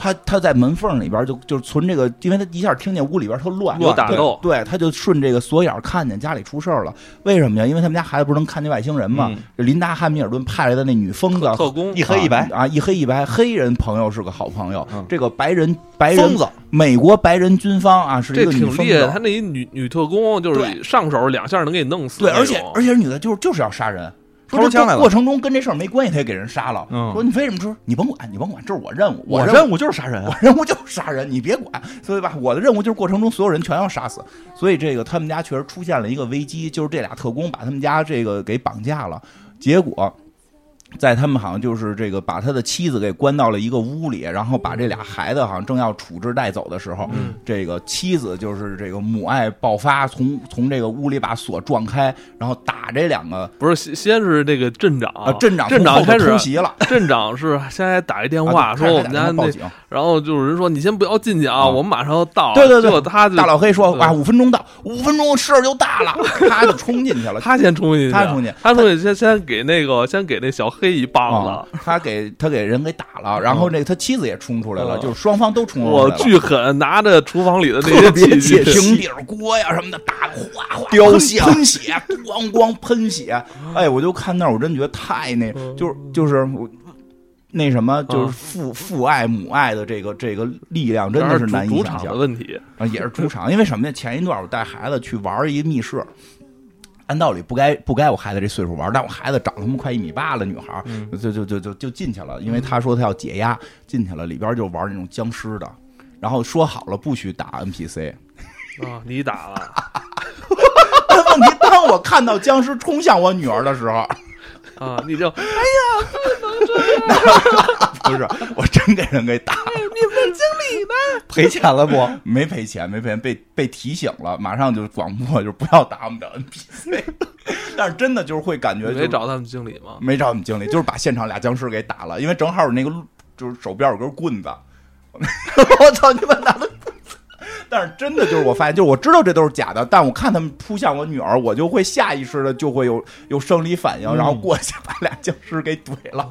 Speaker 2: 他他在门缝里边就就存这个，因为他一下听见屋里边特乱，
Speaker 1: 有打斗
Speaker 2: 对，对他就顺这个锁眼儿看见家里出事儿了。为什么呀？因为他们家孩子不是能看见外星人吗
Speaker 3: 嗯？
Speaker 2: 这琳达汉密尔顿派来的那女疯子
Speaker 1: 特工
Speaker 3: 一黑一白
Speaker 2: 啊，一黑一白，黑人朋友是个好朋友，
Speaker 3: 嗯
Speaker 2: 这个白人白人
Speaker 3: 疯子，
Speaker 2: 美国白人军方啊，是一
Speaker 1: 这
Speaker 2: 个女
Speaker 1: 挺
Speaker 2: 疯
Speaker 1: 厉害，他
Speaker 2: 子，
Speaker 1: 那一女女特工就
Speaker 2: 对
Speaker 1: 是上手两下能给你弄死
Speaker 2: 对，
Speaker 1: 那种，
Speaker 2: 而且而且女的就是就是要杀人。说
Speaker 3: 掏
Speaker 2: 这
Speaker 3: 出枪来
Speaker 2: 过
Speaker 3: 了
Speaker 2: 过程中跟这事儿没关系，他也给人杀了。
Speaker 3: 嗯
Speaker 2: 说你为什么说你甭管，你甭管，这是我任务，
Speaker 3: 我
Speaker 2: 任务
Speaker 3: 任务就是杀人
Speaker 2: 我
Speaker 3: 啊。
Speaker 2: 任务就是杀人，你别管，所以吧，我的任务就是过程中所有人全要杀死。所以这个他们家确实出现了一个危机，就是这俩特工把他们家这个给绑架了，结果。在他们好像就是这个，把他的妻子给关到了一个屋里，然后把这俩孩子好像正要处置带走的时候，
Speaker 1: 嗯
Speaker 2: 这个妻子就是这个母爱爆发，从从这个屋里把锁撞开，然后打这两个
Speaker 1: 不是先先是那个镇长
Speaker 2: 啊镇长
Speaker 1: 镇
Speaker 2: 从后
Speaker 1: 长
Speaker 2: 头
Speaker 1: 开始，
Speaker 2: 突袭了，
Speaker 1: [laughs] 镇长是先还打一电话
Speaker 2: 啊
Speaker 1: 说我们
Speaker 2: 开
Speaker 1: 家那
Speaker 2: 始打电话报，警，
Speaker 1: 然后就有人说你先不要进去啊，
Speaker 2: 啊
Speaker 1: 我们马上要到。
Speaker 2: 对对
Speaker 1: 结
Speaker 2: 对
Speaker 1: 果他就
Speaker 2: 大老黑说
Speaker 1: 对
Speaker 2: 啊，五分钟到，五分钟事儿就大了，他就冲进去了。
Speaker 1: 他先冲进去，啊
Speaker 2: 他冲进去
Speaker 1: 他冲进去先先给那个先给那小黑一棒
Speaker 2: 啊
Speaker 1: 子，，
Speaker 2: 他给他给人给打了，然后那个他妻子也冲出来了，
Speaker 1: 嗯
Speaker 2: 就是双方都冲出
Speaker 1: 我
Speaker 2: 来了。
Speaker 1: 巨狠，拿着厨房里的那
Speaker 2: 特别
Speaker 1: 些
Speaker 2: 解
Speaker 1: 器 [laughs]
Speaker 2: 平
Speaker 1: 具，
Speaker 2: 底儿锅呀什么的，打哗哗
Speaker 3: 雕
Speaker 2: 喷
Speaker 3: 像
Speaker 2: 喷血， [laughs] 咣咣喷血。哎，我就看那儿，我真觉得太那，就是就是我那什么，就是
Speaker 1: 嗯
Speaker 2: 父父爱母爱的这个这个力量，真
Speaker 1: 然
Speaker 2: 的
Speaker 1: 而
Speaker 2: 是
Speaker 1: 主
Speaker 2: 难以
Speaker 1: 主
Speaker 2: 想
Speaker 1: 场的
Speaker 2: 象。
Speaker 1: 问题，
Speaker 2: 啊，也是主场，因为什么呀？前一段我带孩子去玩一密室，按道理不该不该我孩子这岁数玩，但我孩子长他妈快一米八了，女孩儿、
Speaker 1: 嗯
Speaker 2: 就就就就就进去了，因为他说他要解压，进去了里边就玩那种僵尸的，然后说好了不许打 NPC，
Speaker 1: 啊，你打了，
Speaker 2: 但问题当我看到僵尸冲向我女儿的时候， [laughs]
Speaker 1: 啊，你就
Speaker 2: 不是我真给人给打了，
Speaker 3: 赔钱 [laughs] 了不？
Speaker 2: 没赔钱，没赔钱，被被提醒了，马上就广播就是不要打我们的 NPC，但是 [laughs] 真的就是会感觉、
Speaker 1: 你
Speaker 2: 就是、
Speaker 1: 没找他们经理吗？
Speaker 2: 没找我们经理，就是把现场俩僵尸给打了，因为正好有那个路就是手边有根棍子，我操你们拿的棍子！但是真的就是我发现，就是我知道这都是假的，但我看他们扑向我女儿，我就会下意识的就会有有生理反应，然后过去把俩僵尸给怼了。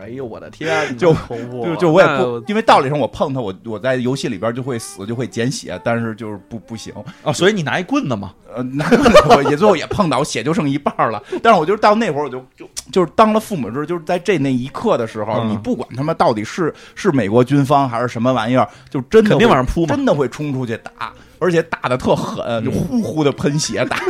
Speaker 1: 哎呦我的天，
Speaker 2: 就
Speaker 1: 恐怖啊，
Speaker 2: 就就我也
Speaker 1: 那
Speaker 2: 不，因为道理上我碰它，我我在游戏里边就会死，就会减血，但是就是不不行。
Speaker 3: 啊，所以你拿一棍子嘛，
Speaker 2: 呃，那我也最后也碰到，我血就剩一半儿了。但是我就是到那会儿，我就就就是当了父母之后，就是在这那一刻的时候，
Speaker 3: 嗯
Speaker 2: 你不管他妈到底是是美国军方还是什么玩意儿，就真的
Speaker 3: 肯定
Speaker 2: 会
Speaker 3: 往上扑嘛。嗯
Speaker 2: 真的会冲出去打，而且打的特狠，就呼呼的喷血打，
Speaker 3: [laughs] 啊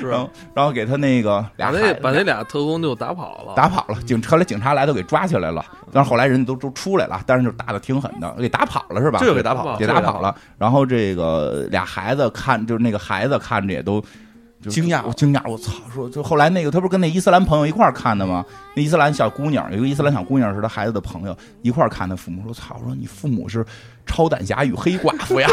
Speaker 1: 是
Speaker 2: 然后然后给他那个
Speaker 1: 把
Speaker 2: 俩
Speaker 1: 那
Speaker 2: 孩
Speaker 1: 把那俩特工就打跑了，
Speaker 2: 打跑了，警后来警察来都给抓起来了，但是后来人都都出来了，但是就打的挺狠的，给打跑了是吧？
Speaker 3: 这就给打跑了
Speaker 2: 给打跑了。然后这个俩孩子看，就是那个孩子看着也都就
Speaker 3: 惊讶
Speaker 2: 我惊讶，我操！说就后来那个他不是跟那伊斯兰朋友一块儿看的吗？那伊斯兰小姑娘有一个伊斯兰小姑娘是他孩子的朋友，一块儿看他父母说：“操！”我说你父母是超胆侠与黑寡妇呀。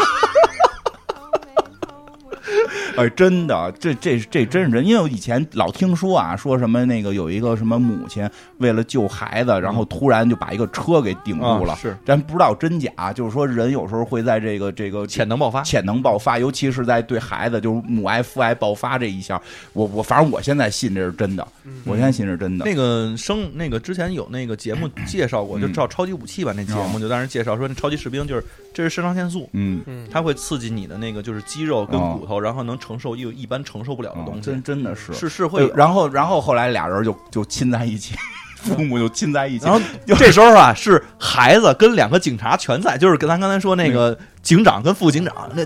Speaker 2: 哎，真的，这这这真是人，因为我以前老听说啊，说什么那个有一个什么母亲为了救孩子，然后突然就把一个车给顶住了，
Speaker 3: 啊是
Speaker 2: 咱不知道真假，就是说人有时候会在这个这个
Speaker 3: 潜能爆发，
Speaker 2: 潜能爆发，尤其是在对孩子就是母爱父爱爆发这一下，我我反正我现在信这是真的，
Speaker 3: 嗯
Speaker 2: 我现在信是真的。
Speaker 3: 那个生那个之前有那个节目介绍过，就照超级武器吧，那节目就当时介绍说，那超级士兵就是这是肾上腺素，
Speaker 2: 嗯，
Speaker 1: 嗯，
Speaker 3: 它会刺激你的那个就是肌肉跟
Speaker 2: 哦
Speaker 3: 骨头，然后能承受一一般承受不了的东西
Speaker 2: 真，真的是呃
Speaker 3: 是是会有。
Speaker 2: 然后然后后来俩人就就亲在一起， [laughs] 父母就亲在一起
Speaker 3: 然，后这时候啊，是孩子跟两个警察全在，就是跟咱刚才说那个警长跟副警长，那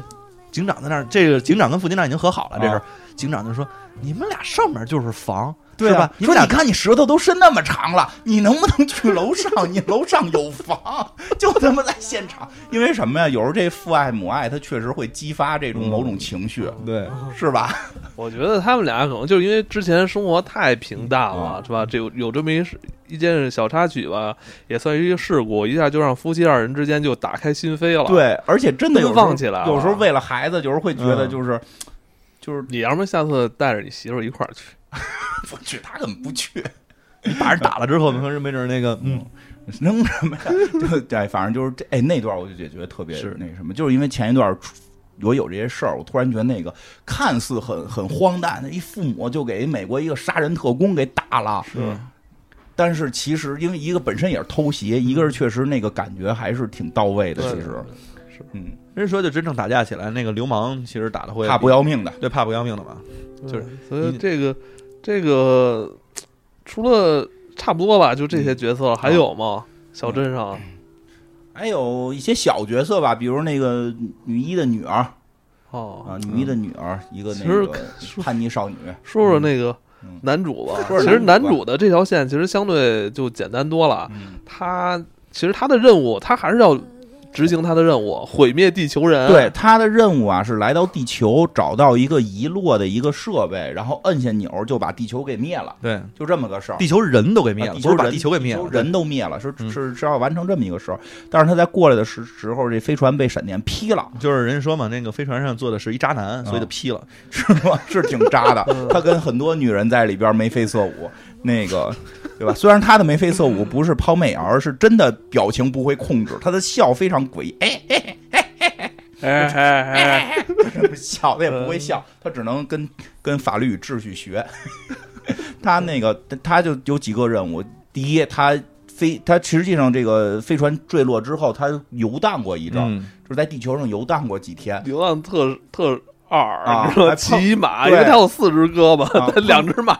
Speaker 3: 警长在那儿，这个警长跟副警长已经和好了，这
Speaker 2: 啊
Speaker 3: 是警长就说你们俩上面就是房，
Speaker 2: 对
Speaker 3: 是吧
Speaker 2: 啊？
Speaker 3: 你
Speaker 2: 说
Speaker 3: 们
Speaker 2: 你
Speaker 3: 俩
Speaker 2: 看你舌头都伸那么长了，你能不能去楼上？ [laughs] 你楼上有房，就他妈在现场。因为什么呀？有时候这父爱母爱，它确实会激发这种
Speaker 3: 嗯
Speaker 2: 某种情绪，
Speaker 3: 对
Speaker 2: 是吧？
Speaker 1: 我觉得他们俩可能就是因为之前生活太平淡
Speaker 2: 嗯
Speaker 1: 了，是吧？这有有这么一事一件小插曲吧，也算是一个事故，一下就让夫妻二人之间就打开心扉了。，
Speaker 2: 对，而且真的有时候
Speaker 1: 奔放起来了啊
Speaker 2: 有时候为了孩子，有时候会觉得
Speaker 3: 嗯
Speaker 2: 就是。就是
Speaker 1: 你要么下次带着你媳妇儿一块儿去，
Speaker 2: 不去，他根本不去，
Speaker 3: 你把人打了之后，没准没准那个嗯，
Speaker 2: 扔什么呀？就 [laughs] 对，反正就是这哎，那段我就也觉得特别
Speaker 3: 是
Speaker 2: 那什么，就是因为前一段出我有这些事儿，我突然觉得那个看似很很荒诞，一父母就给美国一个杀人特工给打了，
Speaker 3: 是
Speaker 2: 但是其实因为一个本身也是偷袭，一个是确实那个感觉还是挺到位
Speaker 1: 嗯
Speaker 2: 的，
Speaker 1: 对
Speaker 2: 其实，嗯，
Speaker 3: 人说就真正打架起来，那个流氓其实打的会
Speaker 2: 怕不要命的，
Speaker 3: 对怕不要命的嘛，就是
Speaker 1: 对所以
Speaker 3: 你
Speaker 1: 这个这个除了差不多吧，就这些角
Speaker 2: 嗯
Speaker 1: 色还有吗？小镇上
Speaker 2: 还有一些小角色吧，比如那个女一的女儿
Speaker 1: 哦，
Speaker 2: 啊，女一的女儿，一个
Speaker 1: 其
Speaker 2: 那
Speaker 1: 实
Speaker 2: 个
Speaker 1: 说
Speaker 2: 叛逆少女，
Speaker 1: 说说那个
Speaker 2: 嗯
Speaker 1: 男主吧。
Speaker 2: 说说
Speaker 1: 其实男
Speaker 2: 男主吧
Speaker 1: 主的这条线其实相对就简单多了，
Speaker 2: 嗯，
Speaker 1: 他其实他的任务，他还是要执行他的任务，毁灭地球人。
Speaker 2: 对，，他的任务啊是来到地球，找到一个遗落的一个设备，然后摁下钮就把地球给灭了，
Speaker 3: 对，
Speaker 2: 就这么个事儿。
Speaker 3: 地球人都给
Speaker 2: 啊
Speaker 3: 灭了，
Speaker 2: 地
Speaker 3: 不
Speaker 2: 球
Speaker 3: 是把
Speaker 2: 人
Speaker 3: 地球给灭了，
Speaker 2: 人都灭了，是
Speaker 3: 嗯
Speaker 2: 是是要完成这么一个事儿。但是他在过来的时时候，这飞船被闪电劈了， [laughs]
Speaker 3: 就是人家说嘛，那个飞船上坐的是一渣男，
Speaker 2: 嗯
Speaker 3: 所以就劈了。
Speaker 2: 是吗？是挺渣的
Speaker 1: 嗯。
Speaker 2: 他跟很多女人在里边眉飞色舞，那个对吧？虽然他的眉飞色舞不是抛媚眼儿，是真的表情不会控制，他的笑非常诡异，哎，
Speaker 1: 哎哎哎，
Speaker 2: 这么笑他也不会笑，
Speaker 3: 嗯
Speaker 2: 他只能跟跟法律与秩序学。 [laughs] 他那个他就有几个任务，第一，他飞，他实际上这个飞船坠落之后，他游荡过一阵儿，
Speaker 3: 嗯，
Speaker 2: 就是在地球上游荡过几天。
Speaker 3: [laughs]
Speaker 1: 流浪特特二，
Speaker 2: 啊
Speaker 1: 你知道吗
Speaker 2: 还碰
Speaker 1: 骑马，因
Speaker 2: 对
Speaker 1: 为他有四只胳膊
Speaker 2: 啊，
Speaker 1: 他 [laughs] 两只马，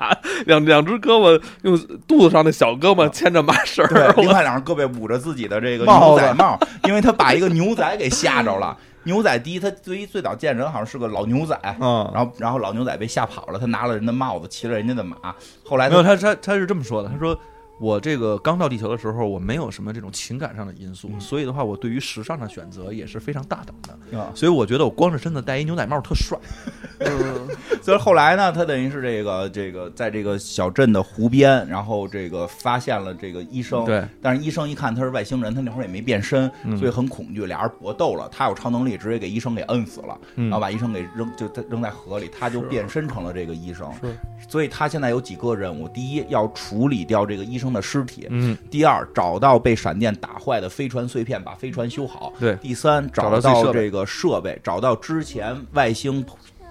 Speaker 1: 两两只胳膊用肚子上的小胳膊牵着马绳
Speaker 2: 啊对
Speaker 1: 儿，，
Speaker 2: 另
Speaker 1: 我
Speaker 2: 外两人胳膊捂着自己的这个
Speaker 3: 帽
Speaker 2: 牛
Speaker 3: 子
Speaker 2: 仔帽，
Speaker 3: [laughs]
Speaker 2: 因为他把一个牛仔给吓着了。牛仔第一，他最最早见人好像是个老牛仔，
Speaker 3: 嗯，
Speaker 2: 然后然后老牛仔被吓跑了，他拿了人的帽子，骑了人家的马。后来
Speaker 3: 没有
Speaker 2: 他
Speaker 3: 他他他是这么说的，他说我这个刚到地球的时候，我没有什么这种情感上的因素，
Speaker 2: 嗯
Speaker 3: 所以的话，我对于时尚的选择也是非常大胆的，
Speaker 2: 啊，
Speaker 3: 所以我觉得我光着身子戴一牛仔帽特帅。
Speaker 1: 嗯
Speaker 2: 所以后来呢，他等于是这个这个在这个小镇的湖边，然后这个发现了这个医生，
Speaker 3: 对，
Speaker 2: 但是医生一看他是外星人，他那会儿也没变身，
Speaker 3: 嗯
Speaker 2: 所以很恐惧，俩人搏斗了。他有超能力，直接给医生给摁死了，
Speaker 3: 嗯
Speaker 2: 然后把医生给扔就他扔在河里，他就变身成了这个医生。
Speaker 1: 是
Speaker 2: 所以他现在有几个任务：第一，要处理掉这个医生的尸体；
Speaker 3: 嗯，
Speaker 2: 第二，找到被闪电打坏的飞船碎片，把飞船修好；
Speaker 3: 对
Speaker 2: 第三，
Speaker 3: 找
Speaker 2: 找
Speaker 3: 到自己设
Speaker 2: 到
Speaker 3: 备
Speaker 2: 这个设备，找到之前外星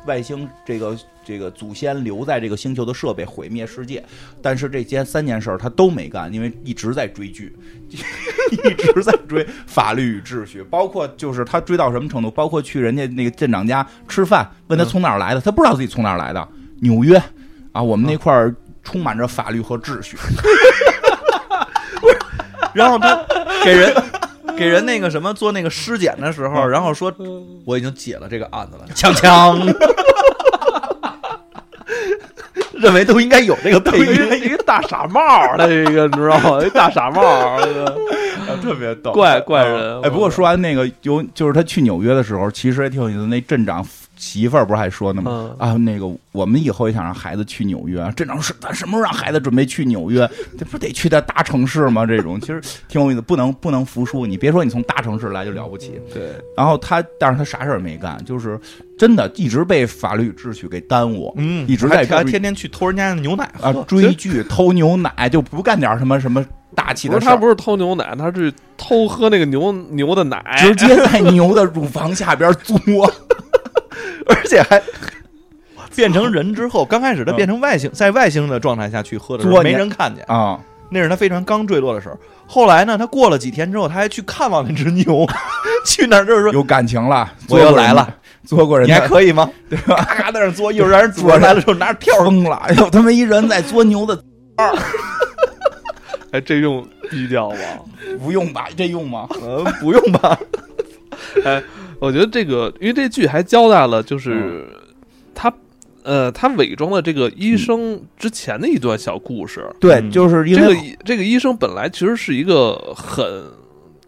Speaker 2: 外星这个这个祖先留在这个星球的设备毁灭世界，但是这件三件事儿他都没干，因为一直在追剧， [laughs] 一直在追法律与秩序，包括就是他追到什么程度，包括去人家那个镇长家吃饭，问
Speaker 3: 嗯
Speaker 2: 他从哪儿来的，他不知道自己从哪儿来的，纽约啊，我们
Speaker 3: 嗯
Speaker 2: 那块儿充满着法律和秩序，
Speaker 3: 然后他给人给人那个什么做那个尸检的时
Speaker 2: 嗯
Speaker 3: 候，然后说我已经解了这个案子了，
Speaker 2: 锵锵。
Speaker 3: 认为都应该有这个配
Speaker 1: [laughs] 一
Speaker 3: 音，
Speaker 1: 个一个大傻帽儿，他一个你知道吗？一大傻帽儿，这个
Speaker 2: 特别逗，
Speaker 1: 怪怪人
Speaker 2: 哎，不过说完那个，有就是他去纽约的时候，其实也挺有意思的。那镇长媳妇儿不是还说呢吗？
Speaker 3: 嗯
Speaker 2: 啊，那个我们以后也想让孩子去纽约。镇长说是咱什么时候让孩子准备去纽约？这不得去点大城市吗？这种其实挺有意思，不能不能服输。你别说你从大城市来就了不起，
Speaker 3: 对，
Speaker 2: 然后他，但是他啥事儿没干，就是真的一直被法律与秩序给耽误，
Speaker 3: 嗯，
Speaker 2: 一直在
Speaker 3: 还还
Speaker 2: 追
Speaker 3: 天天去偷人家的牛奶
Speaker 2: [laughs] 啊
Speaker 3: 喝，
Speaker 2: 追剧、偷牛奶，就不干点什么什么大气
Speaker 1: 不是
Speaker 2: 的事
Speaker 1: 他
Speaker 2: 儿。
Speaker 1: 不是偷牛奶，他是偷喝那个牛牛的奶，
Speaker 2: 哎直接在牛的乳房下边嘬。
Speaker 3: 而且 [laughs] 还变成人之后，刚开始他变成外星，在外星的状态下去喝的时候，
Speaker 2: 作
Speaker 3: 没
Speaker 2: 孽
Speaker 3: 人看见，
Speaker 2: [laughs] 啊，
Speaker 3: 那是他飞船刚坠落的时候。后来呢，他过了几天之后，他还去看望那只牛， [laughs] 去那儿就是说。
Speaker 2: 有感情了，
Speaker 3: 我又来了，
Speaker 2: 嘬过人
Speaker 3: 你
Speaker 2: 家，
Speaker 3: 还可以 [laughs] 吗？对
Speaker 2: [laughs]
Speaker 3: 吧？咔咔在那儿嘬，一会儿让人
Speaker 2: 嘬
Speaker 3: 嘬来了之后拿着
Speaker 2: 跳疯 [laughs] 了，哎呦，他妈一人在嘬牛的，
Speaker 1: 哎，这用低调吗？
Speaker 2: 不用吧？这用吗？
Speaker 3: 呃，不用吧？ [laughs]
Speaker 1: 我觉得这个，因为这剧还交代了，就是
Speaker 2: 嗯
Speaker 1: 他，呃，他伪装的这个医生之前的一段小故事。
Speaker 2: 对，
Speaker 3: 嗯
Speaker 2: 就是因
Speaker 1: 这个
Speaker 2: 为
Speaker 1: 医这个医生本来其实是一个很，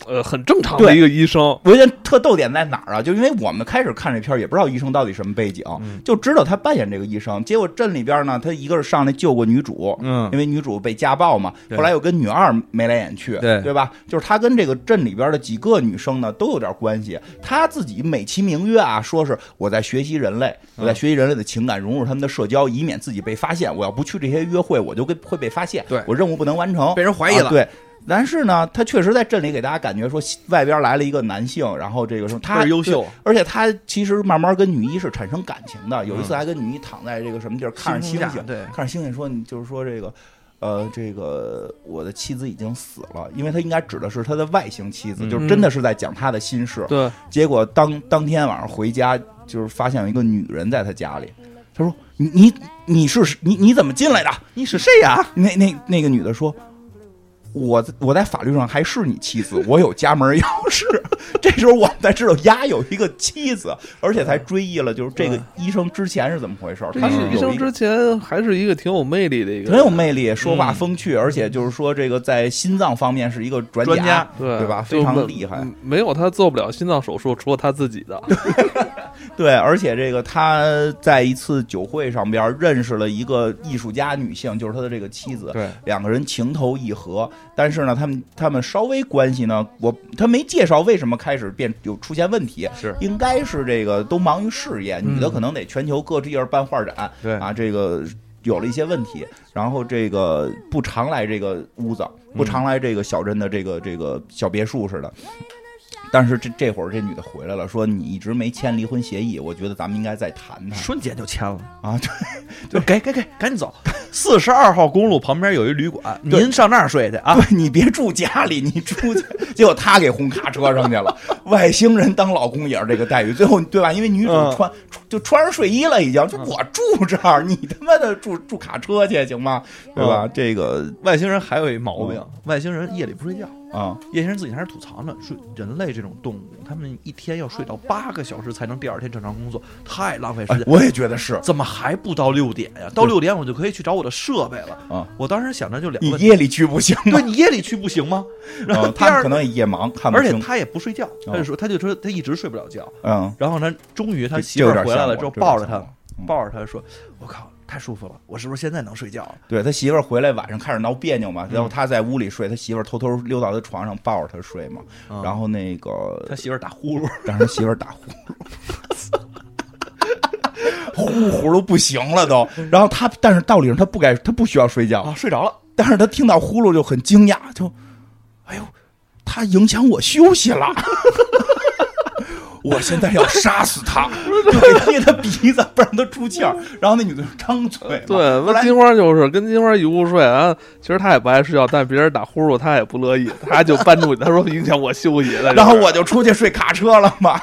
Speaker 1: 呃，很正常的
Speaker 2: 对
Speaker 1: 一个医生，
Speaker 2: 我觉得特逗点在哪儿啊？就因为我们开始看这片儿，也不知道医生到底什么背景，
Speaker 3: 嗯
Speaker 2: 就知道他扮演这个医生。结果镇里边呢，他一个是上来救过女主，
Speaker 3: 嗯
Speaker 2: 因为女主被家暴嘛，
Speaker 3: 对
Speaker 2: 后来又跟女二眉来眼去，
Speaker 3: 对
Speaker 2: 吧？就是他跟这个镇里边的几个女生呢都有点关系。他自己美其名曰啊，说是我在学习人类，我
Speaker 3: 嗯
Speaker 2: 在学习人类的情感，融入他们的社交，以免自己被发现。我要不去这些约会，我就跟会被发现，
Speaker 3: 对
Speaker 2: 我任务不能完成，
Speaker 3: 被人怀疑了
Speaker 2: 啊对。但是呢，他确实在镇里给大家感觉说，外边来了一个男性，然后这个什么，
Speaker 3: 倍
Speaker 2: 他
Speaker 3: 儿优秀，
Speaker 2: 而且他其实慢慢跟女一是产生感情的。有一次
Speaker 3: 嗯
Speaker 2: 还跟女一躺在这个什么地儿看着星
Speaker 3: 星
Speaker 2: 星，
Speaker 3: 对，
Speaker 2: 看着星星说：“你就是说这个，呃，这个我的妻子已经死了，因为他应该指的是他的外星妻子，
Speaker 3: 嗯
Speaker 2: 就是真的是在讲他的心事。
Speaker 1: 对，
Speaker 2: 结果当当天晚上回家，就是发现有一个女人在他家里。他说：‘你你你是你你怎么进来的
Speaker 3: 你是谁呀？？’
Speaker 2: 那那那个女的说。”我我在法律上还是你妻子，我有家门钥匙。 [laughs] 这时候我们才知道丫有一个妻子，而且才追忆了，就是这个医生之前是怎么回事儿。
Speaker 1: 这
Speaker 2: 他是
Speaker 1: 医医
Speaker 2: 有
Speaker 1: 生
Speaker 2: 一个
Speaker 1: 之前还是一个挺有魅力的一个，
Speaker 2: 很有魅力，说
Speaker 3: 嗯
Speaker 2: 话风趣，而且就是说这个在心脏方面是一个专
Speaker 3: 专家
Speaker 1: 对
Speaker 2: 对吧
Speaker 1: 就
Speaker 2: 非常
Speaker 1: 没
Speaker 2: 厉害
Speaker 1: 嗯没有他做不了心脏手术，除了他自己的。
Speaker 2: 对，而且这个他在一次酒会上边认识了一个艺术家女性，就是他的这个妻子。
Speaker 3: 对，
Speaker 2: 两个人情投意合，但是呢，他们他们稍微关系呢，我他没介绍为什么开始变有出现问题，
Speaker 3: 是
Speaker 2: 应该是这个都忙于事业，
Speaker 3: 嗯
Speaker 2: 女的可能得全球各地儿办画展，
Speaker 3: 对
Speaker 2: 啊，这个有了一些问题，然后这个不常来这个屋子，
Speaker 3: 嗯
Speaker 2: 不常来这个小镇的这个这个小别墅似的。但是这这会儿这女的回来了，说你一直没签离婚协议，我觉得咱们应该再谈谈
Speaker 3: 瞬间就签了
Speaker 2: 啊。对
Speaker 3: [laughs] 就给给给，赶紧走。四十二号公路旁边有一旅馆，
Speaker 2: 对
Speaker 3: 您上那儿睡去啊。
Speaker 2: [laughs] 对你别住家里，你住去，结果他给轰卡车上去了。外星人当老公也是这个待遇，最后对吧？因为女主
Speaker 3: 嗯
Speaker 2: 穿、穿就穿上睡衣了，已经就我住这儿，你他妈的住住卡车去行吗？对吧？
Speaker 3: 嗯
Speaker 2: 这个
Speaker 3: 外星人还有一毛病，外星人夜里不睡觉。
Speaker 2: 啊、
Speaker 3: 夜行人自己还是吐槽呢，睡人类这种动物，他们一天要睡到八个小时才能第二天正常工作，太浪费时
Speaker 2: 哎
Speaker 3: 间。
Speaker 2: 我也觉得是。
Speaker 3: 怎么还不到六点呀？到六点我就可以去找我的设备了。
Speaker 2: 啊
Speaker 3: 我当时想着就两
Speaker 2: 你
Speaker 3: 个问题，
Speaker 2: 夜里去不行吗
Speaker 3: 对？你夜里去不行吗？然后
Speaker 2: 嗯
Speaker 3: 第
Speaker 2: 他们
Speaker 3: 二
Speaker 2: 可，能也夜盲，看不
Speaker 3: 而且
Speaker 2: 清。哦
Speaker 3: 他也不睡觉，他就说他就说他一直睡不了觉。
Speaker 2: 嗯，
Speaker 3: 然后呢，终于他
Speaker 2: 这
Speaker 3: 媳
Speaker 2: 这
Speaker 3: 妇
Speaker 2: 有
Speaker 3: 儿
Speaker 2: 点
Speaker 3: 回来了
Speaker 2: 像
Speaker 3: 之后，
Speaker 2: 我
Speaker 3: 抱着
Speaker 2: 这有点
Speaker 3: 他
Speaker 2: 像我嗯
Speaker 3: 抱着他说：“我靠，太舒服了，我是不是现在能睡觉了？”
Speaker 2: 对他媳妇儿回来晚上开始闹别扭嘛，然后
Speaker 3: 嗯
Speaker 2: 他在屋里睡，他媳妇儿偷偷溜到他床上抱着他睡嘛，
Speaker 3: 嗯
Speaker 2: 然后那个
Speaker 3: 他媳妇儿打呼噜，
Speaker 2: 让他媳妇儿打呼噜，呼呼噜不行了都。然后他，但是道理上他不该，他不需要睡觉
Speaker 3: 啊，，睡着了。
Speaker 2: 但是他听到呼噜就很惊讶，就，哎呦，他影响我休息了。 [laughs] 我现在要杀
Speaker 1: [laughs]
Speaker 2: 死他，就给捏他鼻子，不让他出气儿。然后那女的就张嘴嘛，
Speaker 1: 对，
Speaker 2: 后
Speaker 1: 那
Speaker 2: 来
Speaker 1: 金花就是跟金花一屋睡啊。其实她也不爱睡觉，但别人打呼噜她也不乐意，她就搬出去，她说影响我休息了。
Speaker 2: [laughs] 然后我就出去睡卡车了嘛。
Speaker 1: [laughs]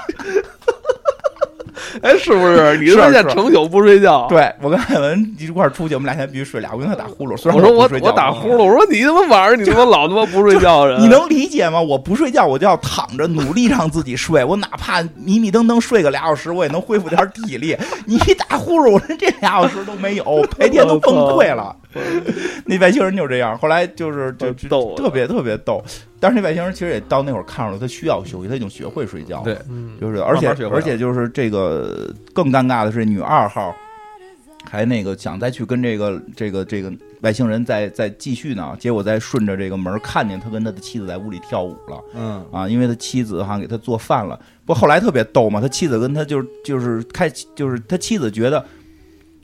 Speaker 1: 哎，是不是？你
Speaker 2: 是啊
Speaker 1: 说现在
Speaker 2: 是
Speaker 1: 成宿不睡觉？
Speaker 2: 对 [laughs] 我跟海文一块儿出去，我们俩现在必须睡俩。我跟他打呼噜，虽然
Speaker 1: 我说
Speaker 2: 我
Speaker 1: 我
Speaker 2: 不睡觉
Speaker 1: 我打呼噜，，我说你他妈玩儿，你他妈老他妈不睡觉人，
Speaker 2: 你能理解吗？我不睡觉，我就要躺着，努力让自己睡。 [laughs] 我哪怕迷迷瞪瞪睡个俩小时，我也能恢复点体力。 [laughs] 你一打呼噜，我连这俩小时都没有，白天都崩溃了。 [laughs] 那外星人就是这样，后来就是就就
Speaker 1: 逗啊
Speaker 2: 特别特别逗。但是那外星人其实也到那会儿看出来，他需要休息，他已经学会睡觉了。
Speaker 3: 对
Speaker 1: 嗯？
Speaker 2: 就是而且
Speaker 3: 慢慢学会了
Speaker 2: 而且就是这个更尴尬的是，女二号还那个想再去跟这个这个这个外星人再再继续呢，结果再顺着这个门儿看见他跟他的妻子在屋里跳舞了
Speaker 3: 嗯，
Speaker 2: 啊，因为他妻子好像给他做饭了。不，后来特别逗嘛，他妻子跟他就是就是开就是他妻子觉得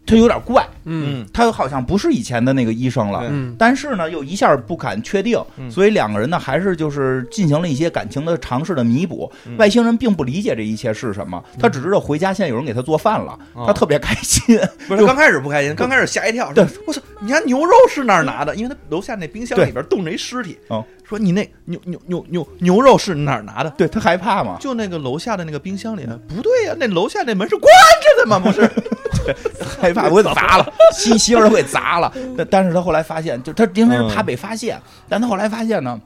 Speaker 2: 他有点怪，
Speaker 1: 嗯
Speaker 2: 他好像不是以前的那个医生了
Speaker 3: 对。
Speaker 1: 嗯
Speaker 2: 但是呢，又一下不敢确定，
Speaker 3: 嗯
Speaker 2: 所以两个人呢还是就是进行了一些感情的尝试的弥补。
Speaker 3: 嗯
Speaker 2: 外星人并不理解这一切是什么，他只知道回家现在有人给他做饭了，
Speaker 3: 哦
Speaker 2: 他特别开心。 [laughs]
Speaker 3: 不是刚开始不开心，刚开始吓一跳，
Speaker 2: 对
Speaker 3: 说我操，你家牛肉是哪儿拿的？因为他楼下那冰箱
Speaker 2: 对
Speaker 3: 里边冻着一尸体
Speaker 2: 哦，
Speaker 3: 说你那牛牛牛牛牛肉是哪儿拿的？
Speaker 2: 对他害怕嘛，
Speaker 3: 就 [laughs] 那个楼下的那个冰箱里，不对呀、那楼下那门是关着的吗？不 [laughs] 是，
Speaker 2: 害怕我给砸
Speaker 3: [laughs]
Speaker 2: 了，媳媳妇儿给砸了。
Speaker 3: 嗯
Speaker 2: 但但是他后来发现，就他因为是怕被发现，但他后来发现呢。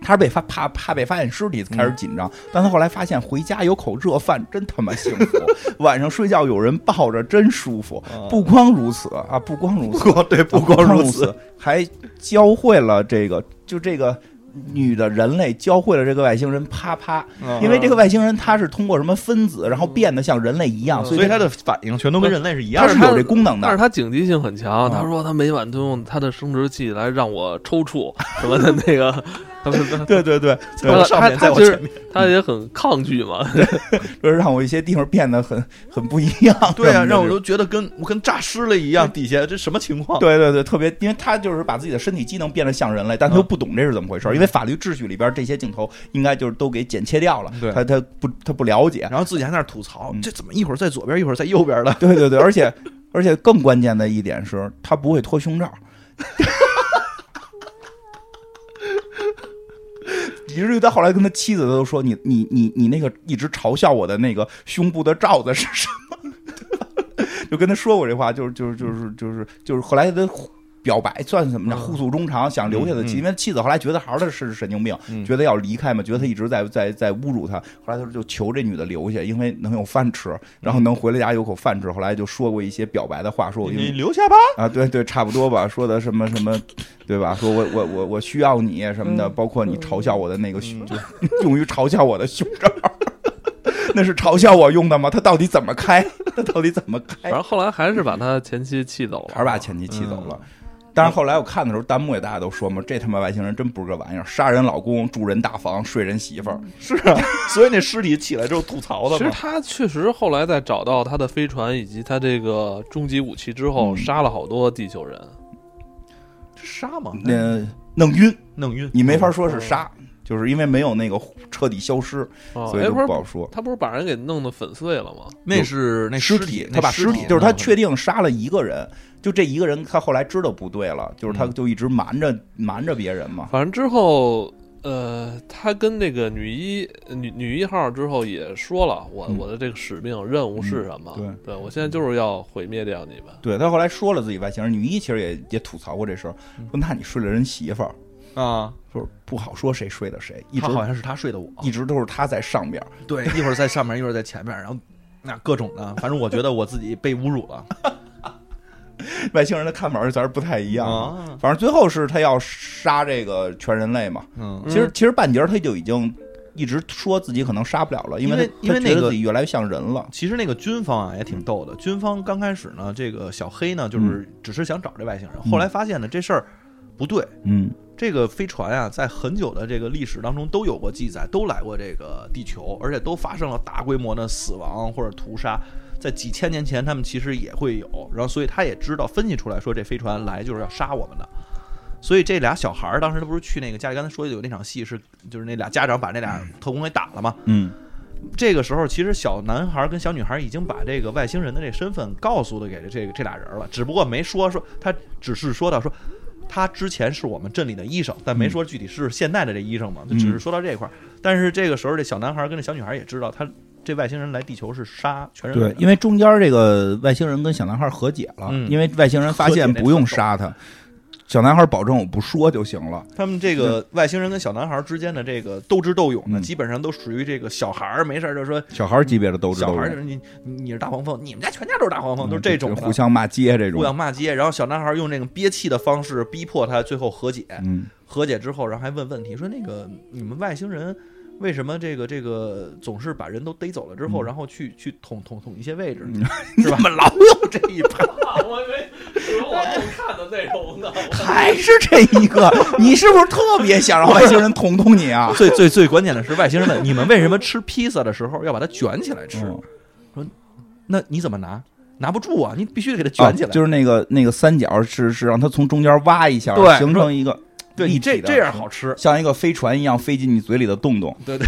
Speaker 2: 他是被发怕怕被发现尸体
Speaker 3: 嗯
Speaker 2: 开始紧张，但他后来发现回家有口热饭真他妈幸福， [laughs] 晚上睡觉有人抱着真舒服。
Speaker 3: 哦
Speaker 2: 不光如此啊，不光如此，
Speaker 3: 光对， [laughs]
Speaker 2: 不光
Speaker 3: 啊
Speaker 2: 如此，还教会了这个，就这个女的人类教会了这个外星人啪啪，
Speaker 3: 嗯
Speaker 2: 因为这个外星人他是通过什么分子，然后变得像人类一样，
Speaker 1: 嗯
Speaker 2: 所
Speaker 3: 所以
Speaker 2: 以
Speaker 3: 他的反应全都跟人类是一样
Speaker 2: 他
Speaker 1: 但
Speaker 3: 的
Speaker 2: 是。有这功能
Speaker 1: 嗯但是
Speaker 2: 的。
Speaker 1: 他警惕性很强，
Speaker 2: 嗯
Speaker 1: 他说他每晚都用他的生殖器来让我抽搐什么的，那个他们他
Speaker 2: [laughs] 对对对，对
Speaker 1: 他
Speaker 3: 上面
Speaker 1: 他
Speaker 3: 在
Speaker 1: 他
Speaker 3: 我
Speaker 1: 其
Speaker 3: 前
Speaker 1: 实他也很抗拒嘛，
Speaker 2: 嗯就是让我一些地方变得很很不一样。
Speaker 3: 对
Speaker 2: [laughs] 什么
Speaker 3: 呀、
Speaker 2: 的
Speaker 3: 让我都觉得跟我跟诈尸了一样，底下这什么情况？
Speaker 2: 对对对，特别，因为他就是把自己的身体机能变得像人类，但他又不懂这是怎么回事，因为法律秩序里边这些镜头应该就是都给剪切掉了
Speaker 3: 对，
Speaker 2: 他他不他不了解，
Speaker 3: 然后自己还在那儿吐槽
Speaker 2: 嗯，
Speaker 3: 这怎么一会儿在左边，一会儿在右边的？
Speaker 2: 对对对，而且而且更关键的一点是，他不会脱胸罩。 [laughs] 以至于他后来跟他妻子都说：“你你你你那个一直嘲笑我的那个胸部的罩子是什么？” [laughs] 就跟他说过这话，就是就是就是就是就是后来他表白算怎么着，
Speaker 1: 嗯
Speaker 2: 互诉衷肠，想留下他妻，
Speaker 3: 嗯嗯
Speaker 2: 因为妻子后来觉得好好的是神经病，
Speaker 3: 嗯
Speaker 2: 觉得要离开嘛，觉得他一直在在在侮辱他。后来他就求这女的留下，因为能有饭吃，然后能回了家有口饭吃。后来就说过一些表白的话，说我因
Speaker 3: 你
Speaker 2: 为
Speaker 3: 留下吧。
Speaker 2: 啊，对对，差不多吧，说的什么什么，对吧？说我我我我需要你什么的，包括你嘲笑我的那个
Speaker 3: 嗯
Speaker 2: 胸，就 [laughs] 用于嘲笑我的胸罩，那是嘲笑我用的吗？他到底怎么开？他到底怎么啊开
Speaker 1: 反？正后来还是把他前妻气走了，
Speaker 2: 还是把前妻气走了。嗯但是后来我看的时候，弹幕也大家都说嘛，这他妈外星人真不是个玩意儿，杀人老公，住人大房，睡人媳妇儿，
Speaker 3: [laughs] 是啊，所以那尸体起来之后吐槽
Speaker 1: 其
Speaker 3: 的
Speaker 1: 实
Speaker 3: 嘛。
Speaker 1: 他确实后来在找到他的飞船以及他这个终极武器之后，
Speaker 2: 嗯
Speaker 1: 杀了好多地球人。
Speaker 3: 杀嘛，
Speaker 2: 那弄晕，
Speaker 3: 弄晕
Speaker 2: 你没法说是杀，就是因为没有那个彻底消失，
Speaker 1: 哦，
Speaker 2: 所以
Speaker 1: 哎，
Speaker 2: 就
Speaker 1: 不是
Speaker 2: 不好说。
Speaker 1: 他不是把人给弄得粉碎了吗？
Speaker 3: 那是那
Speaker 2: 尸
Speaker 3: 体，嗯
Speaker 2: 他把尸体，就是他确
Speaker 3: 定
Speaker 2: 定杀了一个人，就这一个人，他后来知道不对了，就是他
Speaker 3: 嗯
Speaker 2: 就一直瞒着瞒着别人嘛。
Speaker 1: 反正之后，呃，他跟那个女一呃女女一号之后也说了，我、
Speaker 2: 嗯
Speaker 1: 我的这个使命任务是什么？
Speaker 2: 嗯
Speaker 1: 对，我现在就是要毁灭掉你们。
Speaker 2: 对他后来说了自己外星人，女一其实也也吐槽过这事儿，说那你睡了人媳妇儿，
Speaker 3: 啊，
Speaker 2: 就是不好说谁睡的谁，一直
Speaker 3: 他好像哦是他睡的我，
Speaker 2: 一直都是他在上边儿， [laughs]
Speaker 3: 对，一会儿在上面，一会儿在前面，然后那各种的，反正我觉得我自己被侮辱 [laughs] 了
Speaker 2: 外星人的看法儿咱是不太一样的。
Speaker 3: 啊，
Speaker 2: 反正最后是他要杀这个全人类嘛。
Speaker 3: 嗯，
Speaker 2: 其实其实半截儿他就已经一直说自己可能杀不了了，因
Speaker 3: 因为
Speaker 2: 他
Speaker 3: 因
Speaker 2: 他
Speaker 3: 为那
Speaker 2: 觉得
Speaker 3: 个
Speaker 2: 自己越来越像人了。
Speaker 3: 其实那个军方啊也挺逗的，军方刚开始呢，这个小黑呢就是只是想找这外星人，
Speaker 2: 嗯
Speaker 3: 后来发现呢这事儿不对。
Speaker 2: 嗯
Speaker 3: 这个飞船啊，在很久的这个历史当中都有过记载，都来过这个地球，而且都发生了大规模的死亡或者屠杀。在几千年前，他们其实也会有，然后所以他也知道分析出来说，这飞船来就是要杀我们的。所以这俩小孩儿当时他不是去那个家里，刚才说有那场戏是，就是那俩家长把那俩特工给打了嘛。
Speaker 2: 嗯，
Speaker 3: 这个时候，其实小男孩跟小女孩已经把这个外星人的这身份告诉了给这个这俩人了，只不过没说说他只是说到说。他之前是我们镇里的医生，但没说具体是现在的这医生
Speaker 2: 嗯
Speaker 3: 嘛，就只是说到这块儿。但是这个时候，这小男孩跟这小女孩也知道，他这外星人来地球是杀全人类
Speaker 2: 对
Speaker 3: 的，，
Speaker 2: 因为中间这个外星人跟小男孩和解了，
Speaker 3: 嗯
Speaker 2: 因为外星人发现不用杀他，小男孩保证我不说就行了。
Speaker 3: 他们这个外星人跟小男孩之间的这个斗智斗勇呢，
Speaker 2: 嗯
Speaker 3: 基本上都属于这个小孩儿没事儿就说
Speaker 2: 小孩级别的都知道
Speaker 3: 小孩儿就是你你你是大黄蜂，你们家全家都是大黄蜂，都是这种的
Speaker 2: 互相骂街嗯这
Speaker 3: 互
Speaker 2: 种
Speaker 3: 相，骂街，然后小男孩用那种憋气的方式逼迫他最后和解，
Speaker 2: 嗯，
Speaker 3: 和解之后，然后还问问题，说那个你们外星人为什么这个这个总是把人都逮走了之后，
Speaker 2: 嗯
Speaker 3: 然后去去捅捅捅一些位置，
Speaker 2: 嗯
Speaker 3: 是吧？怎么老有这一
Speaker 2: [laughs]
Speaker 3: 趴？
Speaker 1: 我以为是我看的内容呢。
Speaker 2: 还是这一个，你是不是特别想让外星人捅捅你
Speaker 3: [laughs]
Speaker 2: 啊？
Speaker 3: 最最最关键的是，外星人问你们为什么吃披萨的时候要把它卷起来吃？
Speaker 2: 嗯
Speaker 3: 那你怎么拿？拿不住啊，你必须得给它卷起来。
Speaker 2: 啊就是那个那个三角是是让它从中间挖一下，
Speaker 3: 对
Speaker 2: 形成一个
Speaker 3: 对你
Speaker 2: 立体
Speaker 3: 这
Speaker 2: 的
Speaker 3: 这样好吃，
Speaker 2: 像一个飞船一样飞进你嘴里的洞洞，
Speaker 3: 对对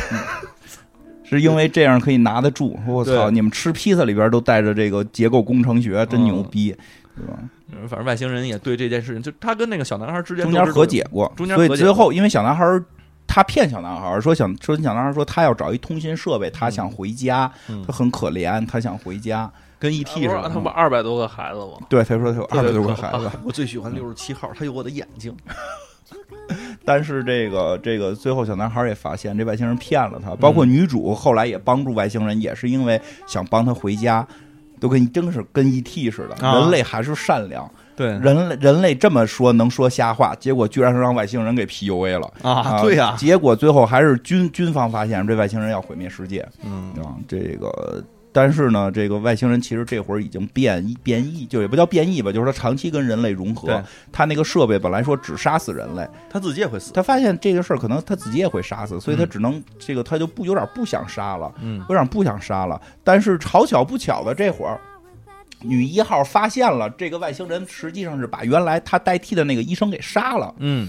Speaker 2: 是因为这样可以拿得住。我操，
Speaker 3: 对
Speaker 2: 你们吃披萨里边都带着这个结构工程学，真
Speaker 3: 嗯
Speaker 2: 牛逼，对吧？
Speaker 3: 嗯反正外星人也对这件事情，就他跟那个小男孩之间
Speaker 2: 中
Speaker 3: 都
Speaker 2: 间
Speaker 3: 是
Speaker 2: 和解过，
Speaker 3: 中间
Speaker 2: 所以
Speaker 3: 和解
Speaker 2: 最
Speaker 3: 过
Speaker 2: 后因为小男孩儿他骗小男孩儿说想说小男孩儿说他要找一通信设备，他想回家，
Speaker 3: 嗯
Speaker 2: 他很可怜，他想回家。啊
Speaker 3: 跟
Speaker 1: 不
Speaker 3: ET
Speaker 1: 是
Speaker 3: 似
Speaker 1: 他
Speaker 3: 的。 [laughs]
Speaker 1: 们二百多个孩子吗？
Speaker 2: 对，他说他有二百多个孩子，
Speaker 3: 我最喜欢六十七号，他有我的眼睛。
Speaker 2: 但是这个这个最后小男孩儿也发现这外星人骗了他，包括女主后来也帮助外星人，也是因为想帮他回家。都跟真是跟 E.T. 似的，
Speaker 3: 啊
Speaker 2: 人类还是善良，
Speaker 3: 对
Speaker 2: 人类人类这么说能说瞎话，结果居然是让外星人给 PUA 了
Speaker 3: 啊，对呀，
Speaker 2: 结果最后还是军军方发现这外星人要毁灭世界，
Speaker 3: 嗯，
Speaker 2: 啊，这个。但是呢，这个外星人其实这会儿已经变异变异，就也不叫变异吧，就是他长期跟人类融合
Speaker 3: 对。
Speaker 2: 他那个设备本来说只杀死人类，
Speaker 3: 他自己也会死。
Speaker 2: 他发现这个事儿可能他自己也会杀死，所以他
Speaker 3: 嗯
Speaker 2: 只能这个他就不有点不想杀了，
Speaker 3: 嗯
Speaker 2: 有点不想杀了。但是好巧不巧的，这会儿女一号发现了这个外星人实际上是把原来他代替的那个医生给杀了。
Speaker 3: 嗯，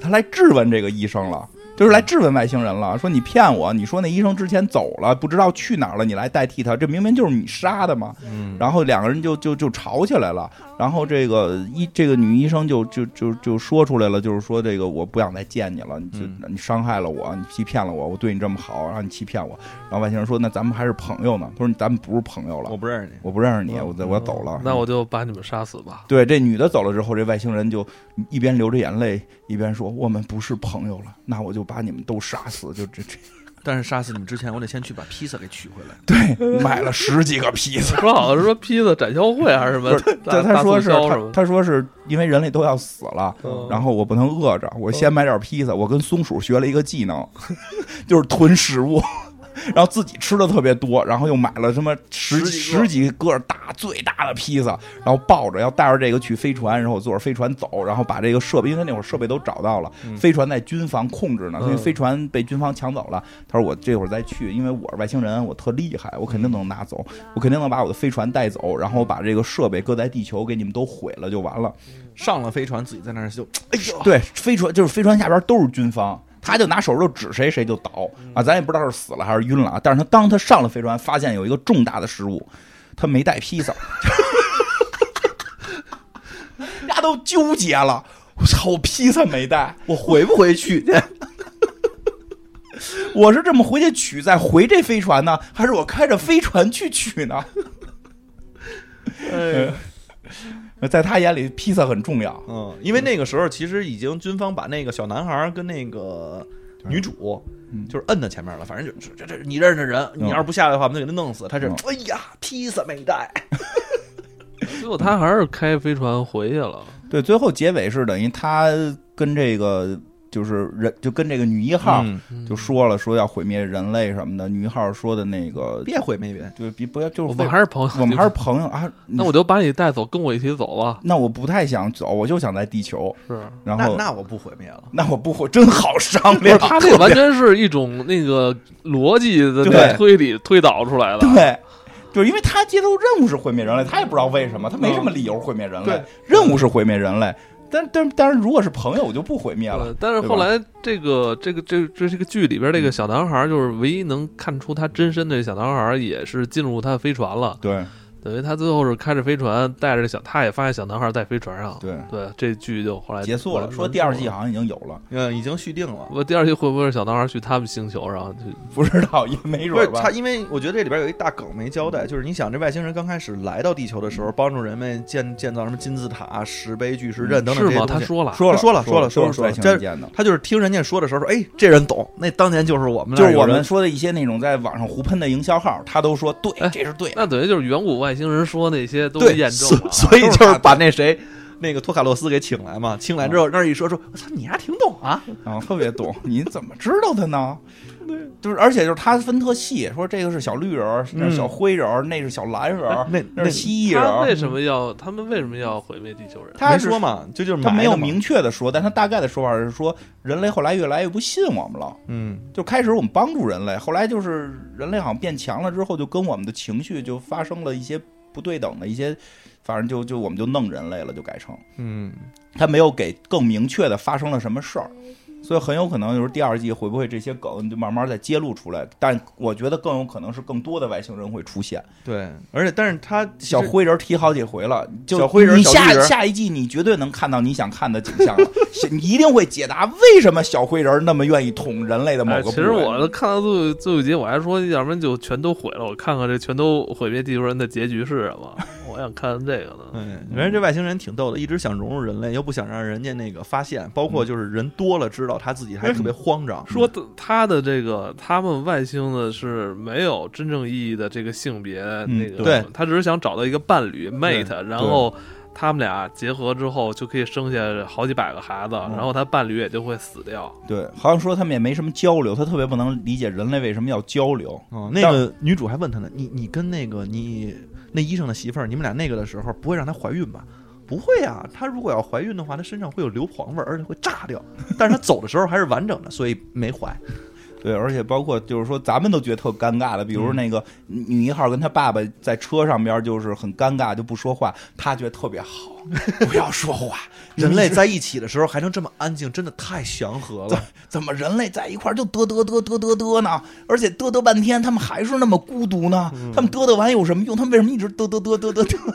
Speaker 2: 他来质问这个医生了，就是来质问外星人了，说你骗我，你说那医生之前走了，不知道去哪儿了，你来代替他，这明明就是你杀的嘛。
Speaker 3: 嗯
Speaker 2: 然后两个人就就就吵起来了，然后这个医这个女医生就就就就说出来了，就是说这个我不想再见你了，你就
Speaker 3: 嗯
Speaker 2: 你伤害了我，你欺骗了我，我对你这么好，然后你欺骗我。然后外星人说那咱们还是朋友呢，他说咱们不是朋友了
Speaker 3: 我，不嗯认识你。
Speaker 2: 我不认识你，我我要走了。
Speaker 1: 那我就把你们杀死吧。
Speaker 2: 对，这女的走了之后，这外星人就一边流着眼泪，一边说：“我们不是朋友了，那我就把你们都杀死。”就这这，
Speaker 3: 但是杀死你之前，我得先去把披萨给取回来。 [laughs]
Speaker 2: 对，买了十几个披萨。
Speaker 1: 说好是说披萨展销会还是什么
Speaker 2: 不 [laughs] 是？
Speaker 1: 大
Speaker 2: 但
Speaker 1: 大
Speaker 2: 他说是
Speaker 1: 促销什
Speaker 2: 他
Speaker 1: 么
Speaker 2: 他说是因为人类都要死了，
Speaker 1: 嗯
Speaker 2: 然后我不能饿着，我先买点披萨。我跟松鼠学了一个技能， [laughs] 就是囤食物，然后自己吃的特别多，然后又买了什么十几十
Speaker 3: 十
Speaker 2: 几个大最大的披萨，然后抱着要带着这个去飞船，然后我坐着飞船走，然后把这个设备，因为那会儿设备都找到了，飞船在军方控制呢，因为
Speaker 1: 嗯
Speaker 2: 飞船被军方抢走了。他说我这会儿再去，因为我是外星人，我特厉害，我肯定能拿走，我肯定能把我的飞船带走，然后把这个设备搁在地球给你们都毁了就完了。
Speaker 3: 上了飞船，自己在那儿就，哎呦，
Speaker 2: 对，飞船就是飞船下边都是军方，他就拿手指头指谁谁就倒啊，咱也不知道是死了还是晕了啊。但是他当他上了飞船，发现有一个重大的失误，他没带披萨， [laughs] 大家都纠结了。我操！我披萨没带，
Speaker 3: 我回不回去？ [laughs]
Speaker 2: 我是这么回去取，再回这飞船呢，还是我开着飞船去取呢？
Speaker 3: 哎，
Speaker 2: [laughs] 在他眼里，披萨很重要。
Speaker 3: 嗯，因为那个时候其实已经军方把那个小男孩儿跟那个女主
Speaker 2: 嗯。
Speaker 3: 就是摁在前面了，反正就是这这这你认识的人，你要是不下来的话，我们就给他弄死。他是
Speaker 2: 嗯
Speaker 3: 哎呀，披萨没带，
Speaker 1: 结果他还是开飞船回去了。
Speaker 2: 对，最后结尾是等于他跟这个就是人，就跟这个女一号，
Speaker 3: 嗯
Speaker 2: 就说了说要毁灭人类什么的。女一号说的那个，
Speaker 3: [laughs] 别毁灭别。
Speaker 2: 就别不要，就是
Speaker 1: 我们
Speaker 2: 为
Speaker 1: 还是朋友，
Speaker 2: 我们还是朋友啊。
Speaker 1: 那我就把你带走，跟我一起走吧。
Speaker 2: 那我不太想走，我就想在地球。
Speaker 1: 是，
Speaker 2: 然
Speaker 3: 那
Speaker 2: 后
Speaker 3: 那我不毁灭了，
Speaker 2: 那我不会，真好商
Speaker 1: 不是
Speaker 2: [laughs] 量。
Speaker 1: 他这个完全是一种那个逻辑的那
Speaker 2: 对
Speaker 1: 个推理推导出来的。
Speaker 2: 对。就是因为
Speaker 1: 嗯
Speaker 2: 他接受任务是毁灭人类，他也不知道为什么，他没什么理由毁灭人类
Speaker 3: 对。
Speaker 2: 任务是毁灭人类，但但但是如果是朋友，我就不毁灭了。
Speaker 1: 呃但是
Speaker 2: 对
Speaker 1: 后
Speaker 2: 吧嗯
Speaker 1: 来这个这个这这这个剧里边这个小男孩，就是唯一能看出他真身的小男孩，也是进入他的飞船了。
Speaker 2: 对
Speaker 1: 等于他最后是开着飞船，带着小，他也发现小男孩在飞船上。
Speaker 2: 对，
Speaker 1: 对，这剧就后来
Speaker 2: 结束了。说第二季好像已经有了，
Speaker 3: 嗯，已经续订了。
Speaker 1: 我第二季会不会是小男孩去他们星球上去？
Speaker 2: 不知道也没
Speaker 3: 不是
Speaker 2: 准吧
Speaker 3: 他，。因为我觉得这里边有一大梗没交代，就是你想这外星人刚开始来到地球的时候，帮助人们建建造什么金字塔、石碑、巨石阵等等这
Speaker 1: 嗯是
Speaker 3: 些
Speaker 1: 吗？
Speaker 3: 东西。
Speaker 1: 他说了，
Speaker 2: 说了
Speaker 3: 说了
Speaker 2: 说
Speaker 3: 说了
Speaker 2: 是
Speaker 3: 说了
Speaker 2: 外星
Speaker 3: 这
Speaker 2: 人见的，
Speaker 3: 他就是听人家说的时候说，哎，这人懂，那当年就是我们那
Speaker 2: 就
Speaker 3: 儿
Speaker 2: 是
Speaker 3: 有
Speaker 2: 我
Speaker 3: 人，
Speaker 2: 们说的一些那种在网上胡喷的营销号，他都说对
Speaker 1: 哎，
Speaker 2: 这是对的。
Speaker 1: 那等于就是远古外星人说那些都
Speaker 3: 对，
Speaker 1: 验证
Speaker 3: 所
Speaker 1: 了。
Speaker 3: 所以
Speaker 2: 都是
Speaker 3: 就是
Speaker 2: 他
Speaker 3: 把那谁。那个托卡洛斯给请来嘛，请来之后那儿一说说，我操，你还挺懂啊！
Speaker 2: 啊，特别懂，你怎么知道的呢？对，就是而且就是他分特细，说这个是小绿人儿，那是小灰人儿，那是小蓝人儿，
Speaker 3: 那
Speaker 2: 啊那
Speaker 3: 那
Speaker 2: 是蜥蜴人
Speaker 1: 他
Speaker 2: 儿
Speaker 1: 为。什么要他们为什么要毁灭地球人？
Speaker 2: 他
Speaker 3: 没
Speaker 2: 是
Speaker 3: 说嘛，这就是
Speaker 2: 他没
Speaker 3: 埋
Speaker 2: 有
Speaker 3: 的嘛
Speaker 2: 明，确的说，但他大概的说法是说，人类后来越来越不信我们了。
Speaker 3: 嗯，
Speaker 2: 就开始我们帮助人类，后来就是人类好像变强了之后，就跟我们的情绪就发生了一些不对等的一些，反正就就我们就弄人类了，就改成
Speaker 3: 嗯，
Speaker 2: 他没有给更明确的发生了什么事儿，所以很有可能就是第二季会不会这些梗就慢慢再揭露出来，但我觉得更有可能是更多的外星人会出现。
Speaker 3: 对，而且但是他
Speaker 2: 小
Speaker 3: 这
Speaker 2: 灰人提好几回了，就
Speaker 3: 小灰人
Speaker 2: 你
Speaker 3: 小
Speaker 2: 下
Speaker 3: 绿人
Speaker 2: 下一季你绝对能看到你想看的景象了， [laughs] 是你一定会解答为什么小灰人那么愿意捅人类的某
Speaker 1: 哎，
Speaker 2: 个部位。
Speaker 1: 其实我看到最后最后一集，我还说，要不然就全都毁了，我看看这全都毁灭地球人的结局是什么。我想看看这个呢。
Speaker 3: 嗯，反正这外星人挺逗的，一直想融入人类，又不想让人家那个发现，包括就是人多了知道他自己还特别慌张，
Speaker 1: [laughs]
Speaker 3: 嗯
Speaker 1: 说的他的这个，他们外星的是没有真正意义的这个性别，
Speaker 2: 嗯
Speaker 1: 那个
Speaker 3: 对
Speaker 1: 他只是想找到一个伴侣 mate，然后他们俩结合之后就可以生下好几百个孩子，
Speaker 2: 嗯
Speaker 1: 然后他伴侣也就会死掉。
Speaker 2: 对，好像说他们也没什么交流，他特别不能理解人类为什么要交流。
Speaker 3: 嗯，那个女主还问他呢，你你跟那个你那医生的媳妇儿，你们俩那个的时候不会让她怀孕吧？不会啊，她如果要怀孕的话，她身上会有硫磺味儿，而且会炸掉。 [laughs] 但是她走的时候还是完整的，所以没怀。
Speaker 2: 对，而且包括就是说，咱们都觉得特尴尬的，比如那个女一号跟她爸爸在车上边就是很尴尬，就不说话，她觉得特别好，不要说话。
Speaker 3: 人类
Speaker 2: 你
Speaker 3: 在一起的时候还能这么安静，真的太祥和了。
Speaker 2: 怎么人类在一块儿就嘚嘚嘚嘚嘚嘚呢？而且嘚嘚半天，他们还是那么孤独呢？他们嘚嘚完有什么用？他们为什么一直嘚嘚嘚嘚嘚嘚？